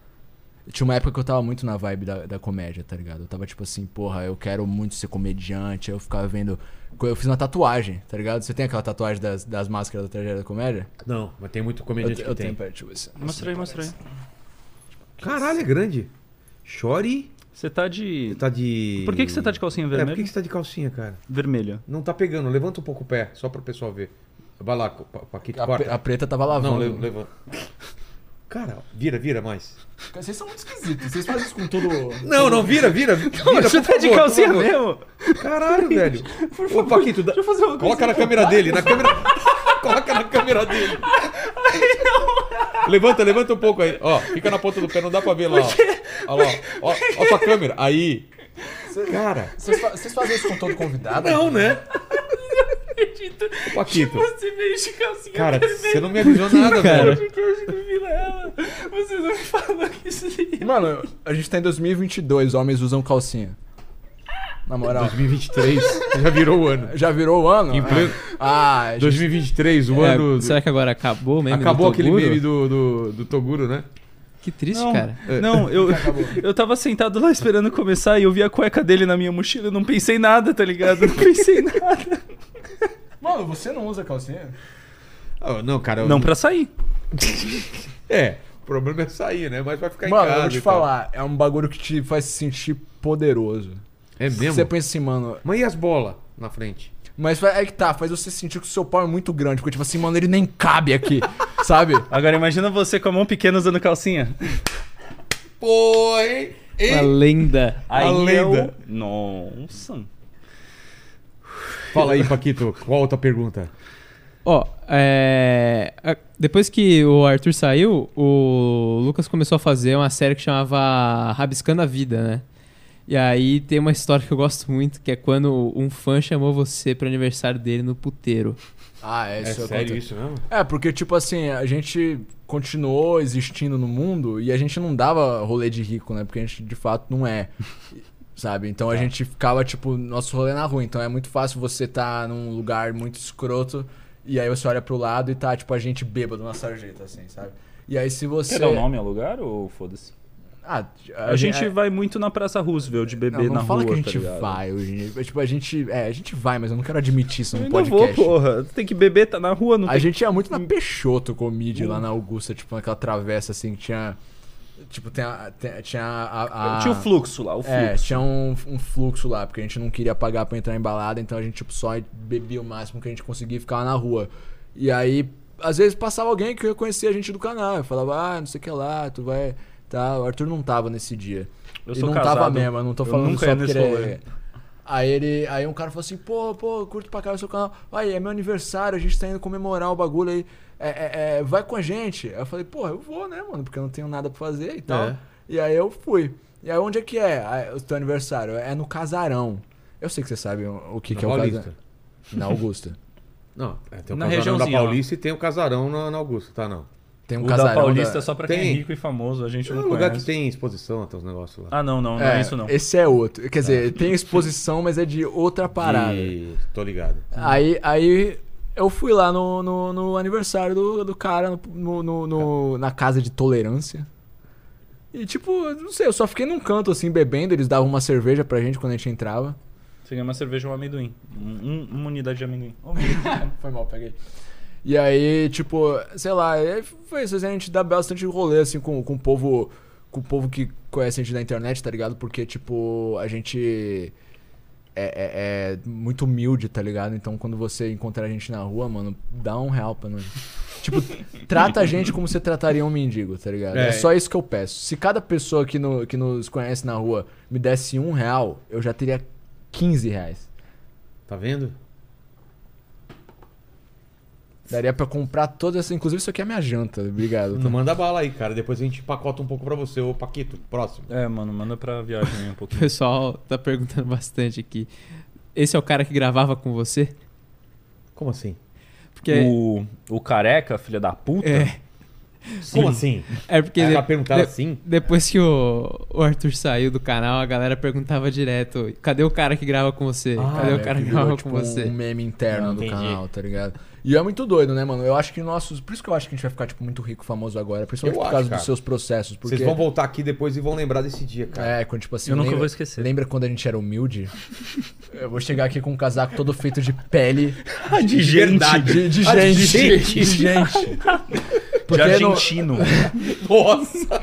Speaker 3: Tinha uma época que eu tava muito na vibe da, da comédia, tá ligado? Eu tava tipo assim, porra, eu quero muito ser comediante. Aí eu ficava vendo. Eu fiz uma tatuagem, tá ligado? Você tem aquela tatuagem das, das máscaras da tragédia da comédia?
Speaker 1: Não, mas tem muito
Speaker 3: Eu,
Speaker 1: comediante
Speaker 3: eu
Speaker 1: que tem.
Speaker 3: tenho, pera, deixa eu ver se-
Speaker 4: Mostra aí, mostra aí.
Speaker 1: Caralho, é grande. Chore
Speaker 4: Você tá de.
Speaker 1: Tá de...
Speaker 4: Por que, que você tá de calcinha
Speaker 1: É,
Speaker 4: vermelha?
Speaker 1: por que que você tá de calcinha, cara?
Speaker 4: Vermelha.
Speaker 1: Não tá pegando. Levanta um pouco o pé, só pro pessoal ver. Vai lá, co- Pa- Paquito,
Speaker 3: A, pre-
Speaker 1: corta.
Speaker 3: a preta tava lavando.
Speaker 1: Não, le- levanta. Cara, vira, vira mais.
Speaker 7: Vocês são muito esquisitos. Vocês fazem isso com todo.
Speaker 1: Não, não, vira, vira. vira
Speaker 4: você tá de calcinha
Speaker 1: mesmo?
Speaker 4: mesmo?
Speaker 1: Caralho, velho. Ô, Paquito, dá- coloca na câmera dele, na câmera. coloca na câmera dele. levanta, levanta um pouco aí. Ó, fica na ponta do pé, não dá pra ver lá. Ó, Olha lá, ó. Ó, ó pra câmera. Aí. Cara.
Speaker 3: Vocês, fa- vocês fazem isso com todo convidado?
Speaker 1: Não, né? Ô,
Speaker 3: Tipo
Speaker 1: Paquito.
Speaker 3: assim,
Speaker 5: Você veio de calcinha
Speaker 1: Cara, você não me avisou nada, velho.
Speaker 5: que hoje do Vilela. Você não me falou que isso é
Speaker 3: Mano, a gente tá em 2022, homens usam calcinha. Na moral.
Speaker 1: 2023 já virou o ano.
Speaker 3: Já virou o ano?
Speaker 1: Em pleno-
Speaker 3: Ah, a gente-
Speaker 1: 2023, o
Speaker 2: É,
Speaker 1: ano. do-
Speaker 2: será que agora acabou mesmo?
Speaker 1: Acabou aquele é meme do, do, do Toguro, né?
Speaker 2: Que triste,
Speaker 4: Não,
Speaker 2: cara.
Speaker 4: não eu, eu tava sentado lá esperando começar e eu vi a cueca dele na minha mochila. Eu não pensei nada, tá ligado? Eu Não pensei nada.
Speaker 3: Mano, você não usa calcinha?
Speaker 1: Ah, não, cara. eu-
Speaker 4: Não pra sair.
Speaker 1: É, o problema é sair, né? Mas vai ficar em
Speaker 3: Mano,
Speaker 1: casa.
Speaker 3: eu vou te
Speaker 1: e tal.
Speaker 3: falar, é um bagulho que te faz se sentir poderoso.
Speaker 1: É mesmo?
Speaker 3: Você pensa assim, mano.
Speaker 1: Mas e as bolas na frente?
Speaker 3: Mas fa- é que tá, faz você sentir que o seu pau é muito grande, porque tipo assim, mano, ele nem cabe aqui, sabe?
Speaker 4: Agora imagina você com a mão pequena usando calcinha.
Speaker 1: Pô, hein?
Speaker 2: Uma lenda.
Speaker 4: Aí
Speaker 1: lenda.
Speaker 4: eu... Nossa.
Speaker 1: Fala aí, Paquito, qual a outra pergunta?
Speaker 2: Ó, é, a- depois que o Arthur saiu, o Lucas começou a fazer uma série que chamava Rabiscando a Vida, né? E aí tem uma história que eu gosto muito, que é quando um fã chamou você pro aniversário dele no puteiro.
Speaker 3: Ah, é,
Speaker 1: É
Speaker 3: isso eu
Speaker 1: sério
Speaker 3: conto.
Speaker 1: isso mesmo?
Speaker 3: É, porque tipo assim, a gente continuou existindo no mundo e a gente não dava rolê de rico, né? Porque a gente de fato não é. Sabe? Então
Speaker 4: É.
Speaker 3: a gente ficava, tipo, nosso rolê na rua. Então é muito fácil você tá num lugar muito escroto e aí você olha pro lado e tá, tipo, a gente bêbado na sarjeta, assim, sabe? E aí se você.
Speaker 4: Quer dar o nome ao lugar ou foda-se?
Speaker 3: Ah,
Speaker 4: A, gente vai muito na Praça Roosevelt de
Speaker 3: Não,
Speaker 4: beber
Speaker 3: não
Speaker 4: na
Speaker 3: fala
Speaker 4: rua,
Speaker 3: que a gente
Speaker 4: tá ligado?
Speaker 3: vai hoje. em dia. Tipo, a gente. É, a gente vai, mas eu não quero admitir isso
Speaker 4: Eu
Speaker 3: no
Speaker 4: ainda vou,
Speaker 3: podcast.
Speaker 4: porra. Tem que beber, tá na rua, não
Speaker 3: A
Speaker 4: tem...
Speaker 3: gente ia muito na Peixoto Comedy lá na Augusta, tipo, naquela travessa assim que tinha. Tipo, tem a- tem- tinha a. a-
Speaker 4: Tinha um o fluxo lá, o fluxo.
Speaker 3: É, tinha um, um fluxo lá, porque a gente não queria pagar pra entrar em balada, então a gente tipo, só bebia o máximo que a gente conseguia e ficava na rua. E aí, às vezes passava alguém que reconhecia a gente do canal, eu falava, ah, não sei o que lá, tu vai. Tá, o Arthur não tava nesse dia.
Speaker 4: Eu
Speaker 3: Ele
Speaker 4: sou
Speaker 3: não tava
Speaker 4: casado.
Speaker 3: mesmo, eu não tô
Speaker 4: Eu
Speaker 3: falando
Speaker 4: nunca
Speaker 3: só
Speaker 4: ia
Speaker 3: porque
Speaker 4: nesse
Speaker 3: ele
Speaker 4: rolê.
Speaker 3: é... Aí ele. Aí um cara falou assim, pô, pô, eu curto pra caralho o seu canal. Aí, é meu aniversário, a gente tá indo comemorar o bagulho aí. É, é, é, vai com a gente. Aí eu falei, pô, eu vou, né, mano? Porque eu não tenho nada pra fazer e tal.
Speaker 1: É.
Speaker 3: E aí eu fui. E aí onde é que é ah, o teu aniversário? É no casarão. Eu sei que você sabe o o que,
Speaker 1: Na
Speaker 3: que é o
Speaker 1: Paulista.
Speaker 3: casarão. Na Augusta.
Speaker 1: Não, é, tem o
Speaker 4: Na
Speaker 1: casarão da
Speaker 4: regiãozinha, ó.
Speaker 1: Paulista e tem o casarão na, na Augusta, tá? Não.
Speaker 3: Tem um
Speaker 4: O
Speaker 3: casarão.
Speaker 4: da Paulista é só pra quem
Speaker 1: Tem.
Speaker 4: é rico e famoso, a gente
Speaker 1: É
Speaker 4: não
Speaker 1: um lugar que
Speaker 4: conhece.
Speaker 1: tem exposição, até os negócios lá.
Speaker 4: Ah, não, não, não é, isso não.
Speaker 3: Esse é outro. Quer dizer, tem exposição, mas é de outra parada.
Speaker 1: E... Tô ligado.
Speaker 3: Aí, aí eu fui lá no, no, no aniversário do, do cara, no- no, no- no- na casa de tolerância. E tipo, eu não sei, eu só fiquei num canto assim, bebendo. Eles davam uma cerveja pra gente quando a gente entrava.
Speaker 4: Você ganha uma cerveja ou um amendoim. Um- um- uma unidade de amendoim.
Speaker 3: né? Foi mal, peguei. E aí, tipo, sei lá, aí foi isso. assim, A gente dá bastante rolê, assim, com, com o povo. Com o povo que conhece a gente da internet, tá ligado? Porque, tipo, a gente. É, é- é muito humilde, tá ligado? Então quando você encontrar a gente na rua, mano, dá um real pra nós. tipo, trata a gente como você trataria um mendigo, tá ligado? É,
Speaker 1: É.
Speaker 3: só isso que eu peço. Se cada pessoa que, no- que nos conhece na rua me desse um real, eu já teria 15 reais.
Speaker 1: Tá vendo?
Speaker 3: Daria pra comprar todas essas. Inclusive, isso aqui é minha janta. Obrigado.
Speaker 1: Não manda bala aí, cara. Depois a gente pacota um pouco pra você, ô Paquito. Próximo.
Speaker 4: É, mano, manda pra viagem aí um
Speaker 2: O
Speaker 4: pouquinho.
Speaker 2: pessoal tá perguntando bastante aqui. Esse é o cara que gravava com você?
Speaker 1: Como assim?
Speaker 2: Porque
Speaker 4: O, o careca, filha da puta.
Speaker 2: é,
Speaker 1: Como assim?
Speaker 2: é porque
Speaker 1: Ela
Speaker 2: de-
Speaker 1: perguntaram
Speaker 2: de-
Speaker 1: assim?
Speaker 2: depois que o, o Arthur saiu do canal, a galera perguntava direto: "Cadê o cara que grava com você? Cadê
Speaker 3: meio
Speaker 2: o cara que
Speaker 3: virou,
Speaker 2: grava
Speaker 3: tipo,
Speaker 2: com você?"
Speaker 3: Um meme interno do
Speaker 1: entendi.
Speaker 3: canal, tá ligado? E é muito doido, né, mano? Eu acho que nossos. Por isso que eu acho que a gente vai ficar, tipo, muito rico, famoso agora. Principalmente
Speaker 1: Eu
Speaker 3: por
Speaker 1: acho,
Speaker 3: causa
Speaker 1: cara.
Speaker 3: dos seus processos. Porque...
Speaker 1: Vocês vão voltar aqui depois e vão lembrar desse dia, cara.
Speaker 3: É, quando, tipo assim.
Speaker 4: Eu nunca
Speaker 3: lembra-
Speaker 4: vou esquecer.
Speaker 3: Lembra quando a gente era humilde? eu vou chegar aqui com um casaco todo feito de pele.
Speaker 4: de
Speaker 3: De, Ah, de
Speaker 1: Ah, de
Speaker 3: gente.
Speaker 1: gente.
Speaker 3: De gente.
Speaker 4: De
Speaker 3: Porque não-
Speaker 4: argentino.
Speaker 1: Nossa!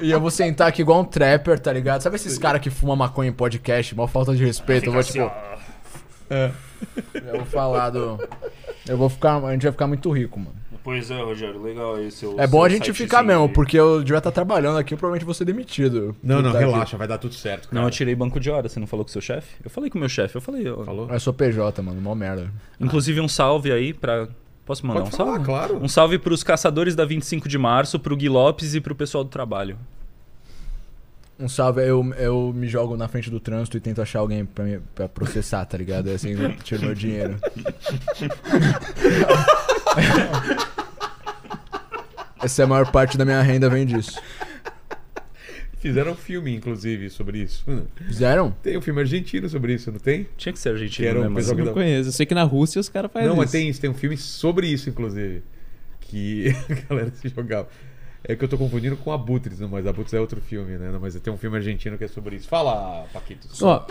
Speaker 3: E eu vou sentar aqui igual um trapper, tá ligado? Sabe esses caras que fumam maconha em podcast? Mó falta de respeito. Eu vou, tipo.
Speaker 1: assim,
Speaker 3: É. Eu vou falar do. Eu vou ficar. A gente vai ficar muito rico, mano.
Speaker 8: Pois é, Rogério, legal aí seu.
Speaker 3: É bom a
Speaker 8: seu
Speaker 3: gente
Speaker 8: sitezinho
Speaker 3: ficar mesmo,
Speaker 8: aí.
Speaker 3: porque eu devia estar trabalhando aqui, eu provavelmente vou ser demitido.
Speaker 1: É, Não, não,
Speaker 3: Tá aqui.
Speaker 1: relaxa, vai dar tudo certo.
Speaker 4: Não, eu tirei banco de hora. Você não falou com o seu chefe? Eu falei com o meu chefe. Eu falei. eu-
Speaker 1: Falou?
Speaker 3: Eu sou PJ, mano, mó merda.
Speaker 4: Inclusive, um salve aí pra. Posso mandar
Speaker 1: Pode
Speaker 4: um
Speaker 1: falar,
Speaker 4: salve?
Speaker 1: claro.
Speaker 4: Um salve pros caçadores da 25 de março, pro Gui Lopes e pro pessoal do trabalho.
Speaker 3: Um salve, eu, eu me jogo na frente do trânsito e tento achar alguém pra, me, pra processar, tá ligado? É Assim, eu tiro meu dinheiro. Essa é a maior parte da minha renda vem disso.
Speaker 1: Fizeram um filme, inclusive, sobre isso. Hum.
Speaker 3: Fizeram?
Speaker 1: Tem um filme argentino sobre isso, não tem?
Speaker 4: Tinha que ser argentino,
Speaker 1: Que era
Speaker 4: né,
Speaker 1: um
Speaker 4: mano?
Speaker 1: pessoal que
Speaker 2: Não conheço. Eu sei que na Rússia os caras fazem
Speaker 1: Não, mas
Speaker 2: isso.
Speaker 1: tem isso, tem um filme sobre isso, inclusive. Que a galera se jogava. É que eu tô confundindo com Abutres, não, mas Abutres é outro filme, né? Não, mas tem um filme argentino que é sobre isso. Fala, Paquito.
Speaker 2: Ó,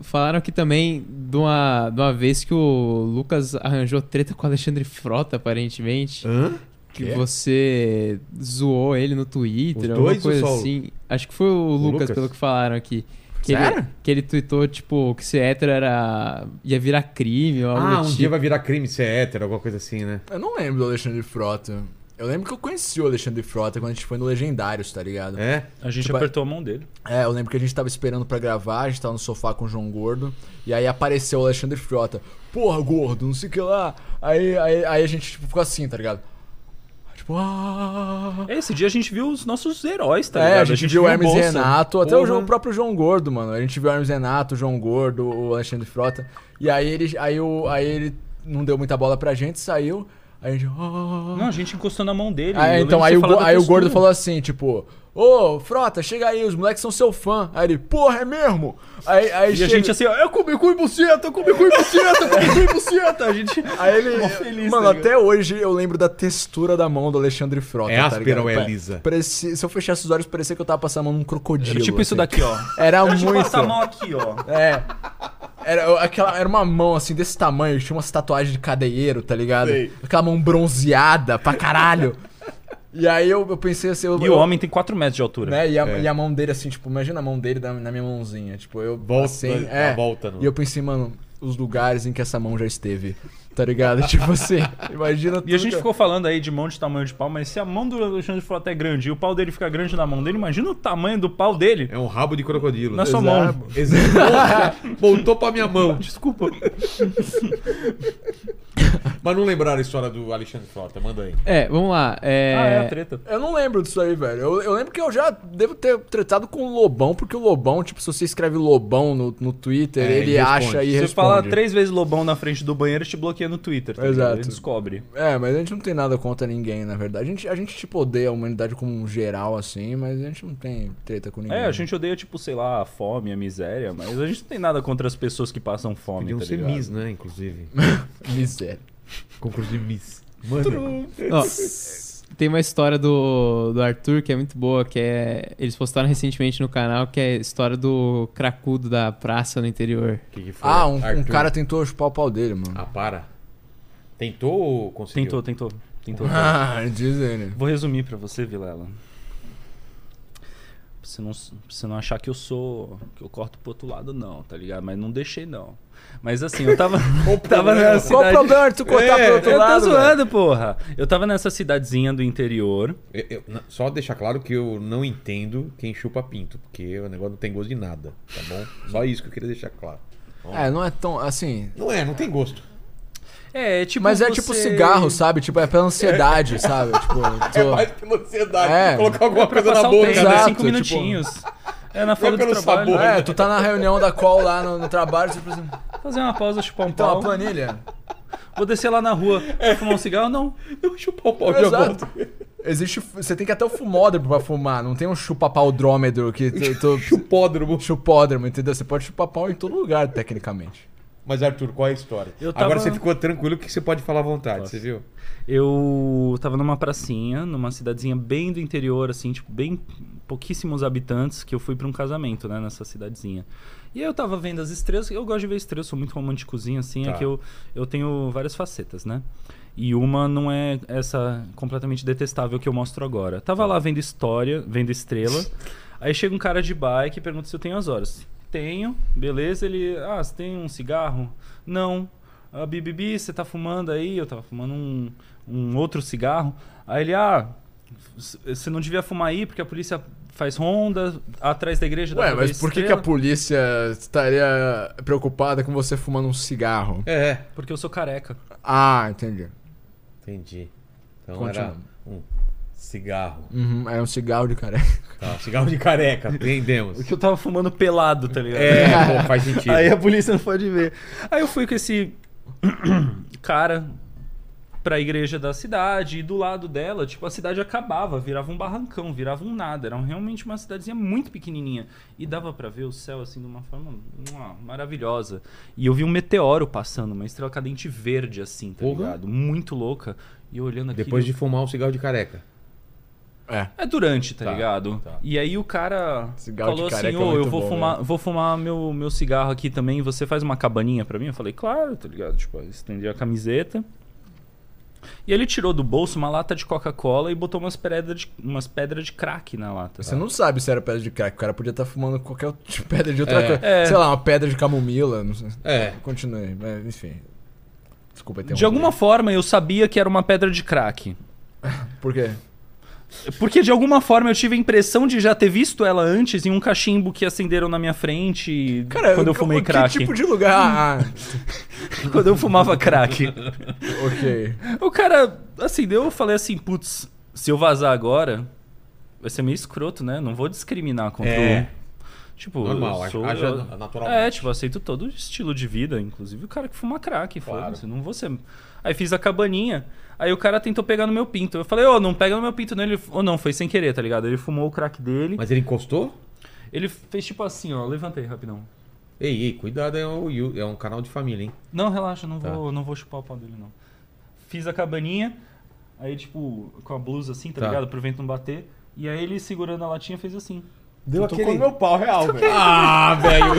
Speaker 2: falaram aqui também de uma, de uma vez que o Lucas arranjou treta com o Alexandre Frota, aparentemente.
Speaker 1: Hã?
Speaker 2: Que
Speaker 1: Quê?
Speaker 2: você zoou ele no Twitter,
Speaker 1: Os
Speaker 2: alguma
Speaker 1: dois ou
Speaker 2: coisa
Speaker 1: só o-
Speaker 2: assim. Acho que foi o Lucas,
Speaker 1: Lucas?
Speaker 2: pelo que falaram aqui. Que Ele,
Speaker 3: Sério?
Speaker 2: que ele tweetou, tipo, que ser hétero era. ia virar crime ou algo
Speaker 1: Ah,
Speaker 2: do
Speaker 1: um
Speaker 2: tipo.
Speaker 1: dia vai virar crime ser hétero, alguma coisa assim, né?
Speaker 3: Eu não lembro do Alexandre Frota. Eu lembro que eu conheci o Alexandre Frota quando a gente foi no Legendários, tá ligado?
Speaker 1: É?
Speaker 4: A gente
Speaker 3: Tipo,
Speaker 4: apertou a mão dele.
Speaker 3: É, eu lembro que a gente tava esperando pra gravar, a gente tava no sofá com o João Gordo, e aí apareceu o Alexandre Frota. Porra, gordo, não sei o que lá. Aí, aí, aí a gente tipo, ficou assim, tá ligado? Tipo, ah.
Speaker 4: É, Esse dia a gente viu os nossos heróis, tá
Speaker 3: é,
Speaker 4: ligado?
Speaker 3: a gente, viu o Hermes
Speaker 4: Bolsa.
Speaker 3: Renato, até o,
Speaker 4: Porra.
Speaker 3: João- o próprio João Gordo, mano. A gente viu o Hermes Renato, o João Gordo, o Alexandre Frota. E aí ele, aí, o, aí ele não deu muita bola pra gente, saiu. Aí a gente. Ah.
Speaker 4: Não, a gente encostou na mão dele.
Speaker 3: Ah,
Speaker 4: Eu
Speaker 3: então
Speaker 4: lembro
Speaker 3: aí,
Speaker 4: você
Speaker 3: o,
Speaker 4: falar
Speaker 3: go-
Speaker 4: da
Speaker 3: aí o
Speaker 4: textura.
Speaker 3: gordo falou assim, tipo, ô, Frota, chega aí, os moleques são seu fã. Aí ele, porra, é mesmo? Aí, aí
Speaker 4: E
Speaker 3: chega-
Speaker 4: a gente assim, ó, eu comi cu e buceta, eu comi cu e buceta, eu comi cu e buceta. A gente.
Speaker 3: Aí ele.
Speaker 4: Mó feliz,
Speaker 3: mano,
Speaker 4: tá ligado?
Speaker 3: até hoje eu lembro da textura da mão do Alexandre Frota.
Speaker 1: É
Speaker 3: tá
Speaker 1: áspera
Speaker 3: ligado?
Speaker 1: ou é
Speaker 3: Pa-
Speaker 1: lisa?
Speaker 3: parecia- se eu fechasse os olhos, parecia que eu tava passando a mão num crocodilo.
Speaker 4: Era tipo isso
Speaker 3: assim.
Speaker 4: daqui, ó.
Speaker 3: Era
Speaker 4: Deixa eu
Speaker 3: muito.
Speaker 4: passar a mão aqui, ó.
Speaker 3: É. Era, aquela, era uma mão assim, desse tamanho, tinha umas tatuagens de cadeieiro, tá ligado? Aquela mão bronzeada pra caralho. E aí eu, eu pensei assim. Eu,
Speaker 4: E
Speaker 3: eu-
Speaker 4: o homem tem 4 metros de altura.
Speaker 3: Né? E, a,
Speaker 1: É.
Speaker 3: e a mão dele, assim, tipo, imagina a mão dele na, na minha mãozinha. Tipo, eu
Speaker 1: Volta,
Speaker 3: assim,
Speaker 1: dá
Speaker 3: é.
Speaker 1: a volta no-
Speaker 3: E eu pensei, mano, os lugares em que essa mão já esteve. Tá ligado? tipo assim, imagina tudo.
Speaker 4: E a gente
Speaker 3: que-
Speaker 4: ficou falando aí de mão de tamanho de pau, mas se a mão do Alexandre Frota é grande e o pau dele fica grande na mão dele, imagina o tamanho do pau dele
Speaker 1: É um rabo de crocodilo.
Speaker 4: na sua mão.
Speaker 1: Exemplo, voltou pra minha mão.
Speaker 4: Desculpa.
Speaker 1: Mas não lembraram a história do Alexandre Frota, manda aí.
Speaker 2: É, vamos lá. É...
Speaker 4: Ah, é a treta.
Speaker 3: Eu não lembro disso aí, velho. Eu, eu lembro que eu já devo ter tretado com o Lobão, porque o Lobão, tipo, se você escreve Lobão no, no Twitter,
Speaker 1: É,
Speaker 3: ele
Speaker 1: ele responde.
Speaker 3: acha e
Speaker 4: Se
Speaker 3: responde.
Speaker 4: você falar três vezes lobão na frente do banheiro, te bloqueia no Twitter. Tá ligado?
Speaker 3: Exato.
Speaker 4: Ele descobre.
Speaker 3: É, mas a gente não tem nada contra ninguém, na verdade. A gente, a gente tipo, odeia a humanidade como um geral, assim, mas a gente não tem treta com ninguém.
Speaker 4: É, a gente odeia, tipo, sei lá, a fome, a miséria, mas a gente não tem nada contra as pessoas que passam fome,
Speaker 1: Podiam
Speaker 3: um
Speaker 4: tá
Speaker 1: ser
Speaker 4: ligado?
Speaker 1: Miss, né, inclusive.
Speaker 3: Miséria.
Speaker 1: Concurso de Miss. Mano,
Speaker 2: Ó, tem uma história do, do Arthur que é muito boa, que é. Eles postaram recentemente no canal, que é a história do cracudo da praça no interior.
Speaker 1: o que, que foi?
Speaker 3: Ah, um, um
Speaker 1: Arthur?
Speaker 3: cara tentou chupar o pau dele, mano.
Speaker 1: Ah, para. Tentou ou conseguiu?
Speaker 4: Tentou, tentou, tentou.
Speaker 3: Ah, diz ele.
Speaker 4: Vou resumir pra você, Vilela. Pra você, não, pra você não achar que eu sou. que eu corto pro outro lado, não, tá ligado? Mas não deixei, não. Mas assim, eu tava. tava na É, cidade...
Speaker 3: Qual o problema de tu cortar
Speaker 4: É,
Speaker 3: pro outro
Speaker 4: eu tô
Speaker 3: lado? velho?
Speaker 4: zoando, porra. Eu tava nessa cidadezinha do interior.
Speaker 1: Eu- eu- na- só deixar claro que eu não entendo quem chupa pinto, porque o negócio não tem gosto de nada, tá bom? Só isso que eu queria deixar claro.
Speaker 3: É, não é tão assim.
Speaker 1: Não é, não tem gosto.
Speaker 4: É, é tipo.
Speaker 3: Mas é tipo
Speaker 4: você- É
Speaker 3: cigarro, sabe? Tipo, é pela ansiedade, sabe? Tipo,
Speaker 1: Mais
Speaker 3: tu...
Speaker 1: pela ansiedade,
Speaker 3: É.
Speaker 1: colocar alguma
Speaker 4: Pra
Speaker 1: coisa na
Speaker 4: passar o
Speaker 1: boca,
Speaker 4: tempo,
Speaker 1: né?
Speaker 3: Exato,
Speaker 4: cinco
Speaker 3: tipo-
Speaker 4: minutinhos. É na folga do
Speaker 1: pelo
Speaker 4: trabalho.
Speaker 1: sabor.
Speaker 3: É, tu tá na reunião da call lá no, no trabalho, tipo assim,
Speaker 4: Fazer uma pausa, chupar um
Speaker 3: então
Speaker 4: pau.
Speaker 3: a planilha.
Speaker 4: Vou descer lá na rua. Fumar um cigarro? Não.
Speaker 1: Eu chupar o pau de
Speaker 3: Exato.
Speaker 1: volta.
Speaker 3: Existe. Você tem que até o fumódromo pra fumar, não tem um chupa-pau-drômetro que tu. tu
Speaker 1: Chupódromo.
Speaker 3: chupódromo, entendeu? Você pode chupar pau em todo lugar, tecnicamente.
Speaker 1: Mas, Arthur, qual é a história?
Speaker 4: Eu tava-
Speaker 1: Agora você ficou tranquilo que você pode falar à vontade, você viu?
Speaker 4: Eu tava numa pracinha, numa cidadezinha bem do interior, assim, tipo, bem pouquíssimos habitantes, que eu fui pra um casamento, né, nessa cidadezinha. E aí eu tava vendo as estrelas, eu gosto de ver estrelas, sou muito românticozinho, assim,
Speaker 1: Tá.
Speaker 4: é que eu, eu tenho várias facetas, né? E uma não é essa completamente detestável que eu mostro agora. Tava lá vendo história, vendo estrela. aí chega um cara de bike e pergunta se eu tenho as horas. Tenho, beleza. Ele, ah, você tem um cigarro? Não. Ah, Bibibi, você tá fumando aí? Eu tava fumando um, um outro cigarro. Aí ele, ah, s- você não devia fumar aí porque a polícia faz ronda atrás da igreja da
Speaker 3: Ué, mas
Speaker 4: Rua
Speaker 3: por que, que a
Speaker 4: Estrela."
Speaker 3: polícia estaria preocupada com você fumando um cigarro?
Speaker 1: É,
Speaker 4: Porque eu sou careca.
Speaker 3: Ah, entendi.
Speaker 1: entendi. Então
Speaker 3: Continua.
Speaker 1: era um cigarro.
Speaker 3: Uhum, é um cigarro de careca.
Speaker 1: Tá, cigarro de careca, entendemos.
Speaker 4: Porque eu tava fumando pelado, tá ligado?
Speaker 1: É, pô, faz sentido.
Speaker 4: Aí a polícia não pode ver. Aí eu fui com esse cara pra igreja da cidade e do lado dela, tipo, a cidade acabava, virava um barrancão, virava um nada. Era realmente uma cidadezinha muito pequenininha. E dava pra ver o céu assim de uma forma mua, maravilhosa. E eu vi um meteoro passando, uma estrela cadente verde assim, tá
Speaker 1: Porra.
Speaker 4: ligado? Muito louca. E eu olhando aqui.
Speaker 1: Depois de fumar um cigarro de careca.
Speaker 4: É durante, tá,
Speaker 1: Tá,
Speaker 4: ligado?
Speaker 1: tá.
Speaker 4: E aí o cara
Speaker 3: Cigarro de
Speaker 4: falou assim,
Speaker 3: careca é
Speaker 4: ô, eu
Speaker 3: muito
Speaker 4: vou
Speaker 3: bom,
Speaker 4: fumar, vou fumar meu, meu cigarro aqui também, você faz uma cabaninha pra mim? Eu falei, claro, tá ligado? Tipo, eu estendi a camiseta. E ele tirou do bolso uma lata de Coca-Cola e botou umas pedras de, umas pedras de crack na lata.
Speaker 3: Você não sabe se era pedra de crack. O cara podia estar fumando qualquer outra pedra de outra coisa.
Speaker 4: É.
Speaker 3: Sei lá, uma pedra de camomila. Não sei.
Speaker 1: É.
Speaker 3: Continue. mas, enfim. Desculpa um interromper.
Speaker 4: De alguma forma eu sabia que era uma pedra de crack.
Speaker 3: Por quê?
Speaker 4: Porque de alguma forma eu tive a impressão de já ter visto ela antes em um cachimbo que acenderam na minha frente quando eu fumei
Speaker 3: que
Speaker 4: crack.
Speaker 3: tipo de lugar? Ah,
Speaker 4: Quando eu fumava crack.
Speaker 3: ah, ok.
Speaker 4: O cara, assim, deu, eu falei assim, putz, se eu vazar agora, vai ser meio escroto, né? Não vou discriminar contra
Speaker 1: É.
Speaker 4: o. Tipo,
Speaker 1: Normal,
Speaker 4: eu sou,
Speaker 1: haja
Speaker 4: eu-
Speaker 1: naturalmente.
Speaker 4: É, tipo, eu aceito todo estilo de vida, inclusive o cara que fuma crack, foda-se, não vou ser. Aí fiz a cabaninha, aí o cara tentou pegar no meu pinto. Eu falei, ô, não pega no meu pinto, não. Ele, ou não, foi sem querer, tá ligado? Ele fumou o crack dele.
Speaker 1: Mas ele encostou?
Speaker 4: Ele fez tipo assim, ó, levantei rapidão.
Speaker 1: Ei, ei, cuidado, é um, Yu- é um canal de família, hein?
Speaker 4: Não, relaxa, não,
Speaker 1: Tá.
Speaker 4: vou, não vou chupar o pau dele, não. Fiz a cabaninha, aí, tipo, com a blusa assim, tá,
Speaker 1: Tá.
Speaker 4: ligado? Pro vento não bater. E aí ele segurando a latinha fez assim.
Speaker 6: Deu aquele... com meu pau real, velho.
Speaker 1: Ah, velho!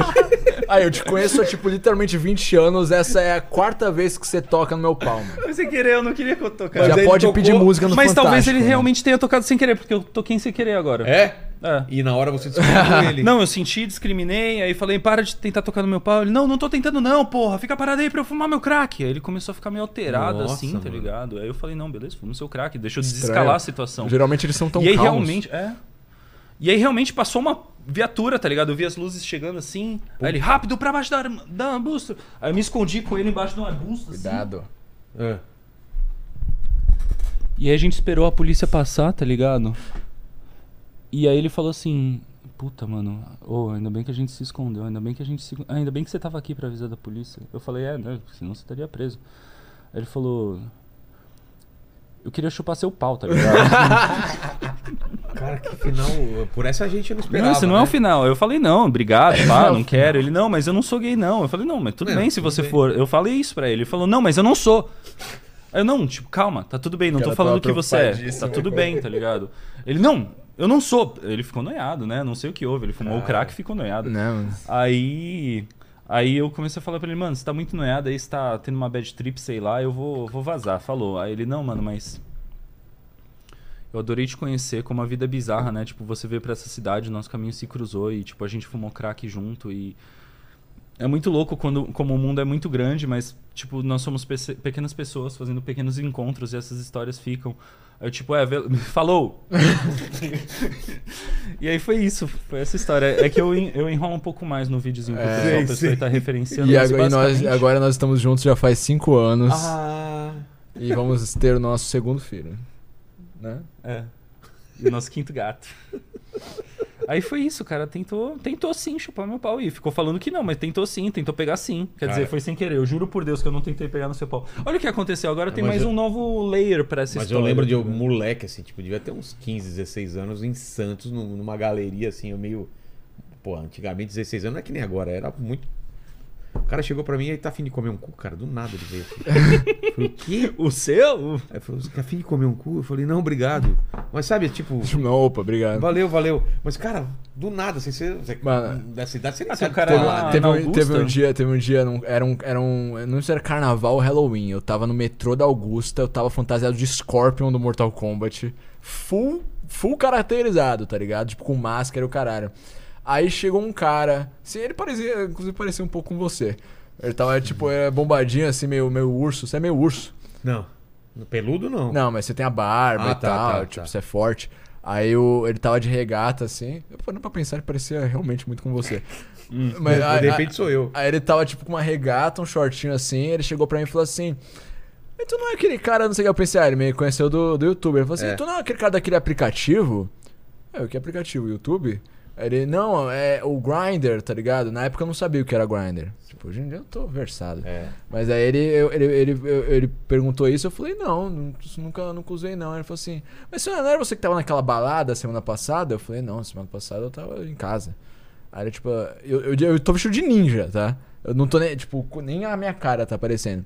Speaker 3: Ah, eu te conheço há, tipo, literalmente 20 anos. Essa é a quarta vez que você toca no meu pau, mano.
Speaker 4: Sem querer, eu não queria que eu tocasse.
Speaker 1: Mas
Speaker 3: Já
Speaker 1: ele
Speaker 3: pode
Speaker 1: tocou-
Speaker 3: pedir música no
Speaker 4: Mas talvez
Speaker 3: Fantástico,
Speaker 4: ele
Speaker 3: né?
Speaker 4: realmente tenha tocado sem querer, porque eu toquei sem querer agora.
Speaker 1: É?
Speaker 4: É.
Speaker 1: E na hora você descobriu ele.
Speaker 4: Não, eu senti, discriminei, aí falei, para de tentar tocar no meu pau. Ele, não, não tô tentando não, porra, fica parado aí pra eu fumar meu crack. Aí ele começou a ficar meio alterado
Speaker 1: Nossa,
Speaker 4: assim, tá
Speaker 1: mano.
Speaker 4: ligado? Aí eu falei, não, beleza, fuma o seu crack, deixa eu
Speaker 3: Estranho.
Speaker 4: desescalar a situação.
Speaker 3: Geralmente eles são tão
Speaker 4: e aí
Speaker 3: calmos.
Speaker 4: realmente. É. E aí realmente passou uma viatura, tá ligado? Eu vi as luzes chegando assim. Aí ele, rápido, pra baixo da, arma- da arbusto. Aí eu me escondi com ele embaixo de um arbusto, assim.
Speaker 3: Cuidado.
Speaker 1: É.
Speaker 4: E aí a gente esperou a polícia passar, tá ligado? E aí ele falou assim. Puta, mano, ô, ainda bem que a gente se escondeu, ainda bem que a gente se... ah, Ainda bem que você tava aqui pra avisar da polícia. Eu falei, é, né? Senão você estaria preso. Aí ele falou. Eu queria chupar seu pau, tá ligado?
Speaker 1: Cara, que final. Por essa a gente não esperava.
Speaker 4: Não, isso não é
Speaker 1: né?
Speaker 4: o final. Eu falei, não, obrigado, pá, não quero. Ele, não, mas eu não sou gay, não. Eu falei, não, mas tudo
Speaker 1: É,
Speaker 4: bem se
Speaker 1: tudo
Speaker 4: você
Speaker 1: bem.
Speaker 4: for. Eu falei isso pra ele. Ele falou, não, mas eu não sou. Aí Eu, não, tipo, calma, tá tudo bem, não tô
Speaker 3: Cara,
Speaker 4: falando
Speaker 3: tava
Speaker 4: que você é. Tá
Speaker 3: preocupadíssimo.
Speaker 4: tudo bem, tá ligado? Ele, não, eu não sou. Ele ficou noiado, né? Não sei o que houve. Ele fumou o crack e ficou noiado.
Speaker 3: Não,
Speaker 4: Aí. Aí eu comecei a falar pra ele, mano, você tá muito noiado aí, você tá tendo uma bad trip, sei lá, eu vou, vou vazar. Falou. Aí ele, não, mano, mas. Eu adorei te conhecer, como a vida é bizarra, né? Tipo, você veio pra essa cidade, o nosso caminho se cruzou e, tipo, a gente fumou crack junto e. É muito louco quando, como o mundo é muito grande, mas, tipo, nós somos pece- pequenas pessoas fazendo pequenos encontros e essas histórias ficam. Aí eu, tipo, é, ve- falou! E aí foi isso, foi essa história. É que eu, en- eu enrolo um pouco mais no videozinho, porque
Speaker 3: É,
Speaker 4: só
Speaker 1: sim,
Speaker 4: a pessoa
Speaker 1: sim.
Speaker 4: tá referenciando.
Speaker 3: E
Speaker 4: mas
Speaker 3: agora, e nós,
Speaker 4: basicamente-
Speaker 3: agora nós estamos juntos já faz cinco anos
Speaker 1: Ah.
Speaker 3: e vamos ter o nosso segundo filho. Né?
Speaker 4: É. E o nosso quinto gato. Aí foi isso, cara. Tentou, tentou sim chupar meu pau. E ficou falando que não, mas tentou sim, tentou pegar sim. Quer dizer,
Speaker 1: Cara.
Speaker 4: foi sem querer. Eu juro por Deus que eu não tentei pegar no seu pau. Olha o que aconteceu. Agora tem
Speaker 1: mas
Speaker 4: mais
Speaker 1: eu-
Speaker 4: um novo layer pra essa
Speaker 1: Mas eu
Speaker 4: história. né?
Speaker 1: lembro de um moleque, assim, tipo, devia ter uns 15, 16 anos em Santos, num- numa galeria, assim, eu meio. Pô, antigamente 16 anos não é que nem agora, era muito. O cara chegou pra mim e tá afim de comer um cu, cara. Do nada ele veio aqui. Eu falei, o quê?
Speaker 4: O seu?
Speaker 1: Aí ele falou, você tá afim de comer um cu? Eu falei, não, obrigado. Mas sabe, tipo,
Speaker 3: Não, opa, obrigado.
Speaker 1: valeu, valeu. Mas, cara, do nada, assim, você, você-
Speaker 3: Mano.
Speaker 1: da cidade você nem
Speaker 4: Ah,
Speaker 1: sabe
Speaker 4: se o cara
Speaker 1: que
Speaker 3: Teve,
Speaker 1: tá
Speaker 4: lá-
Speaker 1: lá.
Speaker 3: teve
Speaker 4: na
Speaker 3: um, teve
Speaker 4: Augusta?
Speaker 3: um dia, teve um dia, num- era um, era um, eu não sei se era carnaval ou Halloween, eu tava no metrô da Augusta, eu tava fantasiado de Scorpion do Mortal Kombat, full, full caracterizado, tá ligado? Tipo, com máscara e o caralho. Aí chegou um cara, assim, ele parecia, inclusive parecia um pouco com você. Ele tava, tipo, é, bombadinho, assim, meio, meio urso, você é meio urso.
Speaker 1: Não, no peludo não. Né?
Speaker 3: Não, mas você tem a barba
Speaker 1: Ah,
Speaker 3: e
Speaker 1: tá,
Speaker 3: tal,
Speaker 1: tá,
Speaker 3: tipo,
Speaker 1: tá.
Speaker 3: você é forte. Aí o- ele tava de regata, assim, eu parando pra pensar, ele parecia realmente muito com você. mas,
Speaker 1: Hum, de
Speaker 3: aí-
Speaker 1: repente
Speaker 3: aí-
Speaker 1: sou eu.
Speaker 3: Aí ele tava tipo com uma regata, um shortinho assim, ele chegou pra mim e falou assim. "E Tu não é aquele cara, não sei o que eu pensei, ah, ele me conheceu do, do YouTube. Ele falou assim,
Speaker 1: É.
Speaker 3: tu não é aquele cara daquele aplicativo? É, o que aplicativo? YouTube? Aí Ele, não, é o Grindr, tá ligado? Na época eu não sabia o que era Grindr. Tipo, hoje em dia eu tô versado.
Speaker 1: É.
Speaker 3: Mas aí ele, eu- ele, ele, eu- ele perguntou isso, eu falei, não, nu- isso nunca, nunca usei não. Ele falou assim, mas senhora, não era você que tava naquela balada semana passada? Eu falei, não, semana passada eu tava em casa. Aí ele, tipo, eu, eu, eu tô vestido de ninja, tá? Eu não tô nem, tipo, com- nem a minha cara tá aparecendo.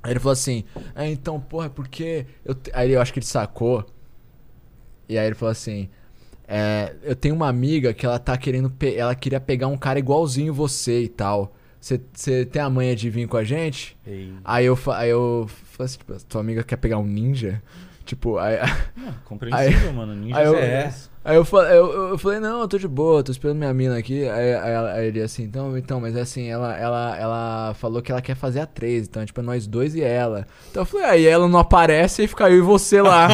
Speaker 3: Aí ele falou assim, é, então, porra, é porque... Eu te-" Aí eu acho que ele sacou, e aí ele falou assim... É, eu tenho uma amiga que ela tá querendo. pe- Ela queria pegar um cara igualzinho você e tal. Você- Você tem a manha de vir com a gente? Aí eu, fa- aí eu falei assim, tipo, tua amiga quer pegar um ninja? Tipo, aí,
Speaker 4: Ah, Compreensível, mano. Ninja
Speaker 3: aí eu-
Speaker 4: é.
Speaker 3: aí eu, fa- eu, eu- eu falei, não, eu tô de boa, tô esperando minha mina aqui. Aí, aí ela- aí ele assim, então, então, mas é assim, ela, ela, ela falou que ela quer fazer a três, então, é, tipo, é nós dois e ela. Então eu falei, aí ela não aparece e fica eu e você lá.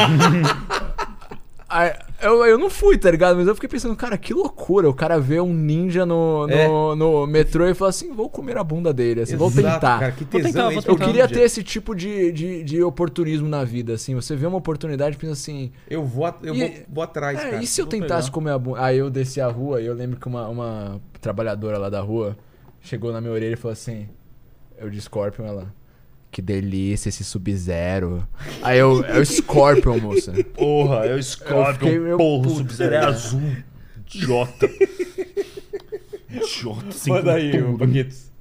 Speaker 3: Aí, eu, eu não fui, tá ligado? Mas eu fiquei pensando, cara, que loucura o cara ver um ninja no, no,
Speaker 1: É.
Speaker 3: no metrô e falar assim, vou comer a bunda dele, assim, vou
Speaker 1: Exato,
Speaker 3: tentar.
Speaker 1: Cara, que
Speaker 4: Vou
Speaker 1: tesão
Speaker 4: tentar,
Speaker 1: é
Speaker 4: vou
Speaker 1: isso?
Speaker 3: Eu
Speaker 1: Eu
Speaker 4: tentar.
Speaker 3: queria ter esse tipo de, de, de oportunismo na vida, assim. Você vê uma oportunidade e pensa assim,
Speaker 1: Eu vou, at- eu
Speaker 3: E-
Speaker 1: vou, vou atrás,
Speaker 3: é,
Speaker 1: cara.
Speaker 3: e se eu
Speaker 4: vou
Speaker 3: tentasse
Speaker 4: pegar.
Speaker 3: comer a bunda? Aí eu desci a rua e eu lembro que uma, uma trabalhadora lá da rua chegou na minha orelha e falou assim: Eu de Scorpion, ela. Que delícia esse Sub-Zero. Aí eu, é o Scorpion, moça.
Speaker 8: Porra, eu
Speaker 3: Eu fiquei
Speaker 7: um
Speaker 3: meio
Speaker 8: Scorpion, porra, o
Speaker 3: puto,
Speaker 8: Sub-Zero é
Speaker 3: cara.
Speaker 8: azul. Idiota. Idiota, sim.
Speaker 1: Manda aí, ô, Paquitos.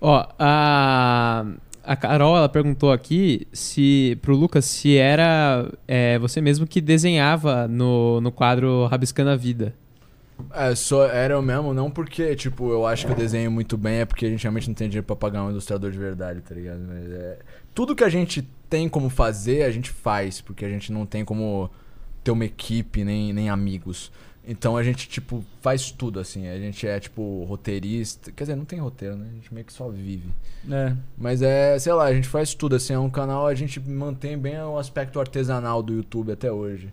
Speaker 2: Ó, a, a Carol ela perguntou aqui se pro Lucas se era é, você mesmo que desenhava no, no quadro Rabiscando a Vida.
Speaker 3: É, só era eu mesmo, não porque, tipo, eu acho que eu desenho muito bem, é porque a gente realmente não tem dinheiro pra pagar um ilustrador de verdade, tá ligado? Mas é. Tudo que a gente tem como fazer, a gente faz, porque a gente não tem como ter uma equipe, nem, nem amigos. Então a gente, tipo, faz tudo, assim. A gente é, tipo, roteirista. Quer dizer, não tem roteiro, né? A gente meio que só vive.
Speaker 4: É.
Speaker 3: Mas é, sei lá, a gente faz tudo, assim. É um canal, a gente mantém bem o aspecto artesanal do YouTube até hoje.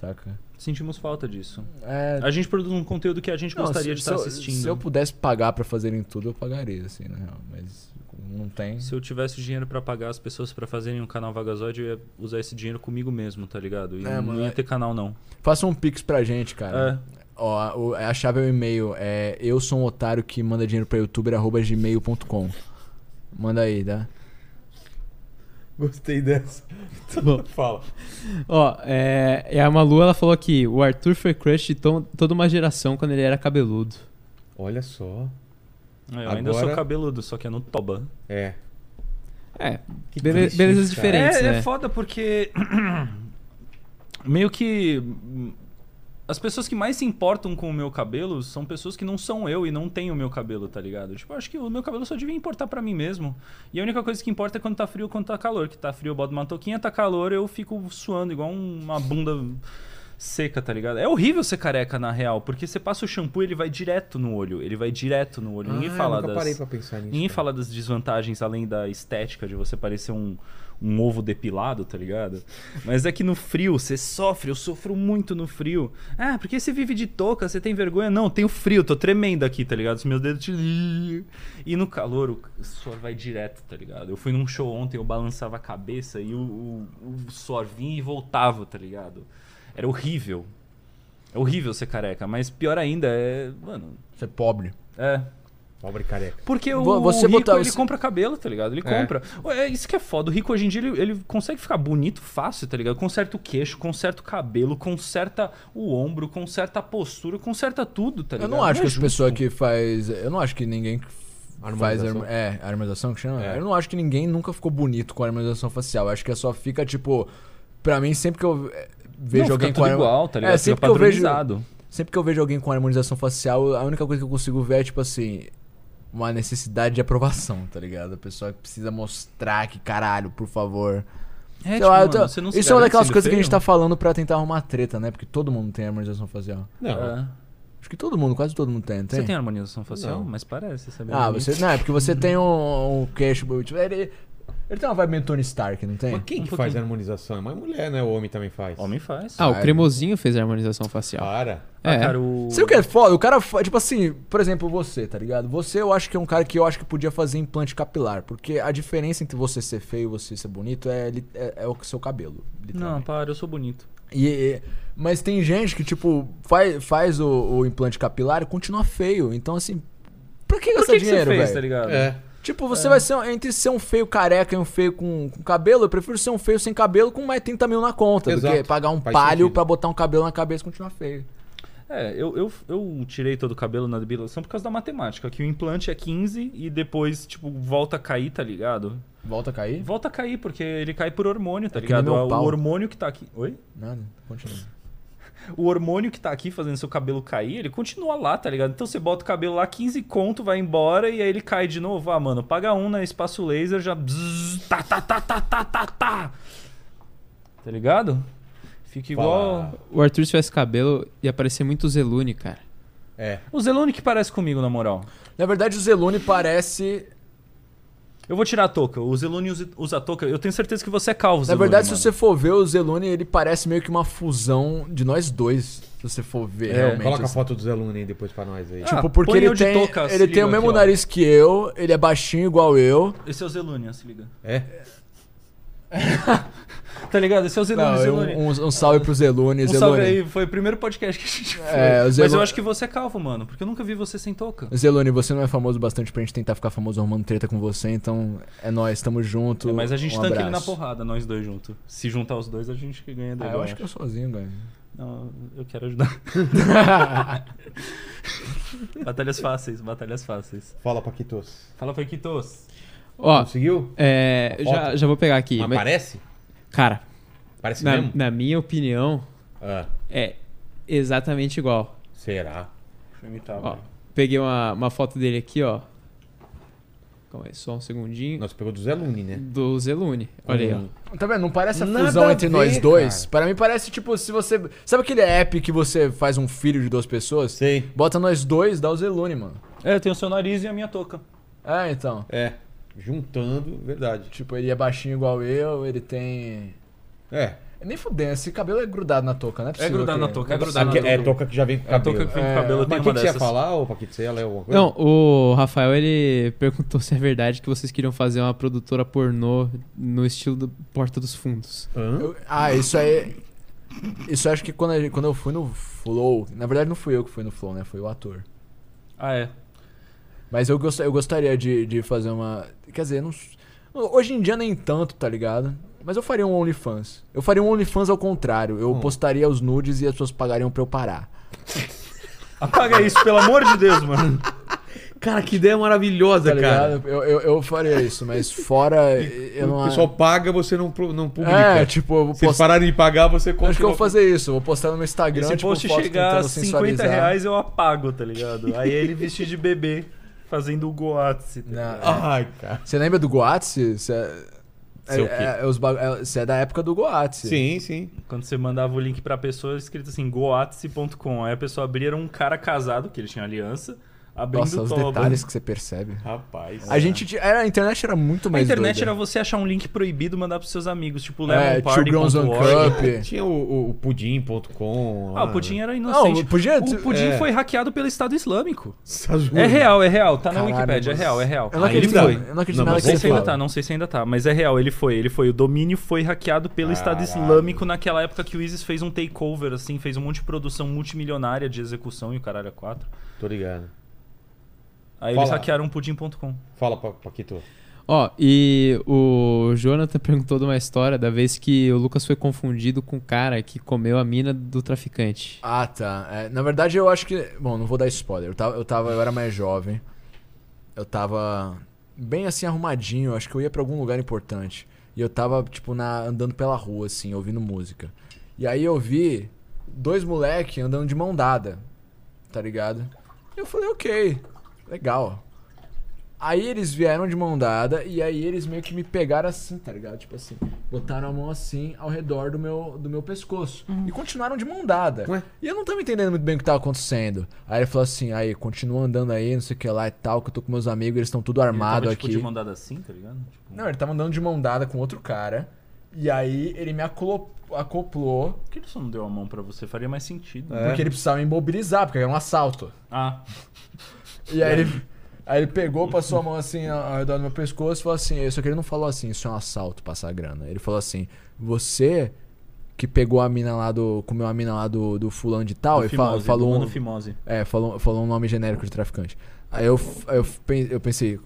Speaker 3: Saca?
Speaker 4: Sentimos falta disso.
Speaker 3: É,
Speaker 4: A gente produz um conteúdo que a gente
Speaker 3: não,
Speaker 4: gostaria
Speaker 3: se-
Speaker 4: de
Speaker 3: se
Speaker 4: estar
Speaker 3: eu-
Speaker 4: assistindo.
Speaker 3: Se eu pudesse pagar pra fazerem tudo, eu pagaria, assim, na real. Mas como não tem.
Speaker 4: Se eu tivesse dinheiro pra pagar as pessoas pra fazerem um canal vagazoide, eu ia usar esse dinheiro comigo mesmo, tá ligado? E
Speaker 3: É,
Speaker 4: não
Speaker 3: mano, é-
Speaker 4: ia ter canal, não. É,
Speaker 3: Faça um pix pra gente, cara. Ó, a, o- a chave é o e-mail. É eu sou um otário que manda dinheiro pra youtuber arroba gmail.com. Manda aí, tá?
Speaker 1: Gostei dessa. Então, Fala.
Speaker 2: Ó, é, e a Malu ela falou aqui: o Arthur foi crush de to- toda uma geração quando ele era cabeludo.
Speaker 1: Olha só.
Speaker 4: É, eu ainda
Speaker 1: Agora-
Speaker 4: sou cabeludo, só que é no toba.
Speaker 1: É.
Speaker 2: É,
Speaker 1: Que
Speaker 2: bele-
Speaker 1: triste
Speaker 2: belezas
Speaker 1: isso, cara.
Speaker 2: diferentes,
Speaker 4: é,
Speaker 2: né?
Speaker 4: é foda porque. meio que. hum, As pessoas que mais se importam com o meu cabelo são pessoas que não são eu e não têm o meu cabelo, tá ligado? Tipo, eu acho que o meu cabelo só devia importar pra mim mesmo. E a única coisa que importa é quando tá frio ou quando tá calor. Que tá frio, eu boto uma touquinha, tá calor, eu fico suando igual um, uma bunda seca, tá ligado? É horrível ser careca, na real, porque você passa o shampoo ele vai direto no olho. Ele vai direto no olho. Ninguém
Speaker 1: Ah,
Speaker 4: fala
Speaker 1: eu nunca
Speaker 4: das...
Speaker 1: parei pra pensar nisso.
Speaker 4: Ninguém
Speaker 1: cara.
Speaker 4: fala das desvantagens além da estética de você parecer um, um ovo depilado, tá ligado? Mas é que no frio você sofre, eu sofro muito no frio. Ah, porque você vive de touca, você tem vergonha? Não, tenho frio, tô tremendo aqui, tá ligado? Os meus dedos. te- E no calor o suor vai direto, tá ligado? Eu fui num show ontem, eu balançava a cabeça e o, o, o suor vinha e voltava, tá ligado? Era horrível. É horrível ser careca, mas pior ainda é. Mano.
Speaker 3: Você é pobre.
Speaker 4: É,
Speaker 1: Pobre careca.
Speaker 4: porque o
Speaker 3: Vo- você
Speaker 4: rico,
Speaker 3: botar
Speaker 4: ele
Speaker 3: o-
Speaker 4: compra cabelo, tá ligado? Ele
Speaker 1: É.
Speaker 4: compra. É isso que é foda. O rico hoje em dia, ele, ele consegue ficar bonito fácil, tá ligado? Conserta o queixo, conserta o cabelo, conserta o ombro, conserta a postura, conserta tudo, tá
Speaker 3: Eu
Speaker 4: ligado?
Speaker 3: não acho
Speaker 4: é
Speaker 3: que as
Speaker 4: justo.
Speaker 3: pessoas que faz. Eu não acho que ninguém que f- Faz
Speaker 2: Harmonização.
Speaker 3: harmo- é, harmonização que chama?
Speaker 1: É.
Speaker 3: Eu não acho que ninguém nunca ficou bonito com harmonização facial. Eu acho que só fica, tipo. Pra mim, sempre que eu eh, vejo
Speaker 4: Não,
Speaker 3: alguém
Speaker 4: fica
Speaker 3: com
Speaker 4: tudo
Speaker 3: harmo-
Speaker 4: igual, tá ligado?
Speaker 3: É,
Speaker 4: Fica
Speaker 3: sempre que eu vejo.
Speaker 4: padronizado.
Speaker 3: Sempre que eu vejo alguém com harmonização facial, a única coisa que eu consigo ver é, tipo assim. Uma necessidade de aprovação, tá ligado? A pessoa que precisa mostrar que, caralho, por favor.
Speaker 4: É,
Speaker 3: Sei
Speaker 4: tipo,
Speaker 3: lá, eu
Speaker 4: mano,
Speaker 3: tenho-
Speaker 4: você não se
Speaker 3: Isso é uma
Speaker 4: garante
Speaker 3: daquelas
Speaker 4: sendo
Speaker 3: coisas que a gente
Speaker 4: feio?
Speaker 3: tá falando pra tentar arrumar treta, né? Porque todo mundo tem harmonização facial.
Speaker 1: Não.
Speaker 4: É.
Speaker 3: Acho que todo mundo, quase todo mundo tem, tá tem?
Speaker 4: Você tem harmonização facial?
Speaker 1: Não.
Speaker 4: Mas parece, sabe?
Speaker 3: Ah, você. Não, é porque você tem um, um queixo. Tipo, ele, ele tem uma vibe meio Tony Stark, não tem?
Speaker 1: Mas quem que faz harmonização? É mais mulher, né? O homem também faz.
Speaker 4: Homem faz.
Speaker 2: Ah, o
Speaker 3: Ai.
Speaker 2: cremosinho fez a harmonização facial.
Speaker 1: Para.
Speaker 4: Ah,
Speaker 2: é.
Speaker 4: cara, o...
Speaker 3: Sabe o que é foda? O cara, fa- tipo assim, por exemplo, você, tá ligado? Você eu acho que é um cara que eu acho que podia fazer implante capilar. Porque a diferença entre você ser feio e você ser bonito é, li- é, é o seu cabelo.
Speaker 4: Não,
Speaker 3: literalmente.
Speaker 4: para, eu sou bonito.
Speaker 3: E, e- mas tem gente que, tipo, faz, faz o, o implante capilar e continua feio. Então, assim, pra que
Speaker 4: Por
Speaker 3: gastar
Speaker 4: que, que você
Speaker 3: dinheiro,
Speaker 4: fez, tá
Speaker 3: velho?
Speaker 4: ligado?
Speaker 1: É.
Speaker 3: Tipo, você vai ser. um- Entre ser um feio careca e um feio com, com cabelo, eu prefiro ser um feio sem cabelo com mais 30 mil na conta. Do que
Speaker 1: Exato.
Speaker 3: pagar um
Speaker 1: Faz
Speaker 3: palho
Speaker 1: sentido.
Speaker 3: pra botar um cabelo na cabeça e continuar feio.
Speaker 4: É, eu, eu, eu tirei todo o cabelo na depilação por causa da matemática, que o implante é 15 e depois, tipo, volta a cair, tá ligado?
Speaker 3: Volta a cair?
Speaker 4: Volta a cair, porque ele cai por hormônio, tá
Speaker 3: É que nem
Speaker 4: ligado?
Speaker 3: meu
Speaker 4: O
Speaker 3: pau.
Speaker 4: hormônio que tá aqui. Oi?
Speaker 3: Nada, continua.
Speaker 4: O hormônio que tá aqui fazendo seu cabelo cair, ele continua lá, tá ligado? Então você bota o cabelo lá, 15 conto, vai embora e aí ele cai de novo. Ah, mano, paga um na espaço laser, já. bzzz, tá, tá, tá, tá, tá, tá, tá. Tá ligado? Fica igual.
Speaker 1: Fala.
Speaker 2: O Arthur se tivesse cabelo, ia parecer muito Zelune, cara.
Speaker 1: É.
Speaker 4: O Zelone que parece comigo, na moral.
Speaker 3: Na verdade, o Zelune parece.
Speaker 4: Eu vou tirar a touca. O Zelone usa, usa a touca. Eu tenho certeza que você é calvo,
Speaker 3: Na
Speaker 4: Zelone.
Speaker 3: verdade, se
Speaker 4: mano.
Speaker 3: você for ver, o Zelune ele parece meio que uma fusão de nós dois. Se você for ver,
Speaker 4: É,
Speaker 3: realmente.
Speaker 1: Coloca a
Speaker 3: assim.
Speaker 1: foto dos alunos aí depois pra nós aí.
Speaker 4: Ah,
Speaker 3: Tipo, porque
Speaker 4: põe
Speaker 3: ele
Speaker 4: eu de
Speaker 3: tem,
Speaker 4: touca, se
Speaker 3: ele tem
Speaker 4: liga
Speaker 3: o mesmo
Speaker 4: aqui, ó.
Speaker 3: nariz que eu, ele é baixinho igual eu.
Speaker 4: Esse é o Zelone, ó, se liga.
Speaker 1: É.
Speaker 4: Tá ligado? Esse é o Zelone,
Speaker 3: Não, eu-
Speaker 4: Zelone.
Speaker 3: um, um salve pro Zelune.
Speaker 4: Um
Speaker 3: Zelune.
Speaker 4: salve aí, foi o primeiro podcast que a gente fez.
Speaker 3: É, o
Speaker 4: Mas eu
Speaker 3: Zelone-
Speaker 4: acho que você é calvo, mano, porque eu nunca vi você sem touca.
Speaker 3: Zelone, você não é famoso bastante pra gente tentar ficar famoso arrumando treta com você, então é nóis, tamo junto.
Speaker 4: É, mas a gente
Speaker 3: um
Speaker 4: tanca ele na
Speaker 3: abraço.
Speaker 4: porrada, nós dois juntos. Se juntar os dois, a gente que ganha dele.
Speaker 3: Ah, eu acho que eu sozinho, velho.
Speaker 4: Não, eu quero ajudar. batalhas fáceis, batalhas fáceis.
Speaker 1: Fala, Paquitos.
Speaker 4: Fala pra Kitos.
Speaker 2: Ó,
Speaker 1: Conseguiu?
Speaker 2: é,
Speaker 1: Uma
Speaker 2: já,
Speaker 1: foto?
Speaker 2: já vou pegar aqui.
Speaker 1: Mas
Speaker 2: mas-
Speaker 1: parece?
Speaker 2: cara,
Speaker 1: Parece
Speaker 2: na,
Speaker 1: mesmo?
Speaker 2: na minha opinião,
Speaker 1: Ah,
Speaker 2: é exatamente igual.
Speaker 1: será?
Speaker 4: Deixa eu imitar,
Speaker 2: Ó,
Speaker 4: velho.
Speaker 2: peguei uma, uma foto dele aqui, ó. Calma aí, só um segundinho.
Speaker 1: Nós pegou dos alunos, né?
Speaker 2: Do Zelune. Olha
Speaker 1: Hum,
Speaker 2: aí, ó.
Speaker 3: Tá vendo? Não parece a
Speaker 1: Nada
Speaker 3: fusão
Speaker 1: a
Speaker 3: entre
Speaker 1: ver,
Speaker 3: nós dois?
Speaker 1: cara.
Speaker 3: Pra mim parece tipo se você. Sabe aquele app que você faz um filho de duas pessoas?
Speaker 1: Sei.
Speaker 3: Bota nós dois, dá o Zelune, mano.
Speaker 4: É, eu tenho o seu nariz e a minha touca.
Speaker 3: É, então.
Speaker 1: É. Juntando, verdade.
Speaker 3: Tipo, ele é baixinho igual eu, ele tem.
Speaker 1: É.
Speaker 3: Nem fudendo, esse cabelo é grudado na touca, né?
Speaker 4: É grudado na touca, é grudado
Speaker 1: Aqui-
Speaker 4: na touca.
Speaker 1: é toca que já vem com
Speaker 4: É a
Speaker 1: cabelo.
Speaker 4: touca que vem
Speaker 3: É,
Speaker 4: com cabelo, eu
Speaker 1: Mas
Speaker 4: tenho
Speaker 1: o que,
Speaker 4: uma
Speaker 1: que você ia
Speaker 4: dessas.
Speaker 1: falar, ô Paquito? Você ia ler é alguma coisa?
Speaker 2: Não, o Rafael ele perguntou se é verdade que vocês queriam fazer uma produtora pornô no estilo do Porta dos Fundos.
Speaker 1: Hã?
Speaker 3: Ah, isso aí. Isso eu acho que quando, a gente- quando eu fui no Flow. Na verdade, não fui eu que fui no Flow, né? Foi o ator.
Speaker 4: Ah, é.
Speaker 3: Mas eu, gost, eu gostaria de, de fazer uma. Quer dizer, não, s- hoje em dia nem tanto, tá ligado? Mas eu faria um OnlyFans. Eu faria um OnlyFans ao contrário. Eu postaria os nudes e as pessoas pagariam pra eu parar.
Speaker 4: Apaga isso, pelo amor de Deus, mano.
Speaker 1: Cara, que ideia maravilhosa,
Speaker 3: Tá
Speaker 1: cara.
Speaker 3: ligado? Eu, eu, eu faria isso, mas fora. eu não
Speaker 1: o pessoal paga, você não, pro- não publica.
Speaker 3: É, tipo, eu vou
Speaker 1: Se eles
Speaker 3: postar.
Speaker 1: pararem de pagar, você
Speaker 3: Acho que eu
Speaker 1: continua.
Speaker 3: vou fazer isso. Eu Vou postar no meu Instagram.
Speaker 4: Se o
Speaker 3: tipo,
Speaker 4: post
Speaker 3: foto
Speaker 4: chegar a
Speaker 3: tentando
Speaker 4: 50
Speaker 3: sensualizar.
Speaker 4: reais, eu apago, tá ligado? Aí ele vestido de bebê, fazendo o goatse. tá
Speaker 3: Não,
Speaker 4: ligado?
Speaker 1: Ai,
Speaker 3: É,
Speaker 1: cara.
Speaker 3: Você lembra do Goatse? Você é, é,
Speaker 1: Seu quê?
Speaker 3: é- é os bagu- é- você é da época do Goatse.
Speaker 1: Sim, sim.
Speaker 4: Quando você mandava o link pra pessoa, escrito assim, goatse.com. Aí a pessoa abria era um cara casado, que ele tinha aliança, abrindo
Speaker 3: Nossa, os
Speaker 4: toba.
Speaker 3: detalhes que você percebe.
Speaker 1: Rapaz.
Speaker 3: A gente. tinha- era- a internet era muito
Speaker 4: A
Speaker 3: mais.
Speaker 4: internet
Speaker 3: doida.
Speaker 4: era você achar um link proibido e mandar pros seus amigos, tipo
Speaker 3: É, Two Grounds on
Speaker 4: lemonparty.org.
Speaker 3: Cup.
Speaker 1: Tinha o, o, o pudim.com.
Speaker 4: Ah,
Speaker 1: lá,
Speaker 4: o
Speaker 3: é
Speaker 4: Pudim era
Speaker 3: Não,
Speaker 4: inocente.
Speaker 3: o Pudim,
Speaker 4: o Pudim
Speaker 1: é.
Speaker 4: foi hackeado pelo Estado Islâmico.
Speaker 1: Essa jura?
Speaker 4: É real, é real. Tá na
Speaker 3: Caralho,
Speaker 4: Wikipedia, é
Speaker 3: mas-
Speaker 4: real, é real.
Speaker 3: Eu não
Speaker 1: Ah, ele
Speaker 3: acredito,
Speaker 1: foi.
Speaker 3: eu não
Speaker 1: Não,
Speaker 3: acredito nada
Speaker 1: mas
Speaker 3: que
Speaker 4: Não
Speaker 3: você
Speaker 1: esse
Speaker 4: sei se ainda
Speaker 3: fala.
Speaker 4: tá, não sei se ainda tá, mas é real, ele foi, ele foi. O domínio foi hackeado pelo Estado
Speaker 1: Caralho.
Speaker 4: Islâmico naquela época que o ISIS fez um takeover, assim, fez um monte de produção multimilionária de execução e o caralho a quatro.
Speaker 1: Tô ligado.
Speaker 4: Aí eles
Speaker 1: Fala.
Speaker 4: hackearam pudim.com.
Speaker 1: Fala, Pa- Paquito.
Speaker 2: Ó, e o Jonathan perguntou de uma história da vez que o Lucas foi confundido com o cara que comeu a mina do traficante.
Speaker 3: Ah, tá. É, na verdade, eu acho que. Bom, não vou dar spoiler. Eu tava, eu tava, eu era mais jovem. eu tava bem assim arrumadinho, acho que eu ia pra algum lugar importante. E eu tava, tipo, na, andando pela rua, assim, ouvindo música. E aí eu vi dois moleque andando de mão dada, tá ligado? E eu falei, ok, legal. Aí eles vieram de mão dada e aí eles meio que me pegaram assim, tá ligado? Tipo assim, botaram a mão assim ao redor do meu, do meu pescoço. E continuaram de mão dada.
Speaker 1: Ué?
Speaker 3: E eu não tava entendendo muito bem o que tava acontecendo. Aí ele falou assim, aí, continua andando aí, não sei o que lá e tal, que eu tô com meus amigos, eles estão tudo armado
Speaker 4: tava,
Speaker 3: aqui.
Speaker 4: Tipo, de mandada assim, tá ligado? Tipo,
Speaker 3: Não, ele tava andando de mão dada com outro cara. E aí ele me acolo- acoplou,
Speaker 4: Por que ele só não deu a mão pra você? Faria mais sentido.
Speaker 1: É.
Speaker 3: porque ele precisava me imobilizar, porque era um assalto.
Speaker 4: Ah,
Speaker 3: E aí ele, aí ele pegou, passou a mão assim ao ao redor do meu pescoço e falou assim: Só que ele não falou assim, isso é um assalto, passar a grana. Ele falou assim: Você que pegou a mina lá do. comeu a mina lá do, do fulano de tal,
Speaker 4: do
Speaker 3: e fa-
Speaker 4: Fimose, do
Speaker 3: falou.
Speaker 4: Mano
Speaker 3: um-
Speaker 4: Fimose.
Speaker 3: é, falou, falou um nome genérico de traficante. Aí eu, f- aí eu, f- pen- eu pensei,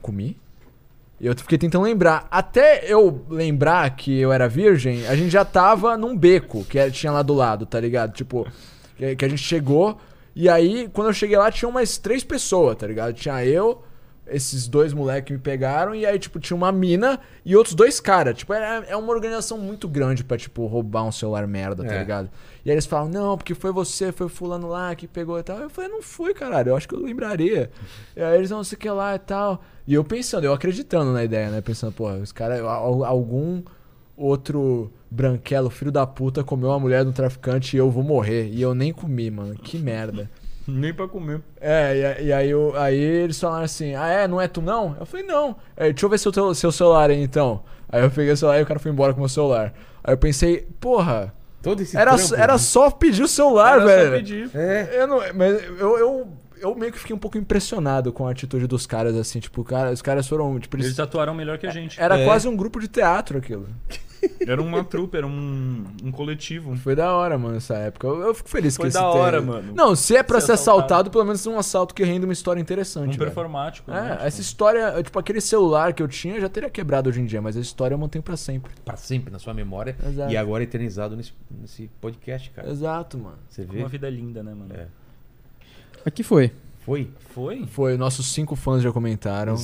Speaker 3: comi? E eu fiquei tentando lembrar. Até eu lembrar que eu era virgem, a gente já tava num beco que era- tinha lá do lado, tá ligado? Tipo, que, que a gente chegou. E aí, quando eu cheguei lá, tinha umas três pessoas, tá ligado? Tinha eu, esses dois moleques que me pegaram, e aí, tipo, tinha uma mina e outros dois caras. Tipo, é, é uma organização muito grande pra, tipo, roubar um celular merda, tá
Speaker 1: É.
Speaker 3: ligado? E aí eles falam, não, porque foi você, foi fulano lá que pegou e tal. Eu falei, não fui, caralho, eu acho que eu lembraria. E aí eles não sei o que lá e tal. E eu pensando, eu acreditando na ideia, né? Pensando, porra, os caras, al- algum outro branquelo, filho da puta, comeu a mulher de um traficante e eu vou morrer. E eu nem comi, mano, que merda.
Speaker 4: Nem pra comer.
Speaker 3: É, e, a- e aí, eu- aí eles falaram assim: Ah, é? Não é tu não? Eu falei: Não. É, deixa eu ver seu, teu- seu celular aí então. Aí eu peguei o celular e o cara foi embora com o meu celular. Aí eu pensei: Porra,
Speaker 1: Todo esse
Speaker 3: era,
Speaker 1: trampo,
Speaker 3: era
Speaker 1: né?
Speaker 3: só pedir o
Speaker 4: Ah,
Speaker 3: celular, velho.
Speaker 1: É.
Speaker 3: Eu não, mas eu, eu, eu meio que fiquei um pouco impressionado com a atitude dos caras, assim, tipo, cara, os caras foram, tipo, eles-
Speaker 4: Eles atuaram melhor que a gente.
Speaker 3: era
Speaker 1: É.
Speaker 3: quase um grupo de teatro aquilo.
Speaker 4: Era uma trupe, era um, um coletivo.
Speaker 3: Foi da hora, mano, essa época. Eu, eu fico feliz
Speaker 4: Foi
Speaker 3: que
Speaker 4: da
Speaker 3: esse
Speaker 4: hora,
Speaker 3: tenha-
Speaker 4: mano.
Speaker 3: Não, se é pra
Speaker 4: Ser
Speaker 3: ser assaltado,
Speaker 4: assaltado,
Speaker 3: pelo menos um assalto que renda uma história
Speaker 4: Um
Speaker 3: interessante. velho.
Speaker 4: performático. né?
Speaker 3: É,
Speaker 4: Tipo,
Speaker 3: essa história, tipo, aquele celular que eu tinha já teria quebrado hoje em dia, mas a história eu mantenho pra sempre.
Speaker 1: Pra sempre na sua memória.
Speaker 3: Exato.
Speaker 1: E agora eternizado nesse, nesse podcast, cara.
Speaker 3: Exato, mano.
Speaker 1: Você vê?
Speaker 4: Uma vida linda, né, mano?
Speaker 1: É.
Speaker 2: Aqui foi.
Speaker 1: Foi.
Speaker 4: Foi?
Speaker 3: Foi, nossos cinco fãs já comentaram.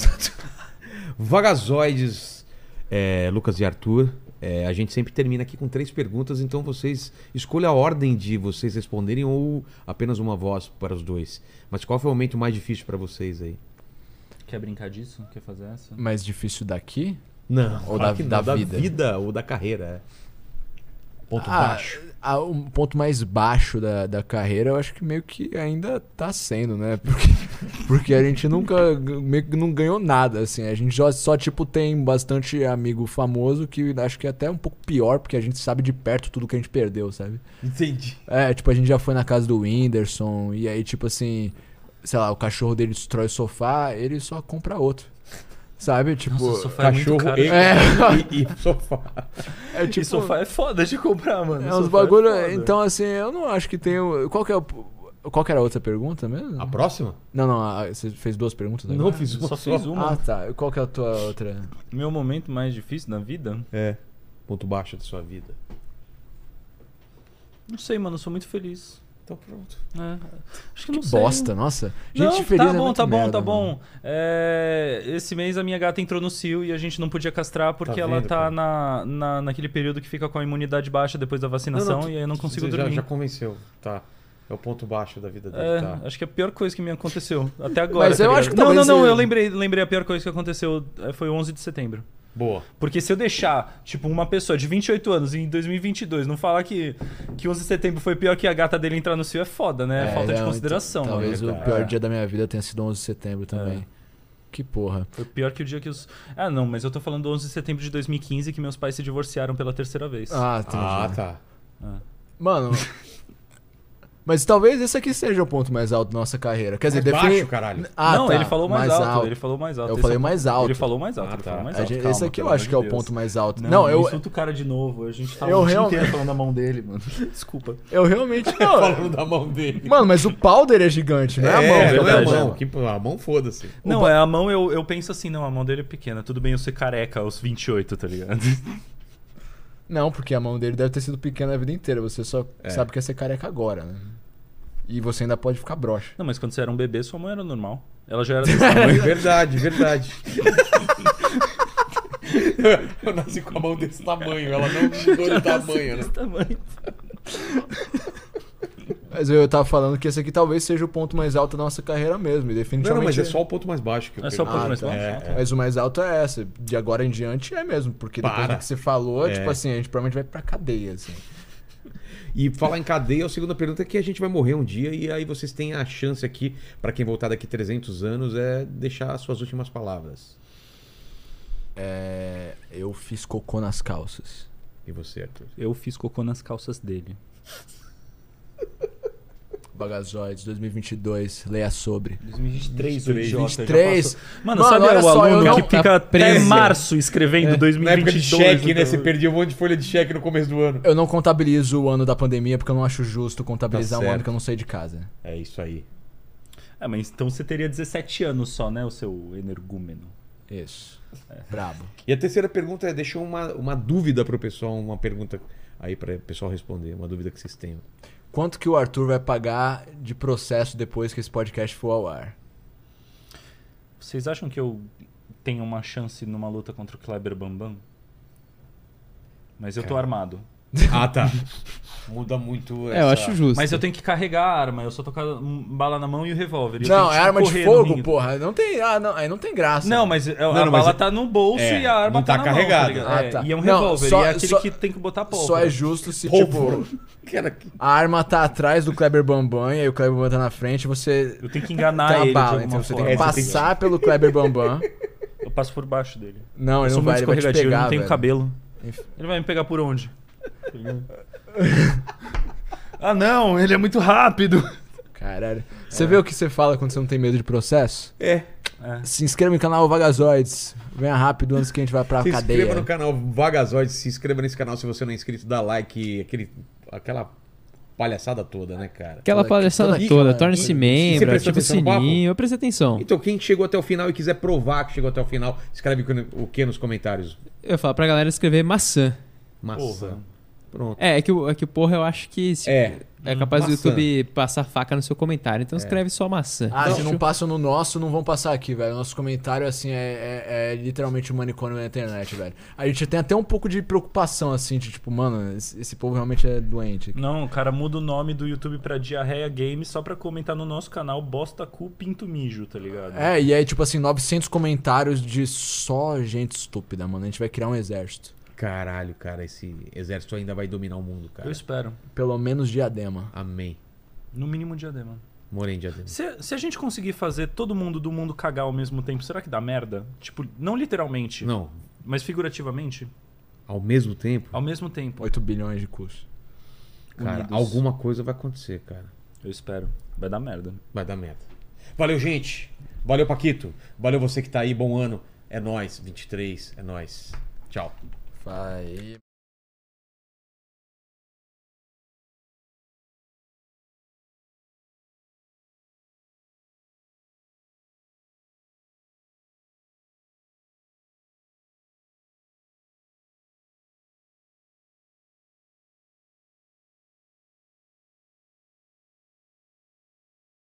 Speaker 1: Vagazoides, é, Lucas e Arthur. é, a gente sempre termina aqui com três perguntas, então vocês escolha a ordem de vocês responderem ou apenas uma voz para os dois. Mas qual foi o momento mais difícil para vocês aí?
Speaker 4: Quer brincar disso? Quer fazer essa?
Speaker 3: Mais difícil daqui?
Speaker 1: Não,
Speaker 3: Ou
Speaker 1: claro que
Speaker 3: da- da
Speaker 1: não,
Speaker 3: vida.
Speaker 1: ou da carreira. é. Ponto
Speaker 3: Ah,
Speaker 1: baixo.
Speaker 3: ah, um ponto mais baixo da, da carreira, eu acho que meio que ainda tá sendo, né? Porque, porque a gente nunca g- meio que não ganhou nada, assim. A gente só, só, tipo, tem bastante amigo famoso que acho que é até um pouco pior, porque a gente sabe de perto tudo que a gente perdeu, sabe?
Speaker 1: Entendi.
Speaker 3: É, tipo, a gente já foi na casa do Whindersson, e aí, tipo assim, sei lá, o cachorro dele destrói o sofá, ele só compra outro. Sabe? Tipo.
Speaker 4: Nossa, sofá é
Speaker 1: Cachorro
Speaker 4: muito caro.
Speaker 1: e,
Speaker 3: É.
Speaker 1: e- e sofá.
Speaker 3: é tipo.
Speaker 4: E sofá é foda de comprar, mano.
Speaker 3: É uns
Speaker 4: Sofá
Speaker 3: bagulho.
Speaker 4: foda.
Speaker 3: então, assim, eu não acho que tem. o- Qual que é o. Qual que era a outra pergunta mesmo?
Speaker 1: A próxima?
Speaker 3: Não, não, a- você fez duas perguntas
Speaker 1: Não
Speaker 3: agora?
Speaker 1: fiz uma
Speaker 4: Só
Speaker 1: só.
Speaker 4: fez uma.
Speaker 3: Ah, tá. Qual que é a tua outra?
Speaker 4: Meu momento mais difícil na vida?
Speaker 1: É. Ponto baixo da sua vida.
Speaker 4: Não sei, mano. Eu sou muito feliz.
Speaker 1: Então pronto.
Speaker 4: É. Acho
Speaker 3: Que
Speaker 4: que, não sei.
Speaker 3: bosta, nossa. Gente
Speaker 4: Não,
Speaker 3: feliz
Speaker 4: tá
Speaker 3: é
Speaker 4: bom,
Speaker 3: muito
Speaker 4: tá bom,
Speaker 3: merda,
Speaker 4: tá
Speaker 3: mano.
Speaker 4: bom. É, esse mês a minha gata entrou no cio e a gente não podia castrar porque
Speaker 1: Tá
Speaker 4: ela
Speaker 1: vendo,
Speaker 4: tá
Speaker 1: cara?
Speaker 4: na, na, naquele período que fica com a imunidade baixa depois da vacinação e aí eu não consigo
Speaker 1: já,
Speaker 4: dormir.
Speaker 1: Já convenceu, tá. É o ponto baixo da vida dele,
Speaker 4: É,
Speaker 1: tá.
Speaker 4: acho que é a pior coisa que me aconteceu até agora.
Speaker 3: Mas
Speaker 4: tá
Speaker 3: eu
Speaker 4: ligado?
Speaker 3: acho que
Speaker 4: não, não,
Speaker 3: talvez
Speaker 4: não,
Speaker 3: você-
Speaker 4: eu lembrei, lembrei a pior coisa que aconteceu é, foi o 11 de setembro.
Speaker 1: Boa.
Speaker 4: Porque se eu deixar, tipo, uma pessoa de 28 anos em 2022 não falar que, que 11 de setembro foi pior que a gata dele entrar no cio é foda, né? É, falta de
Speaker 3: não,
Speaker 4: consideração. É.
Speaker 3: então,
Speaker 4: mano.
Speaker 3: Talvez o pior dia da minha vida tenha sido 11 de setembro também. Que porra.
Speaker 4: Foi pior que o dia que os. Ah, não, mas eu tô falando do 11 de setembro de 2015 que meus pais se divorciaram pela terceira vez.
Speaker 3: Ah, entendi.
Speaker 1: Ah, tá.
Speaker 3: Mano. Mas talvez esse aqui seja o ponto mais alto da nossa carreira. Quer dizer,
Speaker 1: É
Speaker 3: define-
Speaker 1: baixo, caralho.
Speaker 3: Ah,
Speaker 4: não,
Speaker 3: tá,
Speaker 4: ele falou mais, alto, Ele falou mais alto.
Speaker 3: Eu
Speaker 4: Esse
Speaker 3: falei
Speaker 4: é o-
Speaker 3: mais alto.
Speaker 4: Ele falou mais alto.
Speaker 1: Ah,
Speaker 4: ele falou
Speaker 1: tá.
Speaker 4: mais
Speaker 3: A
Speaker 4: alto.
Speaker 3: gente-
Speaker 4: Calma,
Speaker 3: esse aqui eu
Speaker 4: pelo
Speaker 3: acho
Speaker 4: amor
Speaker 3: que é o
Speaker 4: de
Speaker 3: ponto
Speaker 4: Deus.
Speaker 3: mais alto.
Speaker 4: Não,
Speaker 3: Não, eu,
Speaker 4: Insulta o cara de novo. A gente tá
Speaker 3: Eu
Speaker 4: o dia
Speaker 3: real-
Speaker 4: inteiro falando na mão dele, mano. Desculpa.
Speaker 3: eu realmente não. é-
Speaker 1: Falando da mão dele.
Speaker 3: Mano, mas o pau dele é gigante, não é, a mão.
Speaker 1: não é a
Speaker 4: verdade,
Speaker 1: mão.
Speaker 4: é.
Speaker 1: Que, a mão foda-se.
Speaker 4: Não, é a mão, eu, eu penso assim, não, a mão dele é pequena. Tudo bem eu ser careca aos 28, tá ligado?
Speaker 3: Não, porque a mão dele deve ter sido pequena a vida inteira. Você só sabe que é ser careca agora, né? E você ainda pode ficar broxa.
Speaker 4: Não, mas quando você era um bebê, sua mão era normal. Ela já era desse tamanho.
Speaker 1: É Verdade, verdade. Eu nasci com a mão desse tamanho, ela não mudou de tamanho, né?
Speaker 3: Mas eu tava falando que esse aqui talvez seja o ponto mais alto da nossa carreira mesmo. E definitivamente.
Speaker 1: Não, não, mas é só o ponto mais baixo que eu
Speaker 4: É só o
Speaker 1: peguei.
Speaker 4: ponto mais
Speaker 3: tá.
Speaker 4: baixo.
Speaker 3: Mas o mais alto é essa. De agora em diante é mesmo. Porque depois
Speaker 1: Para.
Speaker 3: do que você falou,
Speaker 1: É.
Speaker 3: tipo assim, a gente provavelmente vai pra cadeia, assim.
Speaker 1: E falar em cadeia, a segunda pergunta é que a gente vai morrer um dia e aí vocês têm a chance aqui, pra quem voltar daqui 300 anos, é deixar as suas últimas palavras.
Speaker 3: É, eu fiz cocô nas calças.
Speaker 1: E você, Arthur?
Speaker 4: Eu fiz cocô nas calças dele.
Speaker 3: Bagazoides 2022, leia sobre.
Speaker 4: 2023,
Speaker 3: 23. Mano,
Speaker 4: Mano, sabe
Speaker 3: olha
Speaker 4: o
Speaker 3: só, eu
Speaker 4: aluno
Speaker 3: não-
Speaker 4: que
Speaker 3: tá
Speaker 4: fica até
Speaker 3: péssimo.
Speaker 4: março escrevendo 2022?
Speaker 1: É, Na época de cheque, né?
Speaker 4: então-
Speaker 1: Você perdia um monte de folha de cheque no começo do ano.
Speaker 3: Eu não contabilizo o ano da pandemia porque eu não acho justo contabilizar
Speaker 1: Tá
Speaker 3: um ano
Speaker 1: certo.
Speaker 3: que eu não saí de casa.
Speaker 1: É isso aí.
Speaker 4: Ah, mas então você teria 17 anos só, né? O seu energúmeno.
Speaker 3: Isso.
Speaker 4: É.
Speaker 3: Brabo.
Speaker 1: E a terceira pergunta é: deixa uma, uma dúvida pro pessoal, uma pergunta aí pra o pessoal responder, uma dúvida que vocês tenham.
Speaker 3: Quanto que o Arthur vai pagar de processo depois que esse podcast for ao ar?
Speaker 4: Vocês acham que eu tenho uma chance numa luta contra o Kleber Bambam? Mas eu tô armado.
Speaker 1: Ah, tá. Muda muito.
Speaker 2: É, eu acho justo.
Speaker 4: Mas eu tenho que carregar a arma, eu só tô com a um bala na mão e o revólver. e eu tenho
Speaker 3: não,
Speaker 4: que,
Speaker 3: é
Speaker 4: tipo,
Speaker 3: arma de
Speaker 4: correr no
Speaker 3: fogo,
Speaker 4: ringue.
Speaker 3: porra. Não tem. Ah, não, aí não tem graça.
Speaker 4: Não, mas é, a
Speaker 1: não, mas
Speaker 4: bala
Speaker 1: é-
Speaker 4: tá no bolso
Speaker 1: é,
Speaker 4: e a arma
Speaker 1: não
Speaker 4: tá,
Speaker 1: tá
Speaker 4: na
Speaker 1: carregada.
Speaker 4: Mão, ligado?
Speaker 3: Ah, tá.
Speaker 4: É, E é um
Speaker 3: Não,
Speaker 4: revólver,
Speaker 3: só-
Speaker 4: e é aquele
Speaker 3: só-
Speaker 4: que tem que botar pólvora.
Speaker 3: Só é justo se,
Speaker 1: Pólvora.
Speaker 3: tipo,
Speaker 1: Cara, que-
Speaker 3: a arma tá atrás do Kleber Bambam e aí o Kleber Bambam tá na frente você
Speaker 4: Eu tenho que
Speaker 3: tem
Speaker 4: enganar
Speaker 3: uma
Speaker 4: Ah, ele
Speaker 3: bala.
Speaker 4: de
Speaker 3: Então
Speaker 4: alguma
Speaker 3: você tem
Speaker 4: forma.
Speaker 3: que
Speaker 1: É, você tem que-
Speaker 3: passar pelo Kleber Bambam.
Speaker 4: Eu passo por baixo dele.
Speaker 3: Não,
Speaker 4: eu
Speaker 3: ele
Speaker 4: sou
Speaker 3: não vai,
Speaker 4: muito
Speaker 3: ele vai te
Speaker 4: escorregadio,
Speaker 3: pegar,
Speaker 4: eu não tenho
Speaker 3: velho.
Speaker 4: cabelo.
Speaker 3: Enf-
Speaker 4: Ele vai me pegar por onde? ah não, ele é muito rápido.
Speaker 3: Caralho. Você vê o que você fala quando você não tem medo de processo?
Speaker 1: É.
Speaker 3: Se inscreva no canal Vagazoides. Venha rápido antes que a gente vá pra
Speaker 1: Se
Speaker 3: cadeia. né?
Speaker 1: inscreva no canal Vagazoide, se inscreva nesse canal se você não é inscrito, dá like, aquele, aquela palhaçada toda, né, cara?
Speaker 2: Aquela
Speaker 3: Toda-
Speaker 2: palhaçada
Speaker 3: toda-
Speaker 2: toda,
Speaker 3: toda-
Speaker 2: torne-se
Speaker 1: e- e você
Speaker 2: membro,
Speaker 1: prestou
Speaker 2: ativa o
Speaker 1: atenção no papo?
Speaker 2: sininho. Eu prestei atenção.
Speaker 1: Então, quem chegou até o final e quiser provar que chegou até o final, escreve o que nos comentários?
Speaker 2: Eu falo pra galera escrever maçã.
Speaker 1: Maçã.
Speaker 4: Porra.
Speaker 1: Pronto.
Speaker 2: É, é que, o- é que o porra eu acho que se-
Speaker 1: É.
Speaker 2: é capaz do
Speaker 1: Maçã. É.
Speaker 2: YouTube passar faca no seu comentário. Então escreve só maçã.
Speaker 1: Então,
Speaker 3: Ah, se
Speaker 2: Fechou?
Speaker 3: não passam no nosso, não vão passar aqui, velho. Nosso comentário, assim, é, é- é literalmente um manicômio na internet, velho. A gente tem até um pouco de preocupação, assim, de tipo, mano, esse, esse povo realmente é doente.
Speaker 4: Não, o cara muda o nome do YouTube pra Diarreia Games só pra comentar no nosso canal Bosta Cu Pinto Mijo, tá ligado?
Speaker 3: É, e aí, tipo assim, 900 comentários de só gente estúpida, mano. A gente vai criar um exército.
Speaker 1: Caralho, cara, esse exército ainda vai dominar o mundo, cara.
Speaker 4: Eu espero.
Speaker 3: Pelo menos diadema.
Speaker 1: Amém.
Speaker 4: No mínimo um diadema.
Speaker 1: Morem de Adeus.
Speaker 4: Se, se a gente conseguir fazer todo mundo do mundo cagar ao mesmo tempo, será que dá merda? Tipo, não literalmente,
Speaker 1: Não,
Speaker 4: mas figurativamente,
Speaker 1: ao mesmo tempo,
Speaker 4: ao mesmo tempo.
Speaker 3: 8 bilhões de custo.
Speaker 1: cara,
Speaker 4: Unidos.
Speaker 1: alguma coisa vai acontecer, cara.
Speaker 4: Eu espero. Vai dar merda.
Speaker 1: Vai dar merda. Valeu, gente. Valeu, Paquito. Valeu você que tá aí. Bom ano. É nóis. 23. É nóis. Tchau.
Speaker 3: Vai.